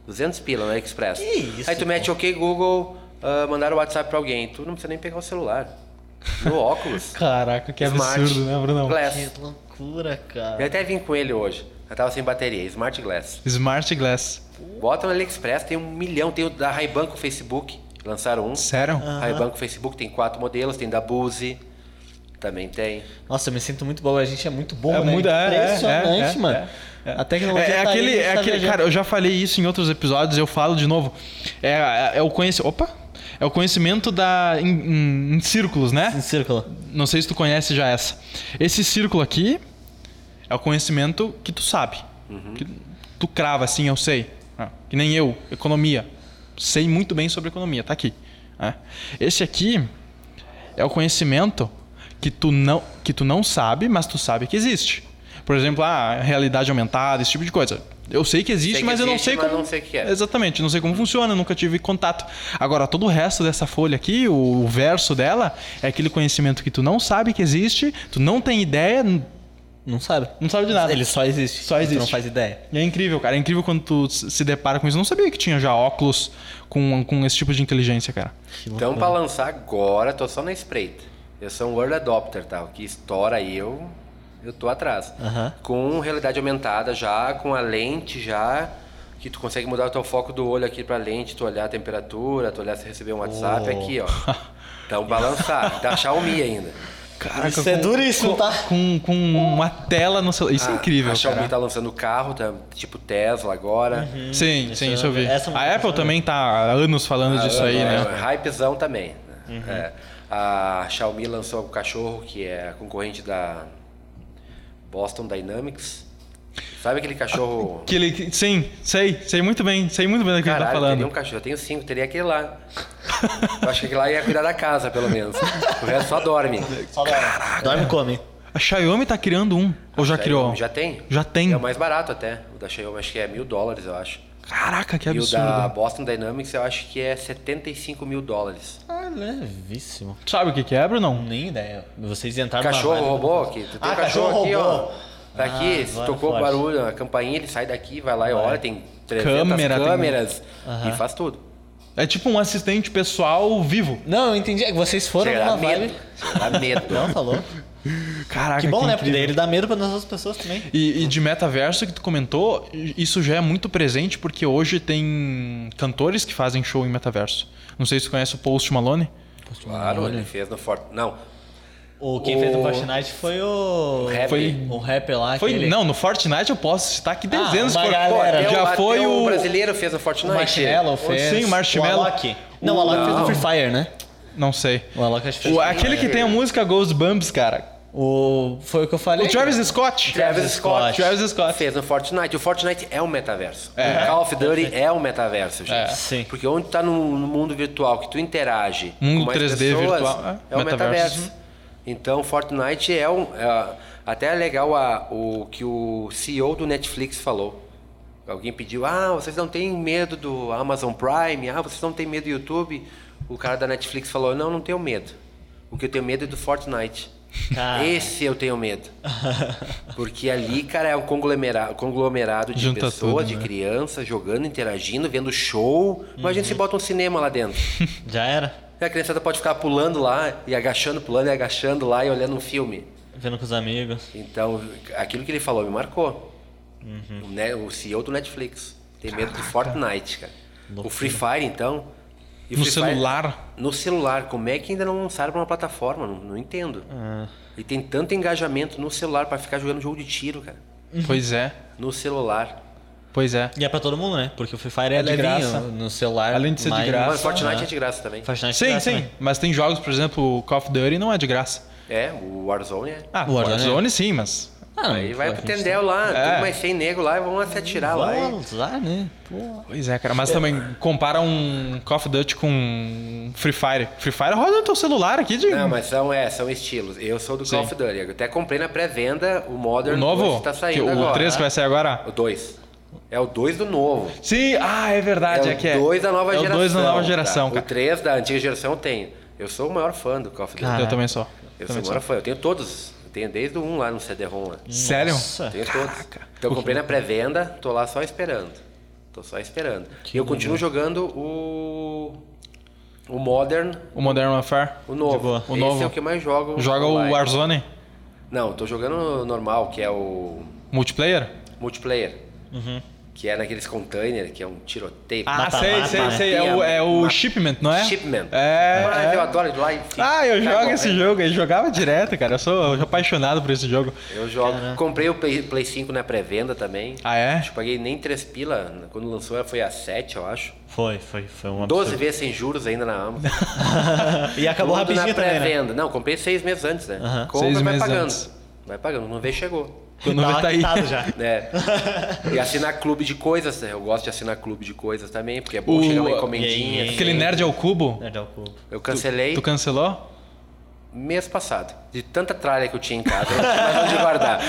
S3: 200 pila no AliExpress.
S2: Que isso,
S3: Aí tu mete OK Google, ah, mandar o WhatsApp pra alguém. Tu não precisa nem pegar o celular. No óculos.
S1: Caraca, que
S3: Smart.
S1: absurdo, né, Brunão?
S3: Glass.
S2: Que loucura,
S3: Eu
S2: cara.
S3: até vim com ele hoje. Eu tava sem bateria, Smart Glass.
S1: Smart Glass.
S3: Bota no AliExpress, tem um milhão. Tem o da Ray-Ban com o Facebook, lançaram um.
S1: Sério?
S2: Ah,
S3: Ray-Ban com o Facebook tem quatro modelos, tem da Bose, também tem.
S2: Nossa, eu me sinto muito bom. A gente é muito bom,
S1: É
S2: né?
S1: muito- é, é,
S2: Impressionante,
S1: é, é,
S2: mano.
S1: é.
S2: A tecnologia
S1: É, é
S2: tá aí,
S1: aquele,
S2: a gente
S1: é
S2: tá
S1: aquele
S2: viajando.
S1: cara, eu já falei isso em outros episódios, eu falo de novo. É, é, é o conhecimento. Opa! É o conhecimento da. Em, em- em círculos, né?
S2: Em círculo.
S1: Não sei se tu conhece já essa. Esse círculo aqui é o conhecimento que tu sabe.
S3: Uhum.
S1: Que tu crava assim, eu sei. Ah, que nem eu, economia. Sei muito bem sobre economia, tá aqui. Ah, Esse aqui é o conhecimento que tu, não, que tu não sabe, mas tu sabe que existe. Por exemplo, a realidade aumentada, esse tipo de coisa. Eu sei que existe,
S3: Sei que
S1: mas eu não
S3: existe,
S1: sei
S3: mas
S1: como.
S3: não sei o que é.
S1: Exatamente, não sei como funciona, nunca tive contato. Agora, todo o resto dessa folha aqui, o verso dela, é aquele conhecimento que tu não sabe que existe, tu não tem ideia, n-
S2: Não sabe.
S1: não sabe de nada.
S2: Ele só existe.
S1: Só existe.
S2: Tu não faz ideia.
S1: E é incrível, cara. É incrível quando tu s- se depara com isso. Eu não sabia que tinha já óculos com, com esse tipo de inteligência, cara.
S3: Então, pra lançar agora, tô só na espreita. Eu sou um World Adopter, tá? O que estoura aí, eu, eu tô atrás.
S1: Ah.
S2: Aham.
S3: Com realidade aumentada já, com a lente já, que tu consegue mudar o teu foco do olho aqui pra lente, tu olhar a temperatura, tu olhar se receber um WhatsApp
S1: Oh.
S3: aqui, ó. Então, balançar. da Xiaomi ainda.
S1: Caraca,
S2: Isso é duríssimo, tá?
S1: Com, com uma tela no celular. Isso é
S3: A-
S1: incrível,
S3: A Xiaomi
S1: cara. Uhum.
S3: tá lançando carro, tá, tipo Tesla agora.
S1: Sim,
S2: Isso
S1: sim,
S2: é-
S1: isso
S3: né?
S1: eu vi.
S2: essa é uma
S1: A Apple
S2: coisa-
S1: também tá há anos falando disso aí, né? Uhum.
S3: É, Hypezão também. né? É. A Xiaomi lançou o cachorro, que é a concorrente da Boston Dynamics. Sabe aquele cachorro.
S1: Que ele, que- sim, sei, sei muito bem, sei muito bem do que ele tá
S3: Caralho, eu
S1: falando.
S3: teria um cachorro. Eu tenho cinco, teria aquele lá. eu acho que aquele lá ia cuidar da casa, pelo menos. O resto só dorme.
S2: Só dorme. Dorme e come.
S1: A Xiaomi tá criando um, ou já criou?
S3: Já tem.
S1: Já tem.
S3: É o mais barato até. O da Xiaomi acho que é mil dólares, eu acho.
S1: Caraca, que
S3: e o da
S1: absurdo.
S3: Boston Dynamics eu acho que é 75 mil dólares.
S2: Ah, levíssimo.
S1: Sabe o que que é, Bruno?
S2: Nem ideia. Vocês entraram numa
S3: Cachorro
S2: vibe-
S3: robô aqui. Tu tem
S2: Ah,
S3: um cachorro,
S2: cachorro
S3: aqui,
S2: robô.
S3: ó. Tá aqui,
S2: Ah,
S3: se
S2: agora
S3: tocou o
S2: forte.
S3: barulho, a campainha, ele sai daqui, vai lá e olha, tem 300
S1: Câmera, tem-
S3: câmeras e
S2: Aham.
S3: faz tudo.
S1: É tipo um assistente pessoal vivo.
S2: Não, eu entendi. É que vocês foram
S3: Chega,
S2: numa
S3: dá medo.
S2: vibe.
S3: Chega, dá medo.
S2: Não, falou.
S1: Caraca,
S2: Que bom, né? Porque
S1: incrível.
S2: daí ele dá medo pra nós outras pessoas também.
S1: E, e de metaverso que tu comentou, isso já é muito presente porque hoje tem cantores que fazem show em metaverso. Não sei se tu conhece o Post Malone.
S3: Claro, ele fez no Fortnite. Não,
S2: O quem
S3: O-
S2: fez o Fortnite foi o.
S3: rap.
S1: Foi-
S2: O rapper lá.
S1: Foi,
S2: aquele-
S1: não, no Fortnite eu posso citar que
S2: Ah,
S1: dezenas
S2: uma
S1: foram-
S2: galera. um
S1: Pô,
S3: até
S1: Já
S3: até
S1: foi o.
S3: brasileiro fez no
S2: O
S3: Fortnite.
S2: Marshmallow fez.
S1: Sim, é o Marshmallow.
S2: O Alok. Não, o Alok fez
S3: Não.
S2: no Free Fire, né?
S1: Não sei.
S2: O Alok acho que fez.
S1: O-
S2: no Free
S1: aquele que tem a música Ghost Bumps, cara.
S2: Fire. O... Foi o que eu falei.
S1: O Travis Scott.
S3: Travis Scott.
S1: Travis Scott.
S3: Fez no Fortnite. O Fortnite é um metaverso.
S1: É.
S3: O Call of Duty é um metaverso, gente.
S1: É.
S2: Sim.
S3: Porque onde tá no no mundo virtual que tu interage
S1: Mundo
S3: com mais
S1: 3D
S3: pessoas,
S1: virtual, é,
S3: é um
S1: metaverso.
S3: metaverso. Então, Fortnite é um... é- até é legal a- o que o CEO do Netflix falou. Alguém pediu, ah, vocês não têm medo do Amazon Prime? Ah, vocês não têm medo do YouTube? O cara da Netflix falou, não, não tenho medo. O que eu tenho medo é do Fortnite.
S2: Cara.
S3: Esse eu tenho medo. Porque ali, cara, é um conglomera- conglomerado de
S1: Junta
S3: pessoas,
S1: tudo,
S3: de
S1: né?
S3: criança, jogando, interagindo, vendo show. Imagina
S1: Uhum.
S3: se bota um cinema lá dentro.
S2: Já era.
S3: E a criançada pode ficar pulando lá e agachando, pulando e agachando lá e olhando um filme.
S2: Vendo com os amigos.
S3: Então, aquilo que ele falou me marcou.
S1: Uhum.
S3: O, ne- o CEO do Netflix. Tem medo do Fortnite, cara. O Free Fire, então. E o
S1: No
S3: Free Fire-
S1: celular.
S3: no celular. Como é que ainda não lançaram pra uma plataforma? Não, não entendo.
S1: Ah.
S3: E tem tanto engajamento no celular pra ficar jogando jogo de tiro, cara.
S2: Uhum.
S1: Pois é.
S3: No celular.
S1: Pois é.
S2: E é pra todo mundo, né? Porque o Free Fire é,
S1: de
S2: levinho
S1: graça.
S2: no celular.
S1: Além de ser de
S2: mas-
S1: graça.
S3: Mas Fortnite
S2: né?
S3: é de graça também.
S2: Fortnite é de
S1: Sim,
S2: graça,
S1: sim.
S2: né?
S1: Mas tem jogos, por exemplo, o Call of Duty não é de graça.
S3: É, o Warzone é.
S1: Ah,
S2: O Warzone
S1: Warzone sim, mas.
S2: Ah, é não,
S3: Aí vai pro
S2: a gente
S3: Tendel lá,
S1: É.
S3: tudo mais 100 nego lá e vão lá se atirar lá. e-
S2: Vamos lá, né? Pô.
S1: Pois é, cara. Mas também compara um Call of Duty com Free Fire. Free Fire roda no teu celular aqui de.
S3: Não, mas são, é, são estilos. Eu sou do Call
S1: Sim.
S3: of Duty. Eu até comprei na pré-venda o Modern
S1: o novo?
S3: 2 tá
S1: que,
S3: saindo
S1: o
S3: agora.
S1: 3 que vai sair agora?
S3: O 2. É o 2 do novo.
S1: Sim, ah, é verdade. É,
S3: o
S1: que é.
S3: 2 da nova
S1: é
S3: geração.
S1: o 2 da nova
S3: tá?
S1: geração,
S3: O
S1: cara.
S3: 3 da antiga geração eu tenho. Eu sou o maior fã do Call of Duty.
S2: Cara,
S1: Eu também sou.
S3: eu sou
S1: Também
S3: o maior fã. Eu tenho todos. Eu tenho desde o 1 lá no CD-ROM lá.
S1: Sério?
S2: Nossa.
S3: Eu tenho todos. Então eu comprei na pré-venda, tô lá só esperando. Tô só esperando.
S2: Que
S3: eu continuo jogando o. O Modern,
S1: O Modern Warfare.
S3: o novo.
S2: boa. O
S3: Esse
S1: novo.
S3: é o que eu mais jogo.
S1: Joga o
S3: online.
S1: Warzone
S3: né? Não, tô jogando o normal, que é o
S1: multiplayer?
S3: multiplayer. Que é naqueles container, que é um tiroteio.
S1: Uhum. Ah,
S2: Mata,
S1: sei,
S2: mata,
S1: sei,
S2: mata.
S1: sei. É o, é o Shipment, não é?
S3: Shipment. Ah,
S1: É.
S3: Mas
S1: é.
S3: eu adoro ir lá e fico-
S1: Ah, eu
S3: Tá
S1: jogo
S3: bom,
S1: esse
S3: é.
S1: jogo. Eu jogava direto, cara. Eu sou apaixonado por esse jogo.
S3: Eu jogo. Comprei o Play, Play 5 na pré-venda também.
S1: Ah, é?
S3: Acho que paguei nem 3 pila. Quando lançou foi a 7, eu acho.
S2: Foi, foi, foi um uma
S3: 12 vezes sem juros ainda na Amazon.
S2: E acabou
S3: Tudo
S2: rapidinho
S3: na
S2: também, né?
S3: pré-venda. Não, comprei seis meses antes, né?
S2: Aham.
S3: Compra
S1: Seis
S3: e vai
S1: meses
S3: pagando.
S1: antes.
S3: Vai pagando. Não vê, chegou.
S1: Quando vê,
S2: Tava
S1: tá aí.
S2: quitado já.
S3: né? e assinar clube de coisas, né? eu gosto de assinar clube de coisas também, porque é bom
S1: O-
S3: chegar uma
S2: e
S3: encomendinha.
S2: aí,
S3: assim.
S1: Aquele Nerd ao Cubo,
S2: Nerd ao É, cubo.
S3: Eu cancelei
S1: tu cancelou?
S3: mês passado. De tanta tralha que eu tinha em casa, eu não tinha mais onde guardar.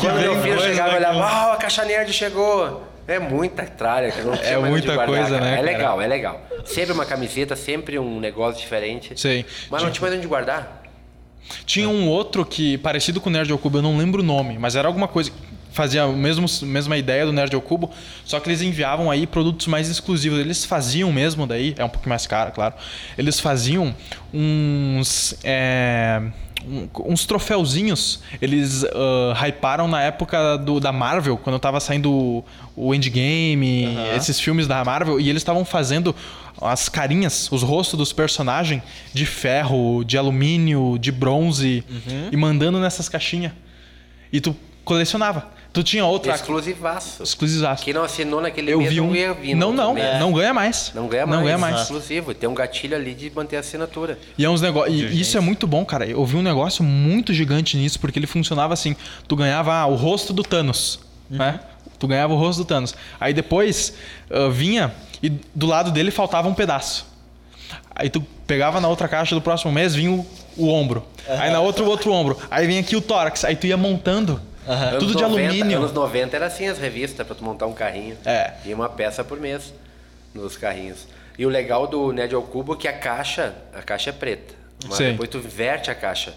S3: Quando meu filho
S1: vergonha,
S3: chegava e
S1: né,
S3: olhava, uau, a caixa nerd chegou. É muita tralha que eu não tinha
S1: É
S3: mais
S1: muita
S3: onde guardar,
S1: coisa,
S3: cara.
S1: né,
S3: É
S1: cara?
S3: legal, é legal. Sempre uma camiseta, sempre um negócio diferente.
S1: Sei.
S3: Mas não tinha mais onde guardar.
S1: Tinha um outro que, parecido com o Nerd ao Cubo, eu não lembro o nome, mas era alguma coisa que fazia a mesmo, mesma ideia do Nerd ao Cubo, só que eles enviavam aí produtos mais exclusivos. Eles faziam mesmo daí, é um pouco mais caro, claro. Eles faziam uns. é, um- uns troféuzinhos. Eles ah, hyparam na época do, da Marvel, quando tava saindo o, o Endgame, esses filmes da Marvel, e eles estavam fazendo as carinhas, os rostos dos personagens de ferro, de alumínio, de bronze
S3: Uhum.
S1: e mandando nessas caixinhas. E tu colecionava. Tu tinha outra
S3: Exclusivaço.
S1: exclusivaço.
S3: Quem não assinou naquele
S1: Eu
S3: mês
S1: vi um.
S3: não ganha vindo.
S1: Não, não,
S3: também. é.
S1: não ganha mais.
S3: Não ganha mais.
S1: Não ganha mais.
S3: Exclusivo. Tem um gatilho ali de manter a assinatura.
S1: E é uns negócios. E isso é muito bom, cara. Eu vi um negócio muito gigante nisso, porque ele funcionava assim: tu ganhava ah, o rosto do Thanos, né? Tu ganhava o rosto do Thanos. Aí depois ah, vinha e do lado dele faltava um pedaço. Aí tu pegava na outra caixa do próximo mês, vinha o, o ombro. Aí na outra, o outro ombro. Aí vinha aqui o tórax. Aí tu ia montando. É Tudo
S3: Anos
S1: de
S3: 90,
S1: alumínio.
S3: Anos 90 era assim as revistas pra tu montar um carrinho.
S1: É.
S3: E uma peça por mês nos carrinhos. E o legal do Ned ao Cubo é que a caixa, a caixa é preta. Mas
S1: Sim.
S3: depois tu inverte a caixa.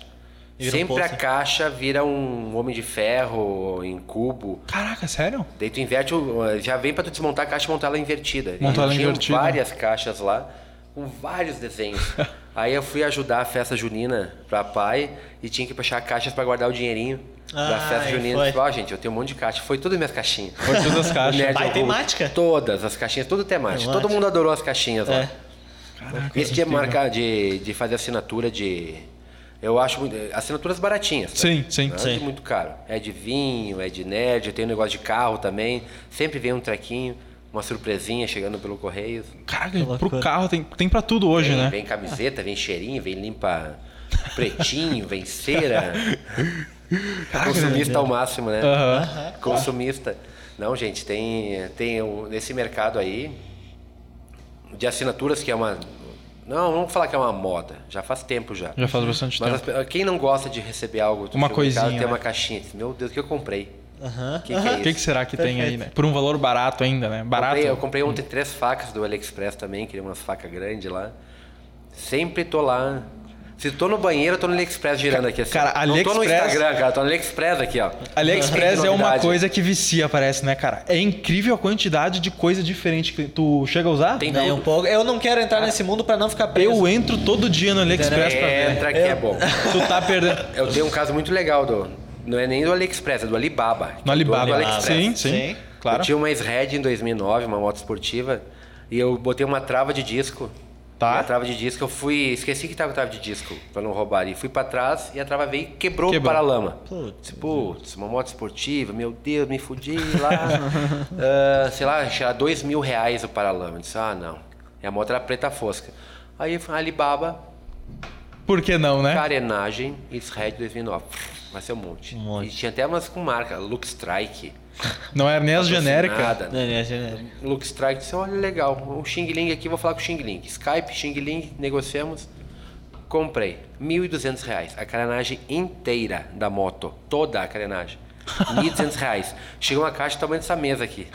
S2: E vira um
S3: Sempre a
S2: pôster.
S3: caixa vira um homem de ferro em cubo.
S1: Caraca, sério?
S3: Daí tu inverte, o- eh, já vem pra tu desmontar a caixa e montar ela invertida.
S1: Montar
S3: E
S1: ela
S3: tinha
S1: invertida.
S3: várias caixas lá, com vários desenhos. Aí eu fui ajudar a festa junina pra pai e tinha que puxar caixas pra guardar o dinheirinho da
S2: Ah,
S3: festa
S2: e
S3: junina.
S2: foi.
S3: Eu falei, Ó, gente, eu tenho um monte de caixa. Foi tudo minhas caixinhas.
S1: Foi todas as
S3: O
S1: caixas.
S3: Nerd
S2: Vai
S3: Robô,
S2: temática?
S3: Todas as caixinhas, tudo temática.
S2: Temática.
S3: Todo mundo adorou as caixinhas
S2: É.
S3: lá. Esse dia é marcar de, de fazer assinatura de. Eu acho muito- assinaturas baratinhas. tá?
S1: Sim, sim,
S3: Não é
S1: sim.
S3: de muito caro. É de vinho, é de nerd, eu tenho negócio de carro também. Sempre vem um trequinho, uma surpresinha chegando pelo correio.
S1: Caraca, pro
S2: loucura.
S1: carro tem, tem pra tudo hoje,
S3: Vem,
S1: né?
S3: vem camiseta, vem cheirinho, vem limpa pretinho, vem cera. Consumista ao máximo, né?
S1: Aham.
S3: Consumista. Não, gente, tem, tem o- nesse mercado aí de assinaturas que é uma. Não, vamos falar que é uma moda. Já faz tempo já.
S1: Já faz bastante
S3: Mas
S1: tempo.
S3: as pe- quem não gosta de receber algo, tu
S1: Uma
S3: chega em casa,
S1: coisinha,
S3: tem uma
S1: né?
S3: caixinha, diz, meu Deus, o que eu comprei?
S2: Aham.
S3: Que que é
S1: O que, que
S3: isso?
S1: será que tem aí, né? Por um valor barato ainda, né? Barato.
S3: Comprei- eu comprei ontem três facas do AliExpress também, queria umas facas grandes lá. Sempre tô lá. Se tô no banheiro, eu tô no AliExpress girando aqui assim.
S1: cara,
S3: Não tô no
S1: AliExpress-
S3: Instagram, cara, tô no AliExpress aqui, ó.
S1: AliExpress
S3: Que
S1: é uma
S3: novidade.
S1: coisa que vicia, parece, né, cara? É incrível a quantidade de coisa diferente que tu chega a usar. né?
S3: Tem
S2: Não,
S3: tudo.
S2: um pouco. Eu não quero entrar nesse mundo pra não ficar preso.
S1: Eu entro todo dia no AliExpress pra ver.
S3: Entra que é bom.
S1: Tu tá perdendo.
S3: Eu tenho um caso muito legal do. Não é nem do AliExpress, é do Alibaba. que
S1: No
S3: é dono do
S1: Alibaba.
S3: AliExpress.
S1: Sim, sim,
S2: Sim.
S1: Claro.
S3: Eu tinha uma S-Red em 2009, uma moto esportiva, e eu botei uma trava de disco.
S1: Tá.
S3: E a trava de disco, eu fui. Esqueci que tava com trava de disco, pra não roubar. E fui pra trás e a trava veio e quebrou,
S1: Quebrou.
S3: o paralama. Tipo,
S2: Putz.
S3: Putz, uma moto esportiva, meu Deus, me fudi lá. Ah, sei lá, achei lá dois mil reais o paralama. Eu disse, ah, não. E a moto era preta fosca. Aí foi Alibaba,
S1: Por que não, né?
S3: carenagem, S-Red 2009. Vai ser um monte.
S2: Um monte.
S3: E tinha até umas com marca, Look Strike. né?
S1: Não era nem as genéricas.
S3: patrocinada,
S2: Não, não, não, não.
S3: Look Strike disse, olha, legal, o Xing Ling aqui, vou falar com o Xing Ling. Skype, Xing Ling, negociamos. Comprei, R$ 1.200, reais, a carenagem inteira da moto, toda a carenagem. R$ 1.200. reais. Chegou uma caixa do tamanho dessa mesa aqui.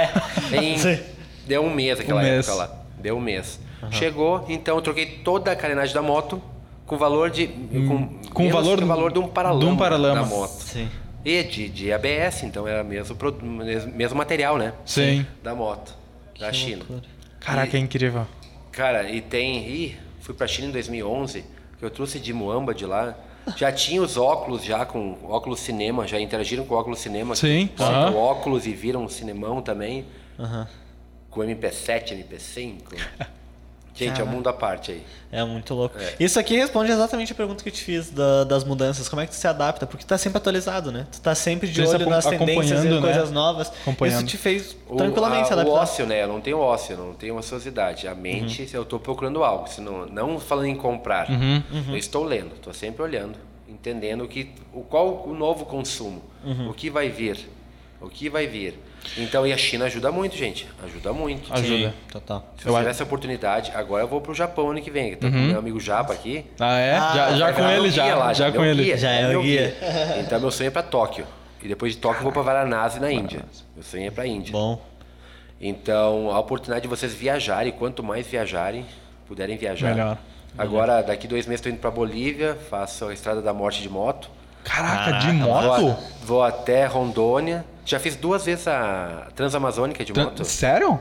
S3: Em- deu um mês aquela
S1: É. Um mês.
S3: época lá. Deu um mês. Chegou, então eu troquei toda a carenagem da moto com o valor de... Com,
S1: Hum, Com o
S3: menos
S1: valor
S3: que o valor de um paralama,
S1: de um paralama.
S3: da moto.
S2: Sim.
S3: E de, de ABS, então era mesmo, produ- mesmo, mesmo material, né?
S1: Sim.
S3: Da moto, da China.
S1: Caraca, é incrível.
S3: Cara, e tem. Ih, fui pra China em 2011, que eu trouxe de Moamba de lá. Já tinha os óculos, já com óculos cinema, já interagiram com óculos cinema.
S1: Sim,
S3: Com
S1: aham.
S3: óculos e viram um cinemão também,
S2: Aham.
S3: com MP7, MP5. Gente, é um mundo à parte aí.
S2: É muito louco. Isso aqui responde exatamente a pergunta que eu te fiz da- das mudanças. Como é que tu se adapta? Porque tu tá sempre atualizado, né? Tu tá sempre de
S1: Tu tá
S2: olho nas
S1: acom-
S2: tendências e
S1: acompanhando, né?
S2: coisas novas. Isso
S1: Acompanhando.
S2: te fez
S3: O-
S2: tranquilamente
S3: a-
S2: se
S3: O
S2: adaptar.
S3: ócio, né? Eu não tenho ócio, não tenho uma ociosidade. A mente, eu estou procurando algo. Senão, não falando em comprar. Eu estou lendo, estou sempre olhando, entendendo o que, o, qual o novo consumo, o que vai vir, o que vai vir. Então, e a China ajuda muito, gente. Ajuda muito.
S1: Ajuda.
S2: Sim, total.
S3: Se eu
S1: Eu
S3: tiver essa oportunidade, agora eu vou pro Japão ano que vem. Tá com meu amigo Japa aqui.
S1: Ah, é? já já
S3: Vai
S1: com
S3: virar
S1: ele,
S3: meu
S1: já.
S3: um guia lá,
S1: já com
S3: meu
S1: ele.
S3: guia,
S2: Já é o
S3: meu
S2: guia.
S3: Então, meu sonho é pra Tóquio. E depois de Tóquio, eu vou pra Varanasi, na Índia. Meu sonho é pra Índia.
S2: Bom.
S3: Então, a oportunidade de vocês viajarem, quanto mais viajarem, puderem viajar.
S1: Melhor.
S3: Agora, daqui dois meses, estou indo para Bolívia, faço a Estrada da Morte de moto.
S1: Caraca, de
S2: Caraca,
S1: É moto?
S3: Vou, a- vou até Rondônia. Já fiz duas vezes a Transamazônica de
S1: Tran-
S3: moto.
S1: Sério?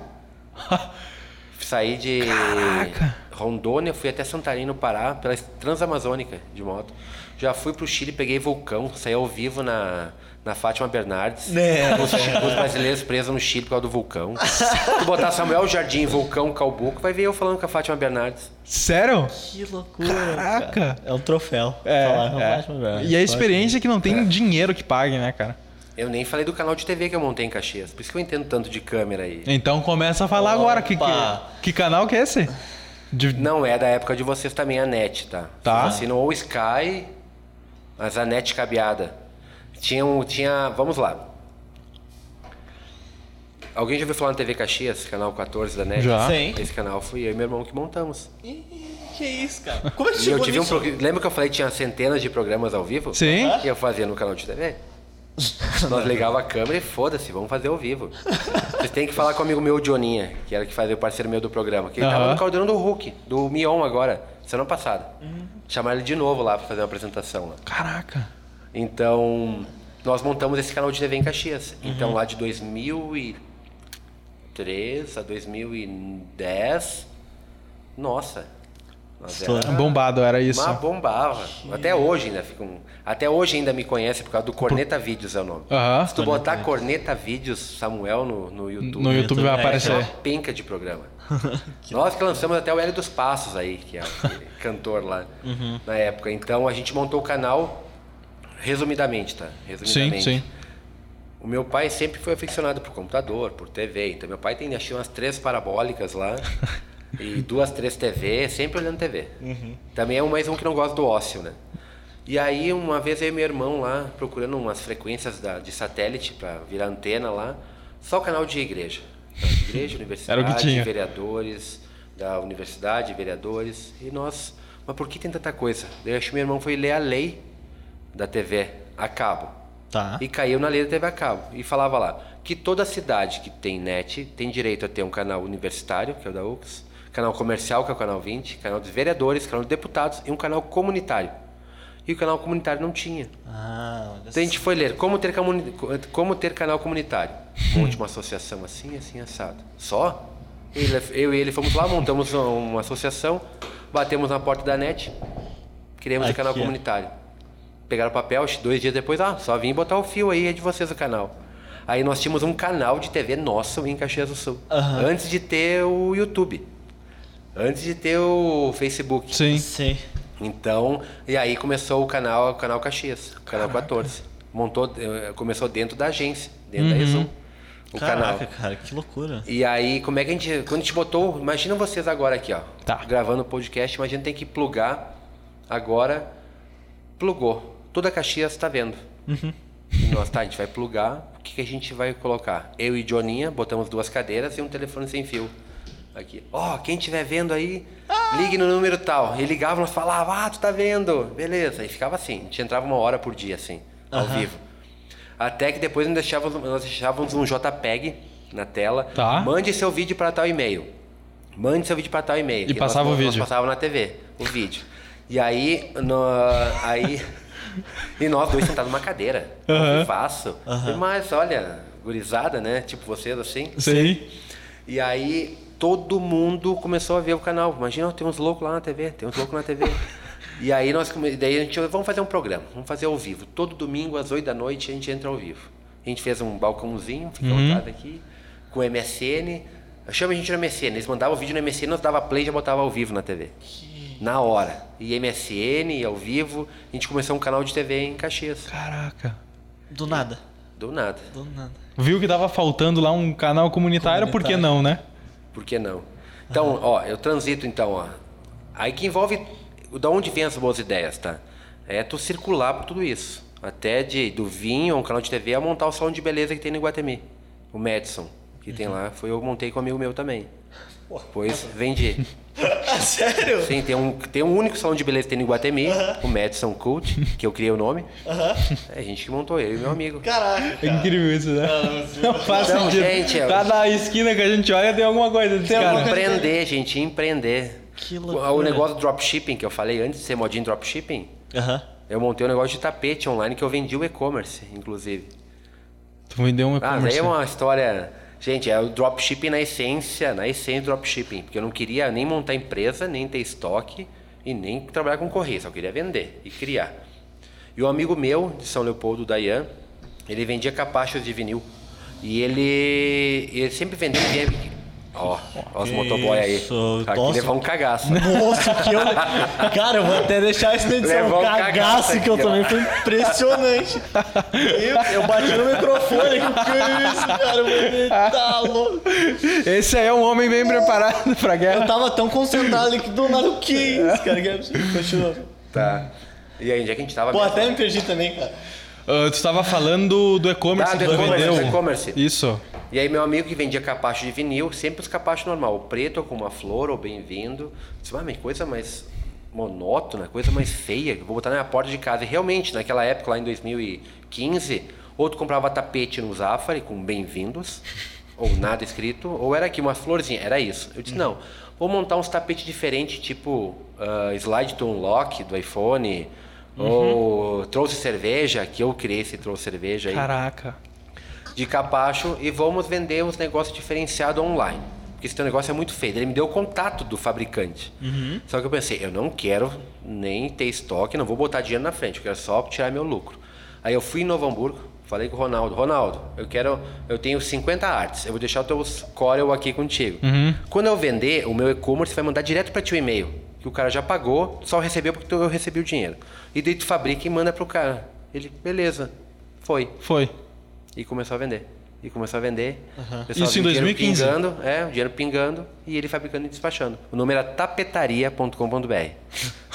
S3: Saí de
S1: Caraca.
S3: Rondônia, fui até Santarém, no Pará, pela Transamazônica de moto. Já fui para o Chile, peguei vulcão, saí ao vivo na, na Fátima Bernardes.
S2: Né?
S3: Os, os brasileiros presos no Chile por causa do vulcão. Se tu botar Samuel Jardim, vulcão, calbuco, vai ver eu falando com a Fátima Bernardes.
S1: Sério?
S2: Que loucura.
S1: Caraca.
S2: cara. É um troféu.
S1: É,
S2: Falar com
S1: é.
S2: Batman, velho.
S1: E a experiência é que não tem dinheiro que pague, né, cara?
S3: Eu nem falei do canal de TV que eu montei em Caxias, por isso que eu entendo tanto de câmera aí.
S1: Então começa a falar agora. Que,
S2: Opa.
S1: que, que canal que é esse? De-
S3: Não é da época de vocês também, a NET, tá?
S1: Tá.
S3: Vocês assinam ou Sky, mas a NET cabeada. Tinha um, tinha, vamos lá. Alguém já ouviu falar na TV Caxias, canal 14 da NET?
S1: Já.
S2: Sim.
S3: Esse canal fui eu e meu irmão que montamos.
S2: Ih, Que isso, cara? Como é que
S3: E eu
S2: chegou
S3: tive um
S2: nisso?
S3: pro... Lembra que eu falei que tinha centenas de programas ao vivo?
S1: Sim.
S3: Que eu fazia no canal de TV? Nós ligava a câmera e foda-se, vamos fazer ao vivo. Vocês têm que falar com o amigo meu, o Dioninha, que era que fazia o parceiro meu do programa, que ele tava
S1: Aham.
S3: no caldeirão do Hulk, do Mion agora, semana passada. Chamaram ele de novo lá pra fazer uma apresentação lá.
S1: Caraca.
S3: Então, nós montamos esse canal de TV em Caxias. Então, lá de 2003 a 2010, nossa. nós era-
S2: Estourou.
S1: Ah, Bombado era É isso.
S3: mas bombava. Até hoje ainda fica um... Até hoje ainda me conhece por causa do Corneta Vídeos é o nome.
S1: Aham.
S3: Se tu botar Corneta Vídeos Samuel no, no YouTube,
S1: No YouTube vai
S2: É,
S3: é uma
S1: aparecer.
S3: penca de programa. Nós que lançamos até o Hélio dos Passos aí, que é o cantor lá na época. Então a gente montou o canal resumidamente, tá?
S1: Sim,
S3: Resumidamente.
S1: sim.
S3: O meu pai sempre foi aficionado por computador, por TV. Então meu pai tem achei umas três parabólicas lá e duas, três TV, sempre olhando TV. Também é um mais um que não gosta do ócio, né? E aí uma vez eu e meu irmão lá procurando umas frequências da- de satélite para virar antena lá, só o canal de igreja, de igreja, universidade,
S1: tinha.
S3: vereadores da universidade, vereadores e nós. Mas por que tem tanta coisa? Daí eu acho que meu irmão foi ler a lei da TV a cabo.
S2: Tá.
S3: E caiu na lei da TV a cabo. E falava lá que toda cidade que tem net tem direito a ter um canal universitário, que é o da UX, canal comercial, que é o canal 20, canal dos vereadores, canal de deputados e um canal comunitário. E o canal comunitário não tinha.
S2: Ah, olha
S3: Então a gente foi ler como ter, comuni- como ter canal comunitário. Um monte de uma associação assim, assim, assado. Só? Ele- eu e ele fomos lá, montamos uma, uma associação, batemos na porta da net, criamos o
S2: Aqui,
S3: canal
S2: ó.
S3: comunitário. Pegaram papel, dois dias depois, ah, só vim botar o fio aí, é de vocês o canal. Aí nós tínhamos um canal de TV nosso em Caxias do Sul.
S2: Aham.
S3: Antes de ter o YouTube. Antes de ter o Facebook.
S1: Sim.
S2: Sim.
S3: Então, e aí começou o canal, o canal Caxias, o canal 14. Montou, eh, começou dentro da agência, dentro da Exum, o
S2: Caraca,
S3: canal.
S2: cara, que loucura.
S3: E aí, como é que a gente, quando a gente botou, imagina vocês agora aqui, ó,
S1: Tá.
S3: gravando o podcast, imagina tem que plugar agora, plugou. Toda a Caxias está vendo. E nós, tá, a gente vai plugar, o que, que a gente vai colocar? Eu e Johninha botamos duas cadeiras e um telefone sem fio. Aqui. Ó, quem estiver vendo aí, ligue no número tal. E ligava, nós falava, ah, tu tá vendo. Beleza. E ficava assim, a gente entrava uma hora por dia, assim, ao vivo. Até que depois nós deixávamos, nós deixávamos um JPEG na tela.
S1: Tá.
S3: Mande seu vídeo para tal e-mail. Mande seu vídeo para tal e-mail.
S1: E passava o
S3: nós,
S1: vídeo.
S3: Nós passava na TV, o vídeo. E aí, no, aí E nós dois sentados numa cadeira.
S1: Aham.
S3: Uhum. Faço. Mas olha, gurizada, né? Tipo vocês assim.
S1: Sei.
S3: E aí todo mundo começou a ver o canal. Imagina, ó, tem uns loucos lá na TV, tem uns loucos na TV. e aí nós come- daí a gente vamos fazer um programa, vamos fazer ao vivo. Todo domingo às 8 da noite a gente entra ao vivo. A gente fez um balcãozinho, fica montado aqui, com MSN. Chama a gente no MSN, eles mandavam o vídeo no MSN, nós dava play e já botava ao vivo na TV. Na hora. E MSN, e ao vivo, a gente começou um canal de TV em Caxias.
S1: Caraca.
S2: Do nada.
S3: Do nada.
S2: Do nada.
S1: Viu que tava faltando lá um canal comunitário, por que não, né?
S3: Por que não? Então, ó, eu transito então, ó. Aí que envolve da onde vem as boas ideias, tá? É tu circular por tudo isso. Até de do vinho, um canal de TV, a montar o salão de beleza que tem no Iguatemi. O Madison, que
S2: Uhum.
S3: tem lá, foi eu montei com um amigo meu também. Depois
S2: tá
S3: vendi.
S2: Sério?
S3: Sim, tem um, tem um único salão de beleza que tem no Iguatemi, o Madison Cult, que eu criei o nome. É a gente que montou, eu e meu amigo.
S2: Caraca.
S1: É incrível isso, né? Não faz
S3: Então,
S1: sentido.
S3: gente, eu-
S1: Cada esquina que a gente olha tem alguma coisa desse cara.
S3: Empreender, gente, empreender.
S2: Que loucura.
S3: o negócio do dropshipping que eu falei antes de ser modinho dropshipping,
S2: Aham.
S3: Eu montei um negócio de tapete online que eu vendi o e-commerce, inclusive.
S1: Tu vendeu um
S3: Ah, daí
S2: né?
S1: e-commerce.
S3: é uma história. Gente, é o dropshipping na essência, na essência do dropshipping. Porque eu não queria nem montar empresa, nem ter estoque e nem trabalhar com correia. Só queria vender e criar. E um amigo meu de São Leopoldo, o Dayan, ele vendia capachos de vinil. E ele, ele sempre vendeu. vinil. Ó, ó os
S2: Que
S3: motoboy aí.
S2: isso,
S3: Aqui
S2: nossa.
S3: levou um cagaço.
S2: Nossa, que eu. Cara, eu vou até deixar isso na edição.
S3: Levou um
S2: Um
S3: cagaço
S2: cagaço
S3: aqui,
S2: que eu
S3: ó.
S2: tomei foi impressionante. Eu, eu bati no microfone que que é isso, cara. Eu vou tá louco.
S1: Esse aí é um homem bem preparado pra
S2: Eu
S1: guerra.
S2: tava tão concentrado ali que do nada o que é isso, cara? Que absurdo. Continua.
S3: Tá. E aí, onde é que a gente tava?
S2: Pô,
S3: mesmo?
S2: até me perdi também, cara.
S1: Ah, tu tava falando do e-commerce
S3: Ah, do
S1: que tu
S3: e-commerce,
S1: vendeu.
S3: do e-commerce.
S1: Isso.
S3: E aí meu amigo que vendia capacho de vinil, sempre os capachos normal, o preto ou com uma flor ou bem-vindo. Disse, ah, mas coisa mais monótona, coisa mais feia, que eu vou botar na minha porta de casa. E realmente, naquela época, lá em 2015, ou tu comprava tapete no Zafari com bem-vindos, ou nada escrito, ou era aqui, umas florzinhas, era isso. Eu disse, não, vou montar uns tapetes diferentes, tipo ah, slide to unlock do iPhone, ou trouxe cerveja, que eu criei esse trouxe cerveja aí
S1: Caraca.
S3: de capacho e vamos vender uns negócios diferenciados online. Porque esse teu negócio é muito feio. Ele me deu o contato do fabricante. Só que eu pensei, eu não quero nem ter estoque, não vou botar dinheiro na frente, eu quero só tirar meu lucro. Aí eu fui em Novo Hamburgo, falei com o Ronaldo, Ronaldo, eu quero, eu tenho 50 artes, eu vou deixar o teu Corel aqui contigo. Quando eu vender, o meu e-commerce vai mandar direto para ti o e-mail, que o cara já pagou, só recebeu porque tu- eu recebi o dinheiro. E daí tu fabrica e manda pro cara. Ele, beleza, foi
S1: Foi.
S3: e começou a vender. E começou a vender. O pessoal
S1: Isso em
S3: viu o dinheiro
S1: 2015?
S3: Pingando, é, o dinheiro pingando e ele fabricando e despachando. O nome era tapetaria.com.br.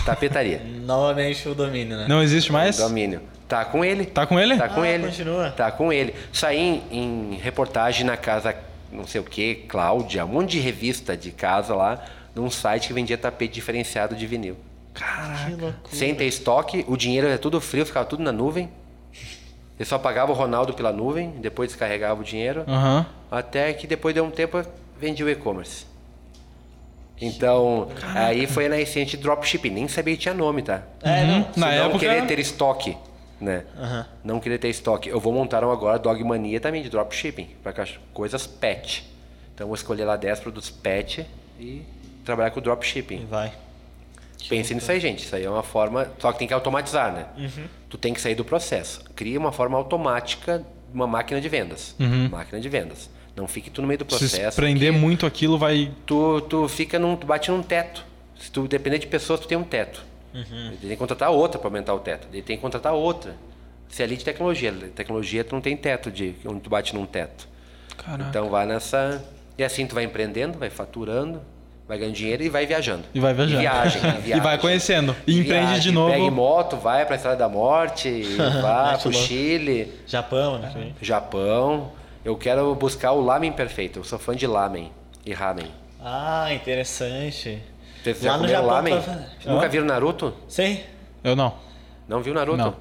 S3: Tapetaria.
S2: Novamente o domínio, né?
S1: Não existe mais?
S3: Domínio. Tá com ele.
S1: É Tá com ele?
S3: Tá com
S2: Ah,
S3: ele.
S2: continua.
S3: Tá com ele. Saí em, em reportagem na casa, não sei o que, Cláudia, um monte de revista de casa lá, num site que vendia tapete diferenciado de vinil.
S2: Que louco.
S3: Sem ter estoque, o dinheiro era tudo frio, ficava tudo na nuvem. Eu só pagava o Ronaldo pela nuvem, depois descarregava o dinheiro.
S1: Aham.
S3: Até que depois de um tempo eu vendi o e-commerce. Então, aí foi na essência de dropshipping. Nem sabia que tinha nome, tá?
S2: É, não.
S1: Uhum. Na
S3: Se não
S1: época-
S3: querer ter estoque, né?
S2: Aham.
S3: Não querer ter estoque. Eu vou montar um agora Dogmania também de dropshipping, para coisas pet. Então, eu vou escolher lá 10 produtos pet e trabalhar com dropshipping.
S2: E vai.
S3: Pense nisso aí, gente. Isso aí é uma forma. Só que tem que automatizar, né?
S1: Uhum.
S3: Tu tem que sair do processo. Cria uma forma automática, uma máquina de vendas. Máquina de vendas. Não fique tu no meio do
S1: Uhum. Se
S3: processo.
S1: prender muito aquilo vai.
S3: Tu, tu fica num. Tu bate num teto. Se tu depender de pessoas, tu tem um teto.
S1: Uhum.
S3: Ele Tem que contratar outra para aumentar o teto. Ele tem que contratar outra. Se é ali de tecnologia. Tecnologia tu não tem teto de onde tu bate num teto.
S1: Caraca.
S3: Então vai nessa. E assim tu vai empreendendo, vai faturando, vai ganhando dinheiro e vai viajando.
S1: E vai viajando.
S3: E viaja, e viaja.
S1: E vai conhecendo. E empreende
S3: Viaja,
S1: de novo.
S3: Pega em moto, vai pra Estrada da Morte, e vai
S2: Muito
S3: pro
S2: louco.
S3: Chile,
S2: Japão, né?
S3: Japão. Eu quero buscar o lamen perfeito. Eu sou fã de lamen e ramen.
S2: Ah, interessante.
S3: Vocês
S2: Lá
S3: já
S2: no
S3: comeram
S2: Japão
S3: lamen?
S2: tá-
S3: Nunca
S2: Hã?
S3: viram Naruto?
S2: Sei.
S1: Eu não.
S3: Não viu Naruto?
S1: Não.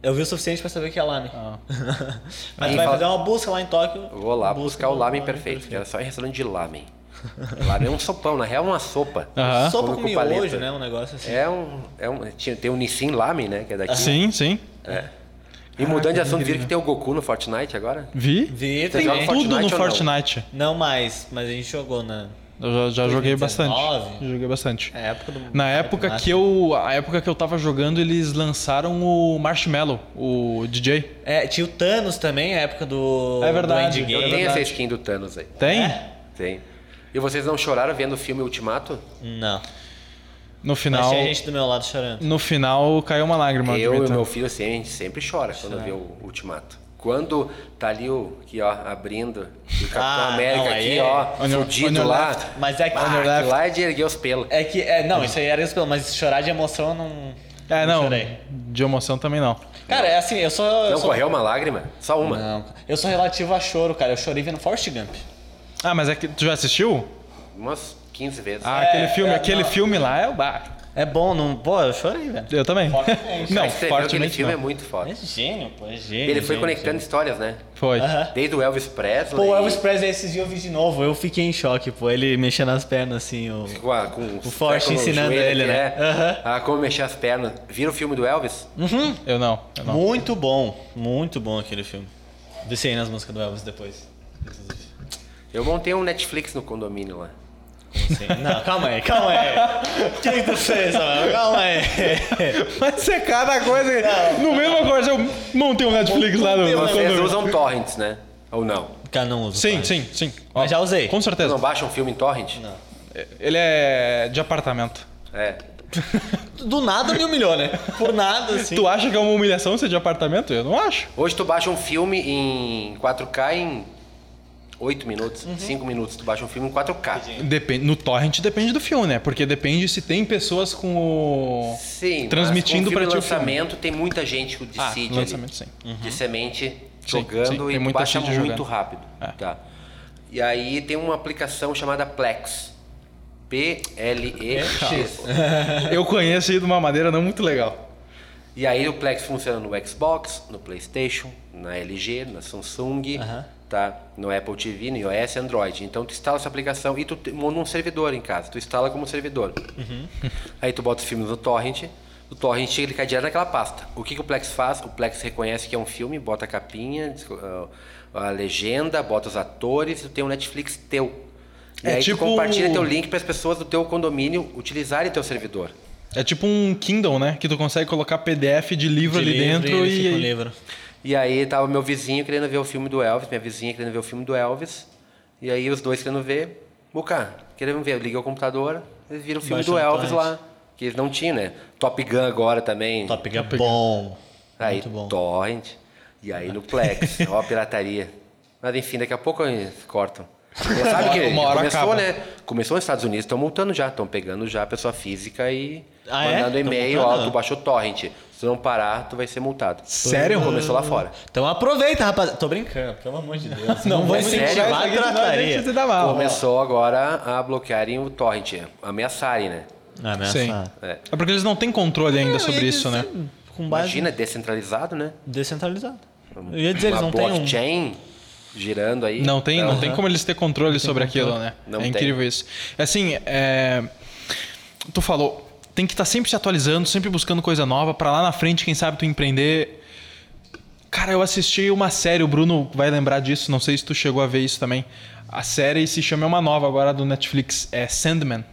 S2: Eu vi o suficiente pra saber que é lame. Mas
S1: Ah.
S3: Aí
S2: tu vai
S3: fala-
S2: fazer uma busca lá em Tóquio.
S3: Eu vou lá buscar o lamen
S2: lame
S3: perfeito. Era só em restaurante de lamen. Lá nem um sopão, na real é uma sopa.
S1: Aham.
S2: Sopa com
S3: Come com paleta.
S2: miojo, né? Um negócio assim.
S3: É um, é um- tinha- tem o Nissin Lame, né? Que é daqui.
S2: Ah,
S1: Sim, sim.
S3: E mudando de assunto, viram que tem o Goku no Fortnite agora?
S1: Vi.
S2: Vi
S1: Tem
S3: joga
S2: também.
S1: tudo
S3: Fortnite
S1: no
S3: ou não?
S1: Fortnite.
S2: Não mais, mas a gente jogou na
S1: Eu já, já joguei
S2: 2019.
S1: bastante. Já Joguei bastante.
S2: é, época do.
S1: Na época que eu, a época que eu tava jogando, eles lançaram o Marshmallow, o DJ.
S2: É, tinha o Thanos também, a época do.
S1: É verdade, eu
S2: Do
S3: Eu
S2: Endgame.
S3: tenho
S1: verdade.
S3: essa skin do Thanos aí.
S1: Tem?
S2: É?
S3: Tem. E vocês não choraram vendo o filme Ultimato?
S2: Não.
S1: No
S2: Mas
S1: final,
S2: tinha gente do meu lado chorando.
S1: no final caiu uma lágrima.
S3: eu e
S1: admito.
S3: meu filho assim, a gente sempre chora quando vê o Ultimato. Quando tá ali o aqui, ó, abrindo, e o Capitão
S2: Ah,
S3: América
S2: não, aí
S3: aqui,
S2: é-
S3: ó,
S1: On your- on
S3: fudido
S1: your
S3: lá.
S1: left.
S2: Mas é que.
S3: Ah, aquilo lá é de erguer os pelos.
S2: É que. É, não, isso aí era isso, mas chorar de emoção eu não.
S1: É, não.
S2: chorei.
S1: De emoção também não.
S2: Cara, é assim, eu sou. eu
S3: Não
S2: sou-
S3: correu uma lágrima? Só uma.
S2: Não, eu sou relativo a choro, cara. Eu chorei vendo Forrest Gump.
S1: Ah, mas é que tu já assistiu?
S3: Umas 15 vezes.
S1: Ah,
S2: É,
S1: aquele filme,
S2: é,
S1: aquele
S2: não.
S1: filme lá é o bar.
S2: É bom, não. Pô, eu chorei, velho.
S1: Eu também.
S2: Fortemente.
S1: não,
S3: Mas você viu que aquele
S1: fortemente
S3: filme
S1: não.
S3: é muito
S2: É
S3: foda.
S2: gênio, pô, é gênio.
S3: Ele foi
S2: gênio,
S3: conectando histórias, né?
S1: Foi.
S2: Aham.
S3: Desde o Elvis Presley.
S2: Pô, o Elvis Presley esses dias eu vi de novo, eu fiquei em choque, pô. Ele mexendo as pernas assim, o.
S3: Com, a, com o
S2: Forte ensinando ele, né? Aham.
S3: A é. Ah, como mexer as pernas. Viram o filme do Elvis?
S1: Eu não, eu não.
S2: Muito bom, muito bom aquele filme. Descei nas músicas do Elvis depois.
S3: Eu montei um Netflix no condomínio lá.
S2: Sim. Não, calma aí, calma aí. O que, que tu fez, Samuel? Calma aí.
S1: Mas é cada coisa. No mesmo acorde, eu montei um Netflix lá no. no
S3: Vocês
S1: condomínio.
S3: usam torrents, né? Ou não?
S2: Cara, não uso.
S1: Sim,
S2: Forrest.
S1: sim, sim. Ó,
S2: Mas já usei.
S1: Com
S3: Vocês
S1: certeza.
S3: não baixam um filme em torrent? Não.
S1: Ele é de apartamento.
S3: É.
S2: Do nada me humilhou, né? Por nada, assim.
S1: Tu acha que é uma humilhação ser de apartamento? Eu não acho.
S3: Hoje tu baixa um filme em 4K em 8 minutos,
S2: Uhum.
S3: 5 minutos. Tu baixa um filme em 4K.
S1: Depende, no torrent depende do filme, né? Porque depende se tem pessoas com o.
S3: Sim,
S1: Transmitindo
S3: mas com
S1: pra ti o
S3: lançamento tem muita gente que decide
S1: Ah, lançamento, sim.
S3: ali, de semente
S1: Sim,
S3: jogando
S1: sim, tem
S3: e
S1: muita
S3: baixa
S1: gente
S3: muito
S1: jogando.
S3: rápido.
S1: É.
S3: Tá. E aí tem uma aplicação chamada Plex. P-L-E-X.
S1: Eu conheço aí de uma maneira não muito legal.
S3: E aí o Plex funciona no Xbox, no Playstation, na LG, na Samsung,
S2: Aham.
S3: tá? No Apple TV, no iOS, Android. Então tu instala essa aplicação e tu te- monta um servidor em casa. Tu instala como servidor.
S1: Uhum.
S3: Aí tu bota os filmes no torrent. O torrent ele cai direto naquela pasta. O que, que o Plex faz? O Plex reconhece que é um filme, bota a capinha, diz- ah, a legenda, bota os atores. Tu tem um Netflix teu. E
S1: É
S3: aí
S1: tipo-
S3: tu compartilha teu link para as pessoas do teu condomínio utilizarem teu servidor.
S1: É tipo um Kindle, né? Que tu consegue colocar PDF de livro
S2: De
S1: ali
S2: livro
S1: dentro
S2: ele fica um
S1: e.
S2: livro.
S3: E aí tava meu vizinho querendo ver o filme do Elvis, minha vizinha querendo ver o filme do Elvis. E aí os dois querendo ver. Buca, querendo ver. Eu liguei o computador, eles viram o filme
S2: Baixa no
S3: do Elvis
S2: torrent.
S3: lá. Que eles não tinham, né? Top Gun agora também.
S2: Top Gun é bom.
S3: aí,
S2: Muito bom.
S3: Torrent. E aí no Plex. Ó a pirataria. Mas enfim, daqui a pouco eles cortam. Você sabe que
S1: Uma hora
S3: começou,
S1: acaba.
S3: né? Começou nos Estados Unidos, estão multando já, estão pegando já a pessoa física e
S2: Ah, é?
S3: mandando
S2: Tão
S3: e-mail,
S2: multando?
S3: ó, tu baixou torrent. Se tu não parar, tu vai ser multado.
S1: Sério?
S3: Começou lá fora.
S2: Então aproveita, rapaz. Tô brincando, pelo amor de Deus. Não, vou
S1: vai
S3: sério,
S2: incentivar
S1: vai
S2: a
S1: seguir, senão a
S2: trataria.
S1: gente se dá mal.
S3: Começou agora a bloquearem o torrent, ameaçarem, né?
S2: Ah, ameaça.
S1: Sim.
S3: É.
S1: É porque eles não têm controle ainda sobre isso, né?
S2: Com base
S3: Imagina, descentralizado, né?
S2: descentralizado. Eu ia dizer, eles
S3: Uma
S2: não têm um...
S3: blockchain girando aí.
S1: Não tem, não
S3: Então,
S1: tem como eles ter controle sobre aquilo, né?
S3: Não
S1: é
S3: tem.
S1: incrível isso. Assim, é, tu falou, tem que estar sempre se atualizando, sempre buscando coisa nova Pra lá na frente, quem sabe tu empreender. Cara, eu assisti uma série, o Bruno vai lembrar disso, não sei se tu chegou a ver isso também. A série se chama é uma nova agora do Netflix, é Sandman.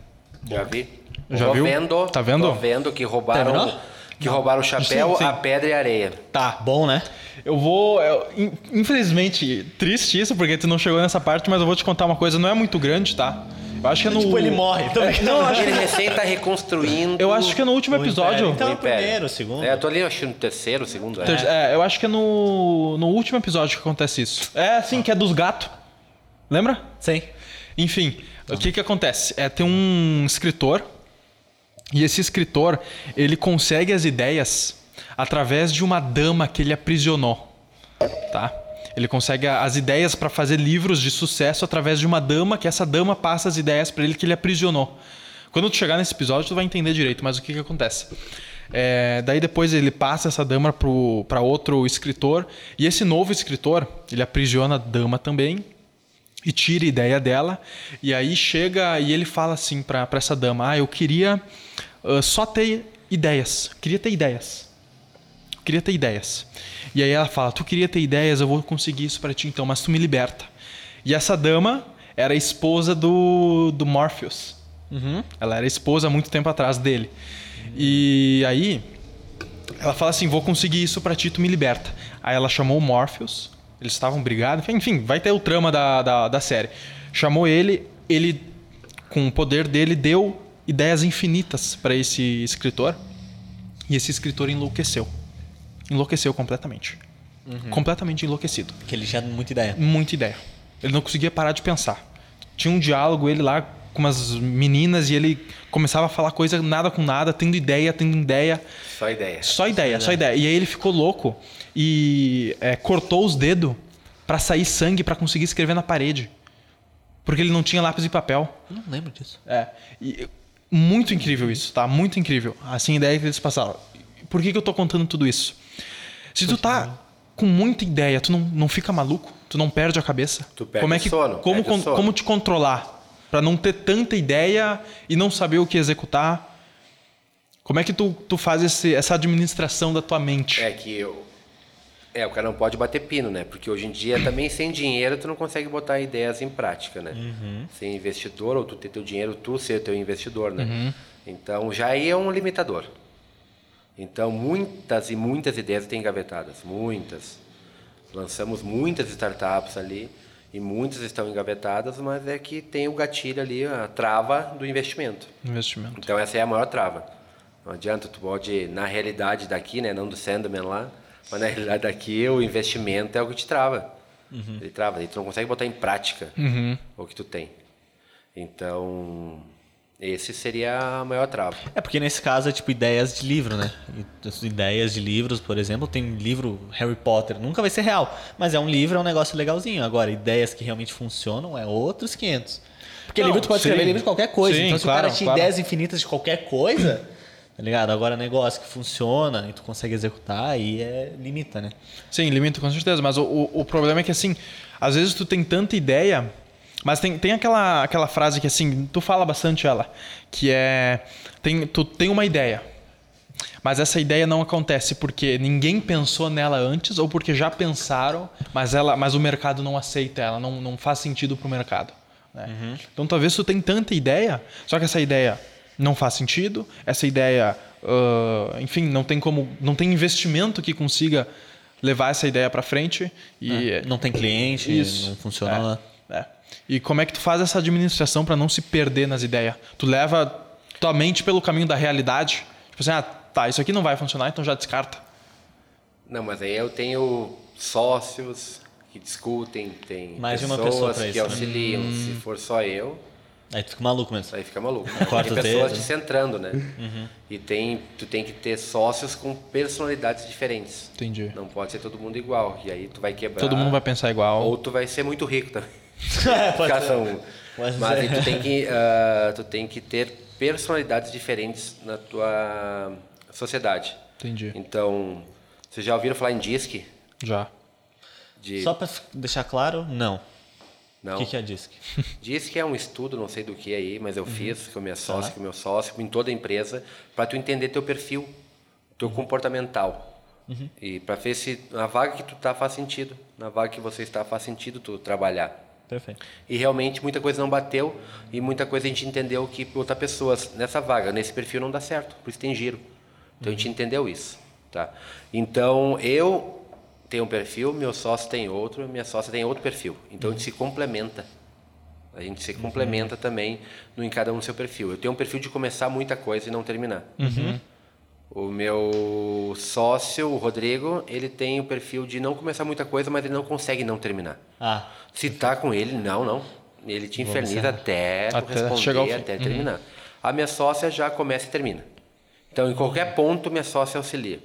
S3: Já vi.
S1: Já
S3: Tô
S1: viu?
S3: Vendo,
S1: Tá vendo?
S3: Tô vendo que roubaram,
S2: Terminou?
S3: que roubaram o chapéu,
S1: Sim, sim.
S3: a pedra e a areia.
S2: Tá. Bom, né?
S1: Eu vou. eu- in- infelizmente, triste isso, porque tu não chegou nessa parte, mas eu vou te contar uma coisa, não é muito grande, tá? Eu acho que é no. É,
S2: Tipo, ele morre. Tô brincando.
S1: Não, eu acho,
S3: Ele recém tá reconstruindo.
S1: eu acho que é no último
S2: O
S1: episódio.
S2: Império. Então,
S3: o
S2: é o
S3: império.
S2: primeiro, o segundo.
S3: É, eu tô ali, acho que no terceiro, segundo. é.
S1: Ter- é, eu acho que é no, no último episódio que acontece isso. É assim, que é dos gatos. Lembra?
S2: Sim.
S1: Enfim, o que que acontece? É, tem um escritor e esse escritor, ele consegue as ideias através de uma dama que ele aprisionou, tá? Ele consegue a- as ideias para fazer livros de sucesso através de uma dama que essa dama passa as ideias para ele que ele aprisionou. Quando tu chegar nesse episódio, tu vai entender direito, mas o que que acontece? É, daí depois ele passa essa dama para outro escritor e esse novo escritor, ele aprisiona a dama também e tira a ideia dela. E aí chega e ele fala assim pra, pra essa dama: Ah, eu queria ah, só ter ideias. Queria ter ideias. Queria ter ideias. E aí ela fala: Tu queria ter ideias, eu vou conseguir isso pra ti então, mas tu me liberta. E essa dama era a esposa do, do Morpheus. Ela era esposa há muito tempo atrás dele. E aí ela fala assim: vou conseguir isso pra ti, tu me liberta. Aí ela chamou o Morpheus, eles estavam brigados, enfim, vai ter o trama da, da, da série. Chamou ele, ele, com o poder dele, deu ideias infinitas pra esse escritor. E esse escritor enlouqueceu. Enlouqueceu completamente. Completamente enlouquecido
S2: Que ele já deu muita ideia.
S1: muita ideia. Ele não conseguia parar de pensar. Tinha um diálogo ele lá com umas meninas e ele começava a falar coisa nada com nada, tendo ideia, tendo ideia,
S3: Só ideia.
S1: só ideia, só ideia. E aí ele ficou louco e é, cortou os dedos pra sair sangue pra conseguir escrever na parede, porque ele não tinha lápis e papel.
S2: Não lembro disso.
S1: É. E, muito incrível isso, tá? Muito incrível. Assim, a ideia que eles passaram. Por que, que eu tô contando tudo isso? Se tu tá com muita ideia, tu não, não fica maluco? Tu não perde a cabeça?
S3: Tu perde
S1: como é
S3: o
S1: que,
S3: sono,
S1: Como,
S3: perde o
S1: con-
S3: sono.
S1: como te controlar? Pra não ter tanta ideia e não saber o que executar? Como é que tu, tu faz esse- essa administração da tua mente?
S3: É que eu. É, o cara não pode bater pino, né? Porque hoje em dia também sem dinheiro tu não consegue botar ideias em prática, né? Ser investidor ou tu ter teu dinheiro, tu ser teu investidor, né? Então já aí é um limitador. Então muitas e muitas ideias têm engavetadas, muitas. Lançamos muitas startups ali e muitas estão engavetadas, mas é que tem o gatilho ali, a trava do investimento.
S1: Investimento.
S3: Então essa é a maior trava. Não adianta, tu pode, na realidade daqui, né, não do Sandman lá, mas na realidade daqui o investimento é o que te trava.
S2: Uhum.
S3: Ele trava, e tu não consegue botar em prática o que tu tem. Então, esse seria a maior trava.
S2: É porque nesse caso é tipo ideias de livro, né? E as Ideias de livros, por exemplo, tem livro Harry Potter, nunca vai ser real, mas é um livro, é um negócio legalzinho. Agora, ideias que realmente funcionam é outros 500. Porque
S1: Não,
S2: livro tu pode
S1: sim.
S2: escrever livro de qualquer coisa,
S1: Sim,
S2: então se o
S1: claro,
S2: cara tinha
S1: claro.
S2: ideias infinitas de qualquer coisa, tá ligado? Agora negócio que funciona e tu consegue executar aí é limita, né?
S1: Sim, limita com certeza, mas o, o, o problema é que assim, às vezes tu tem tanta ideia, mas tem, tem aquela, aquela frase que assim, tu fala bastante ela, que é tem, tu tem uma ideia, mas essa ideia não acontece porque ninguém pensou nela antes ou porque já pensaram, mas ela, mas o mercado não aceita ela, não, não faz sentido pro mercado. né? Então talvez tu tem tanta ideia, só que essa ideia não faz sentido, essa ideia, ah, enfim, não tem como, não tem investimento que consiga levar essa ideia pra frente e
S2: Não tem cliente,
S1: É. Isso.
S2: não funciona.
S1: é. E como é que tu faz essa administração pra não se perder nas ideias? Tu leva tua mente pelo caminho da realidade? Tipo assim, ah, tá, isso aqui não vai funcionar, então já descarta.
S3: Não, mas aí eu tenho sócios que discutem, tem
S2: Mais de uma
S3: pessoas
S2: pessoa pra
S3: que
S2: isso, né?
S3: auxiliam. Se for só eu,
S1: É.
S2: Aí tu fica maluco mesmo.
S3: Isso aí fica maluco.
S2: Corta
S3: tem
S2: o
S3: pessoas
S2: dedo. Uhum.
S3: te centrando, né? E tem, tu tem que ter sócios com personalidades diferentes.
S1: Entendi.
S3: Não pode ser todo mundo igual. E aí tu vai quebrar.
S2: É.
S1: Todo mundo vai pensar igual.
S3: Ou tu vai ser muito rico também.
S2: Pode
S3: Ficar
S2: ser.
S3: só um.
S2: Pode
S3: Mas
S2: ser.
S3: aí tu tem que, ah, tu tem que ter personalidades diferentes na tua sociedade.
S1: Entendi.
S3: Então, vocês já ouviram falar em disque?
S1: Já.
S3: De...
S2: Só pra deixar claro, não.
S3: Não.
S2: O que, que é disque?
S3: Diz que é um estudo, não sei do que aí, mas eu fiz com a minha sócia, com o meu sócio, em toda a empresa, para tu entender teu perfil, teu comportamental. E para ver se na vaga que tu tá faz sentido, na vaga que você está faz sentido tu trabalhar.
S2: Perfeito.
S3: E realmente muita coisa não bateu e muita coisa a gente entendeu que outra pessoas nessa vaga, nesse perfil não dá certo, por isso tem giro. Então a gente entendeu isso, tá? Então eu tenho um perfil, meu sócio tem outro, minha sócia tem outro perfil. Então a gente se complementa. A gente se complementa também no, em cada um do seu perfil. Eu tenho um perfil de começar muita coisa e não terminar. O meu sócio, o Rodrigo, ele tem o perfil de não começar muita coisa, mas ele não consegue não terminar.
S2: Ah,
S3: Se tá com ele, não, não. Ele te inferniza até, tu
S1: Até
S3: responder,
S1: chegar ao fim. Uhum.
S3: até terminar. A minha sócia já começa e termina. Então, em qualquer ponto, minha sócia auxilia.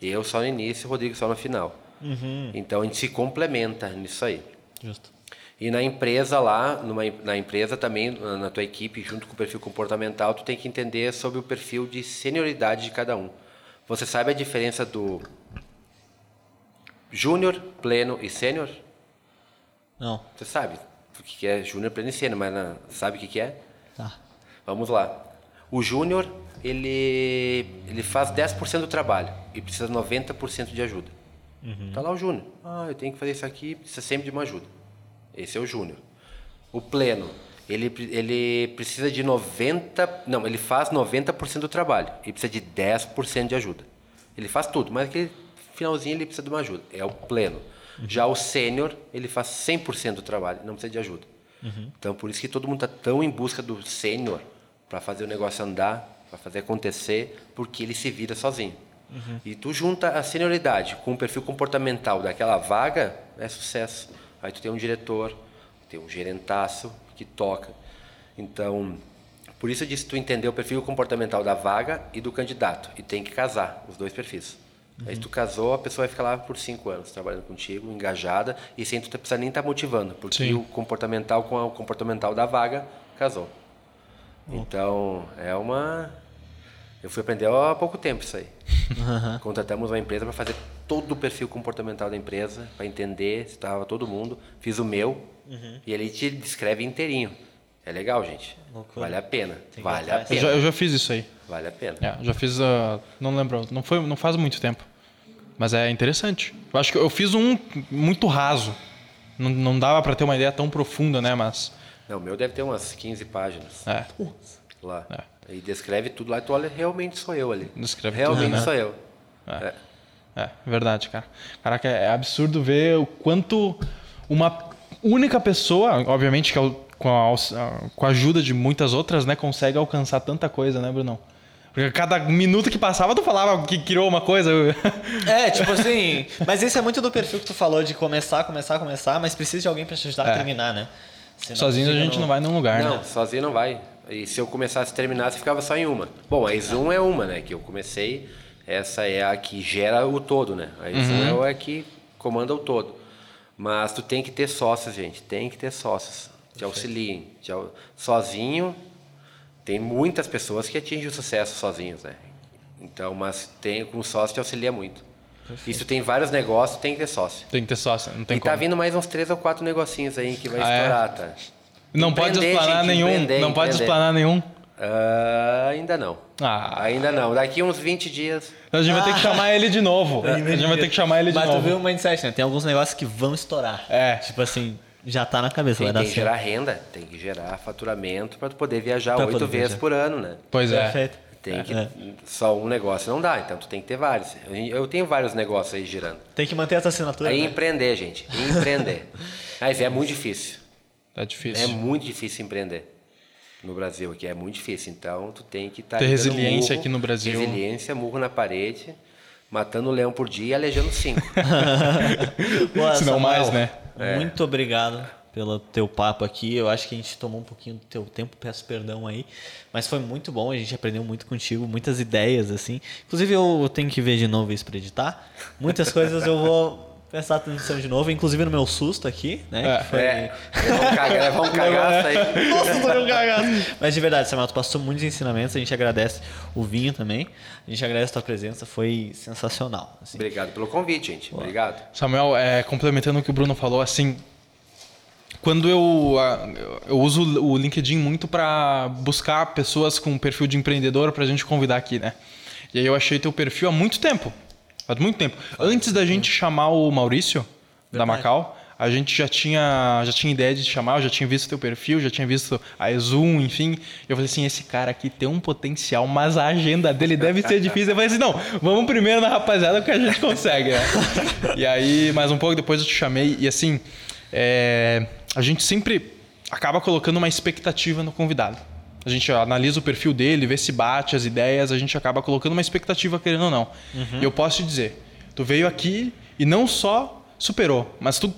S3: Eu só no início, o Rodrigo só no final.
S1: Uhum.
S3: Então, a gente se complementa nisso aí.
S2: justo.
S3: E na empresa lá, numa, em- na empresa também, na na tua equipe, junto com o perfil comportamental, tu tem que entender sobre o perfil de senioridade de cada um. Você sabe a diferença do júnior, pleno e sênior?
S2: Não.
S3: Você sabe? o que que é Júnior Pleniceno, mas na- sabe o que que é?
S2: Tá.
S3: Vamos lá. O Júnior, ele, ele faz 10% do trabalho e precisa de 90% de ajuda. Tá lá o Júnior. Ah, eu tenho que fazer isso aqui, precisa sempre de uma ajuda. Esse é o Júnior. O pleno, ele, pre- ele precisa de 90%. Não, ele faz 90% do trabalho e precisa de 10% de ajuda. Ele faz tudo, mas aquele finalzinho ele precisa de uma ajuda. É o pleno. Já o sênior, ele faz 100% do trabalho, não precisa de ajuda. Então, por isso que todo mundo está tão em busca do sênior para fazer o negócio andar, para fazer acontecer, porque ele se vira sozinho. E tu junta a senioridade com o perfil comportamental daquela vaga, é sucesso. Aí tu tem um diretor, tem um gerentaço que toca. Então, por isso eu disse tu entender o perfil comportamental da vaga e do candidato. E tem que casar os dois perfis. Aí tu casou, a pessoa vai ficar lá por cinco anos trabalhando contigo, engajada, e sem tu ter- precisar nem estar motivando, porque
S1: Sim.
S3: o comportamental com a- o comportamental da vaga casou. Então, é uma. Eu fui aprender há pouco tempo isso aí. Contratamos uma empresa para fazer todo o perfil comportamental da empresa, para entender se estava todo mundo. Fiz o meu
S1: Uhum.
S3: e ele te descreve inteirinho. É legal, gente.
S2: Loucura.
S3: Vale a pena.
S2: que
S3: Vale
S2: ir
S3: a
S2: atrás.
S1: Eu
S3: pena.
S1: já, eu já fiz isso aí.
S3: Vale a pena.
S1: É, já fiz. ah, não lembro. Não, foi, não faz muito tempo. Mas é interessante. Eu acho que eu fiz um muito raso. Não, não dava pra ter uma ideia tão profunda, né? Mas.
S3: Não, o meu deve ter umas 15 páginas
S1: É.
S3: lá.
S1: É.
S3: E descreve tudo lá e tu olha, realmente sou eu ali.
S1: Descreve tudo,
S3: realmente
S1: né?
S3: sou eu.
S1: É.
S3: É.
S1: É, verdade, cara. Caraca, é absurdo ver o quanto uma única pessoa, obviamente que é o- com, a, aux- a- com a ajuda de muitas outras, né, consegue alcançar tanta coisa, né, Brunão? Porque cada minuto que passava, tu falava que criou uma coisa.
S2: É, tipo assim. mas esse é muito do perfil que tu falou de começar, começar, começar, mas precisa de alguém pra te ajudar a terminar, né? Senão
S1: É. Sozinho a
S2: fica
S1: gente
S2: no-
S1: não vai num lugar,
S3: Não,
S1: né?
S3: sozinho não vai. E se eu começasse e terminasse, ficava só em uma. Bom, a Exum é uma, né? Que eu comecei. Essa é a que gera o todo, né? A Exum
S1: Uhum.
S3: é a que comanda o todo. Mas tu tem que ter sócios, gente. Tem que ter sócios. Te auxiliem. Te au- Sozinho, tem muitas pessoas que atingem o sucesso sozinhos, né? Então, mas tem, com sócio te auxilia muito. Isso tem vários negócios, tem que ter sócio.
S1: Tem que ter sócio, não tem
S3: e
S1: como.
S3: tá vindo mais uns três ou quatro negocinhos aí que vai
S1: Ah, é?
S3: estourar, tá?
S1: não pode
S3: empreender,
S1: explanar
S3: gente,
S1: nenhum.
S3: empreender,
S1: Não pode
S3: empreender.
S1: explanar nenhum.
S3: Ah, ainda não.
S1: Ah.
S3: Ainda não. Daqui uns 20 dias.
S1: A gente vai
S3: Ah.
S1: ter que chamar ele de novo.
S3: É,
S1: A gente vai ter que chamar ele de
S2: Mas tu
S1: novo.
S2: viu o mindset, né? Tem alguns negócios que vão estourar.
S1: É.
S2: Tipo assim, já tá na cabeça,
S3: Tem,
S2: vai dar
S3: tem que
S2: certo.
S3: gerar renda, tem que gerar faturamento para poder viajar
S2: Pra
S3: oito
S2: poder
S3: vezes
S2: viajar.
S3: por ano, né?
S1: Pois é.
S2: Perfeito.
S3: Tem que
S2: É.
S3: só um negócio não dá, então tu tem que ter vários. Eu- Eu tenho vários negócios aí girando.
S2: Tem que manter essa assinatura.
S3: Aí
S2: né?
S3: empreender, gente, empreender. Mas é muito difícil.
S1: Tá
S3: É
S1: difícil.
S3: muito difícil empreender no Brasil aqui, é muito difícil. Então, tu tem que estar...
S1: Ter resiliência aqui no Brasil.
S3: Resiliência, murro na parede, matando um leão por dia e aleijando cinco.
S2: Boa,
S1: Se não
S2: Samuel,
S1: mais, né?
S2: Muito obrigado pelo teu papo aqui. Eu acho que a gente tomou um pouquinho do teu tempo, peço perdão aí. Mas foi muito bom, a gente aprendeu muito contigo, muitas ideias, assim. Inclusive, eu tenho que ver de novo isso pra editar. Muitas coisas eu vou pensar a transmissão de novo, inclusive no meu susto aqui, né? Que foi-
S3: é, vamos cagar, vamos cagar isso aí.
S2: Nossa, tô um cagaço. Mas de verdade, Samuel, tu passou muitos ensinamentos. A gente agradece o vinho também. A gente agradece a tua presença, foi sensacional. assim.
S3: Obrigado pelo convite, gente. Obrigado.
S1: Samuel, é, complementando o que o Bruno falou, assim, quando eu, ah, eu uso o LinkedIn muito para buscar pessoas com perfil de empreendedor para a gente convidar aqui, né? E aí eu achei teu perfil há muito tempo, há muito tempo. Antes da gente chamar o Maurício da Macau, a gente já tinha já tinha ideia de te chamar, eu já tinha visto teu perfil, já tinha visto a Exum, enfim. Eu falei assim, esse cara aqui tem um potencial, mas a agenda dele deve ser difícil. Eu falei assim, não, vamos primeiro na rapaziada que a gente consegue. né? e aí, mais um pouco depois eu te chamei e assim, é, a gente sempre acaba colocando uma expectativa no convidado. A gente analisa o perfil dele, vê se bate as ideias, a gente acaba colocando uma expectativa, querendo ou não.
S3: Uhum.
S1: E eu posso te dizer, tu veio aqui e não só superou, mas tu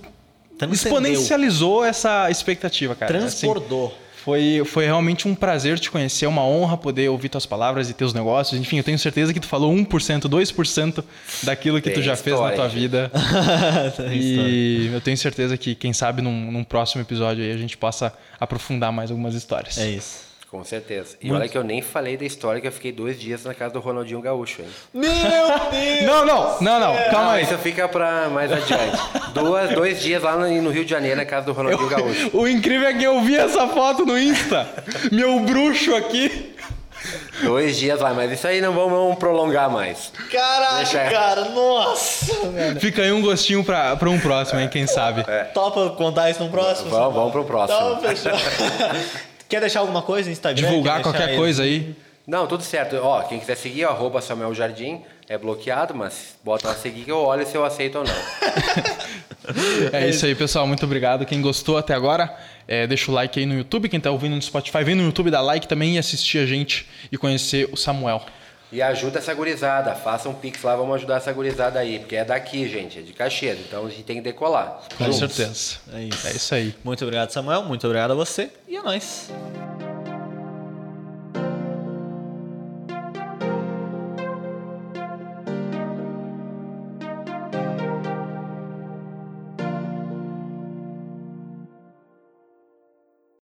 S2: Transcendeu.
S1: exponencializou essa expectativa, cara. Assim,
S2: Transbordou.
S1: foi, foi realmente um prazer te conhecer, é uma honra poder ouvir tuas palavras e teus negócios. Enfim, eu tenho certeza que tu falou 1%, 2% daquilo que tu
S3: Tem
S1: já fez na
S3: história,
S1: tua
S3: gente.
S1: vida.
S2: Isso.
S1: E eu tenho certeza que, quem sabe, num, num próximo episódio aí a gente possa aprofundar mais algumas histórias.
S2: É isso.
S3: Com certeza. E olha que eu nem falei da história que eu fiquei dois dias na casa do Ronaldinho Gaúcho, hein?
S2: Meu Deus!
S1: Não, não, não, não. Calma aí.
S3: Isso fica para mais adiante. Duas, dois dias lá no, no Rio de Janeiro, na casa do Ronaldinho Gaúcho.
S1: O incrível é que eu vi essa foto no Insta. Meu bruxo aqui.
S3: Dois dias lá, mas isso aí não vamos, vamos prolongar mais.
S2: Caraca,
S3: Deixa-
S2: cara, nossa! velho.
S1: Fica aí um gostinho pra, pra um próximo, hein? Quem sabe.
S2: Topa contar isso no próximo?
S3: É. Vamos, vamos pro próximo.
S2: Então, fechou. Quer deixar alguma coisa no Instagram?
S1: Divulgar
S2: Quer
S1: qualquer
S2: deixar aí?
S1: coisa aí.
S3: Não, tudo certo. Ó, quem quiser seguir, ó, arroba Samuel Jardim. É bloqueado, mas bota lá seguir que eu olho se eu aceito ou não.
S1: É isso aí, pessoal. Muito obrigado. Quem gostou até agora, é, deixa o like aí no YouTube. Quem tá ouvindo no Spotify, vem no YouTube, dá like também e assistir a gente e conhecer o Samuel.
S3: E ajuda essa gurizada. Faça um pix lá, vamos ajudar essa gurizada aí. Porque é daqui, gente. É de Caxias. Então a gente tem que decolar.
S1: Com
S3: Juntos.
S1: certeza.
S2: É isso.
S1: É isso aí.
S2: Muito obrigado, Samuel. Muito obrigado a você. E é a nós.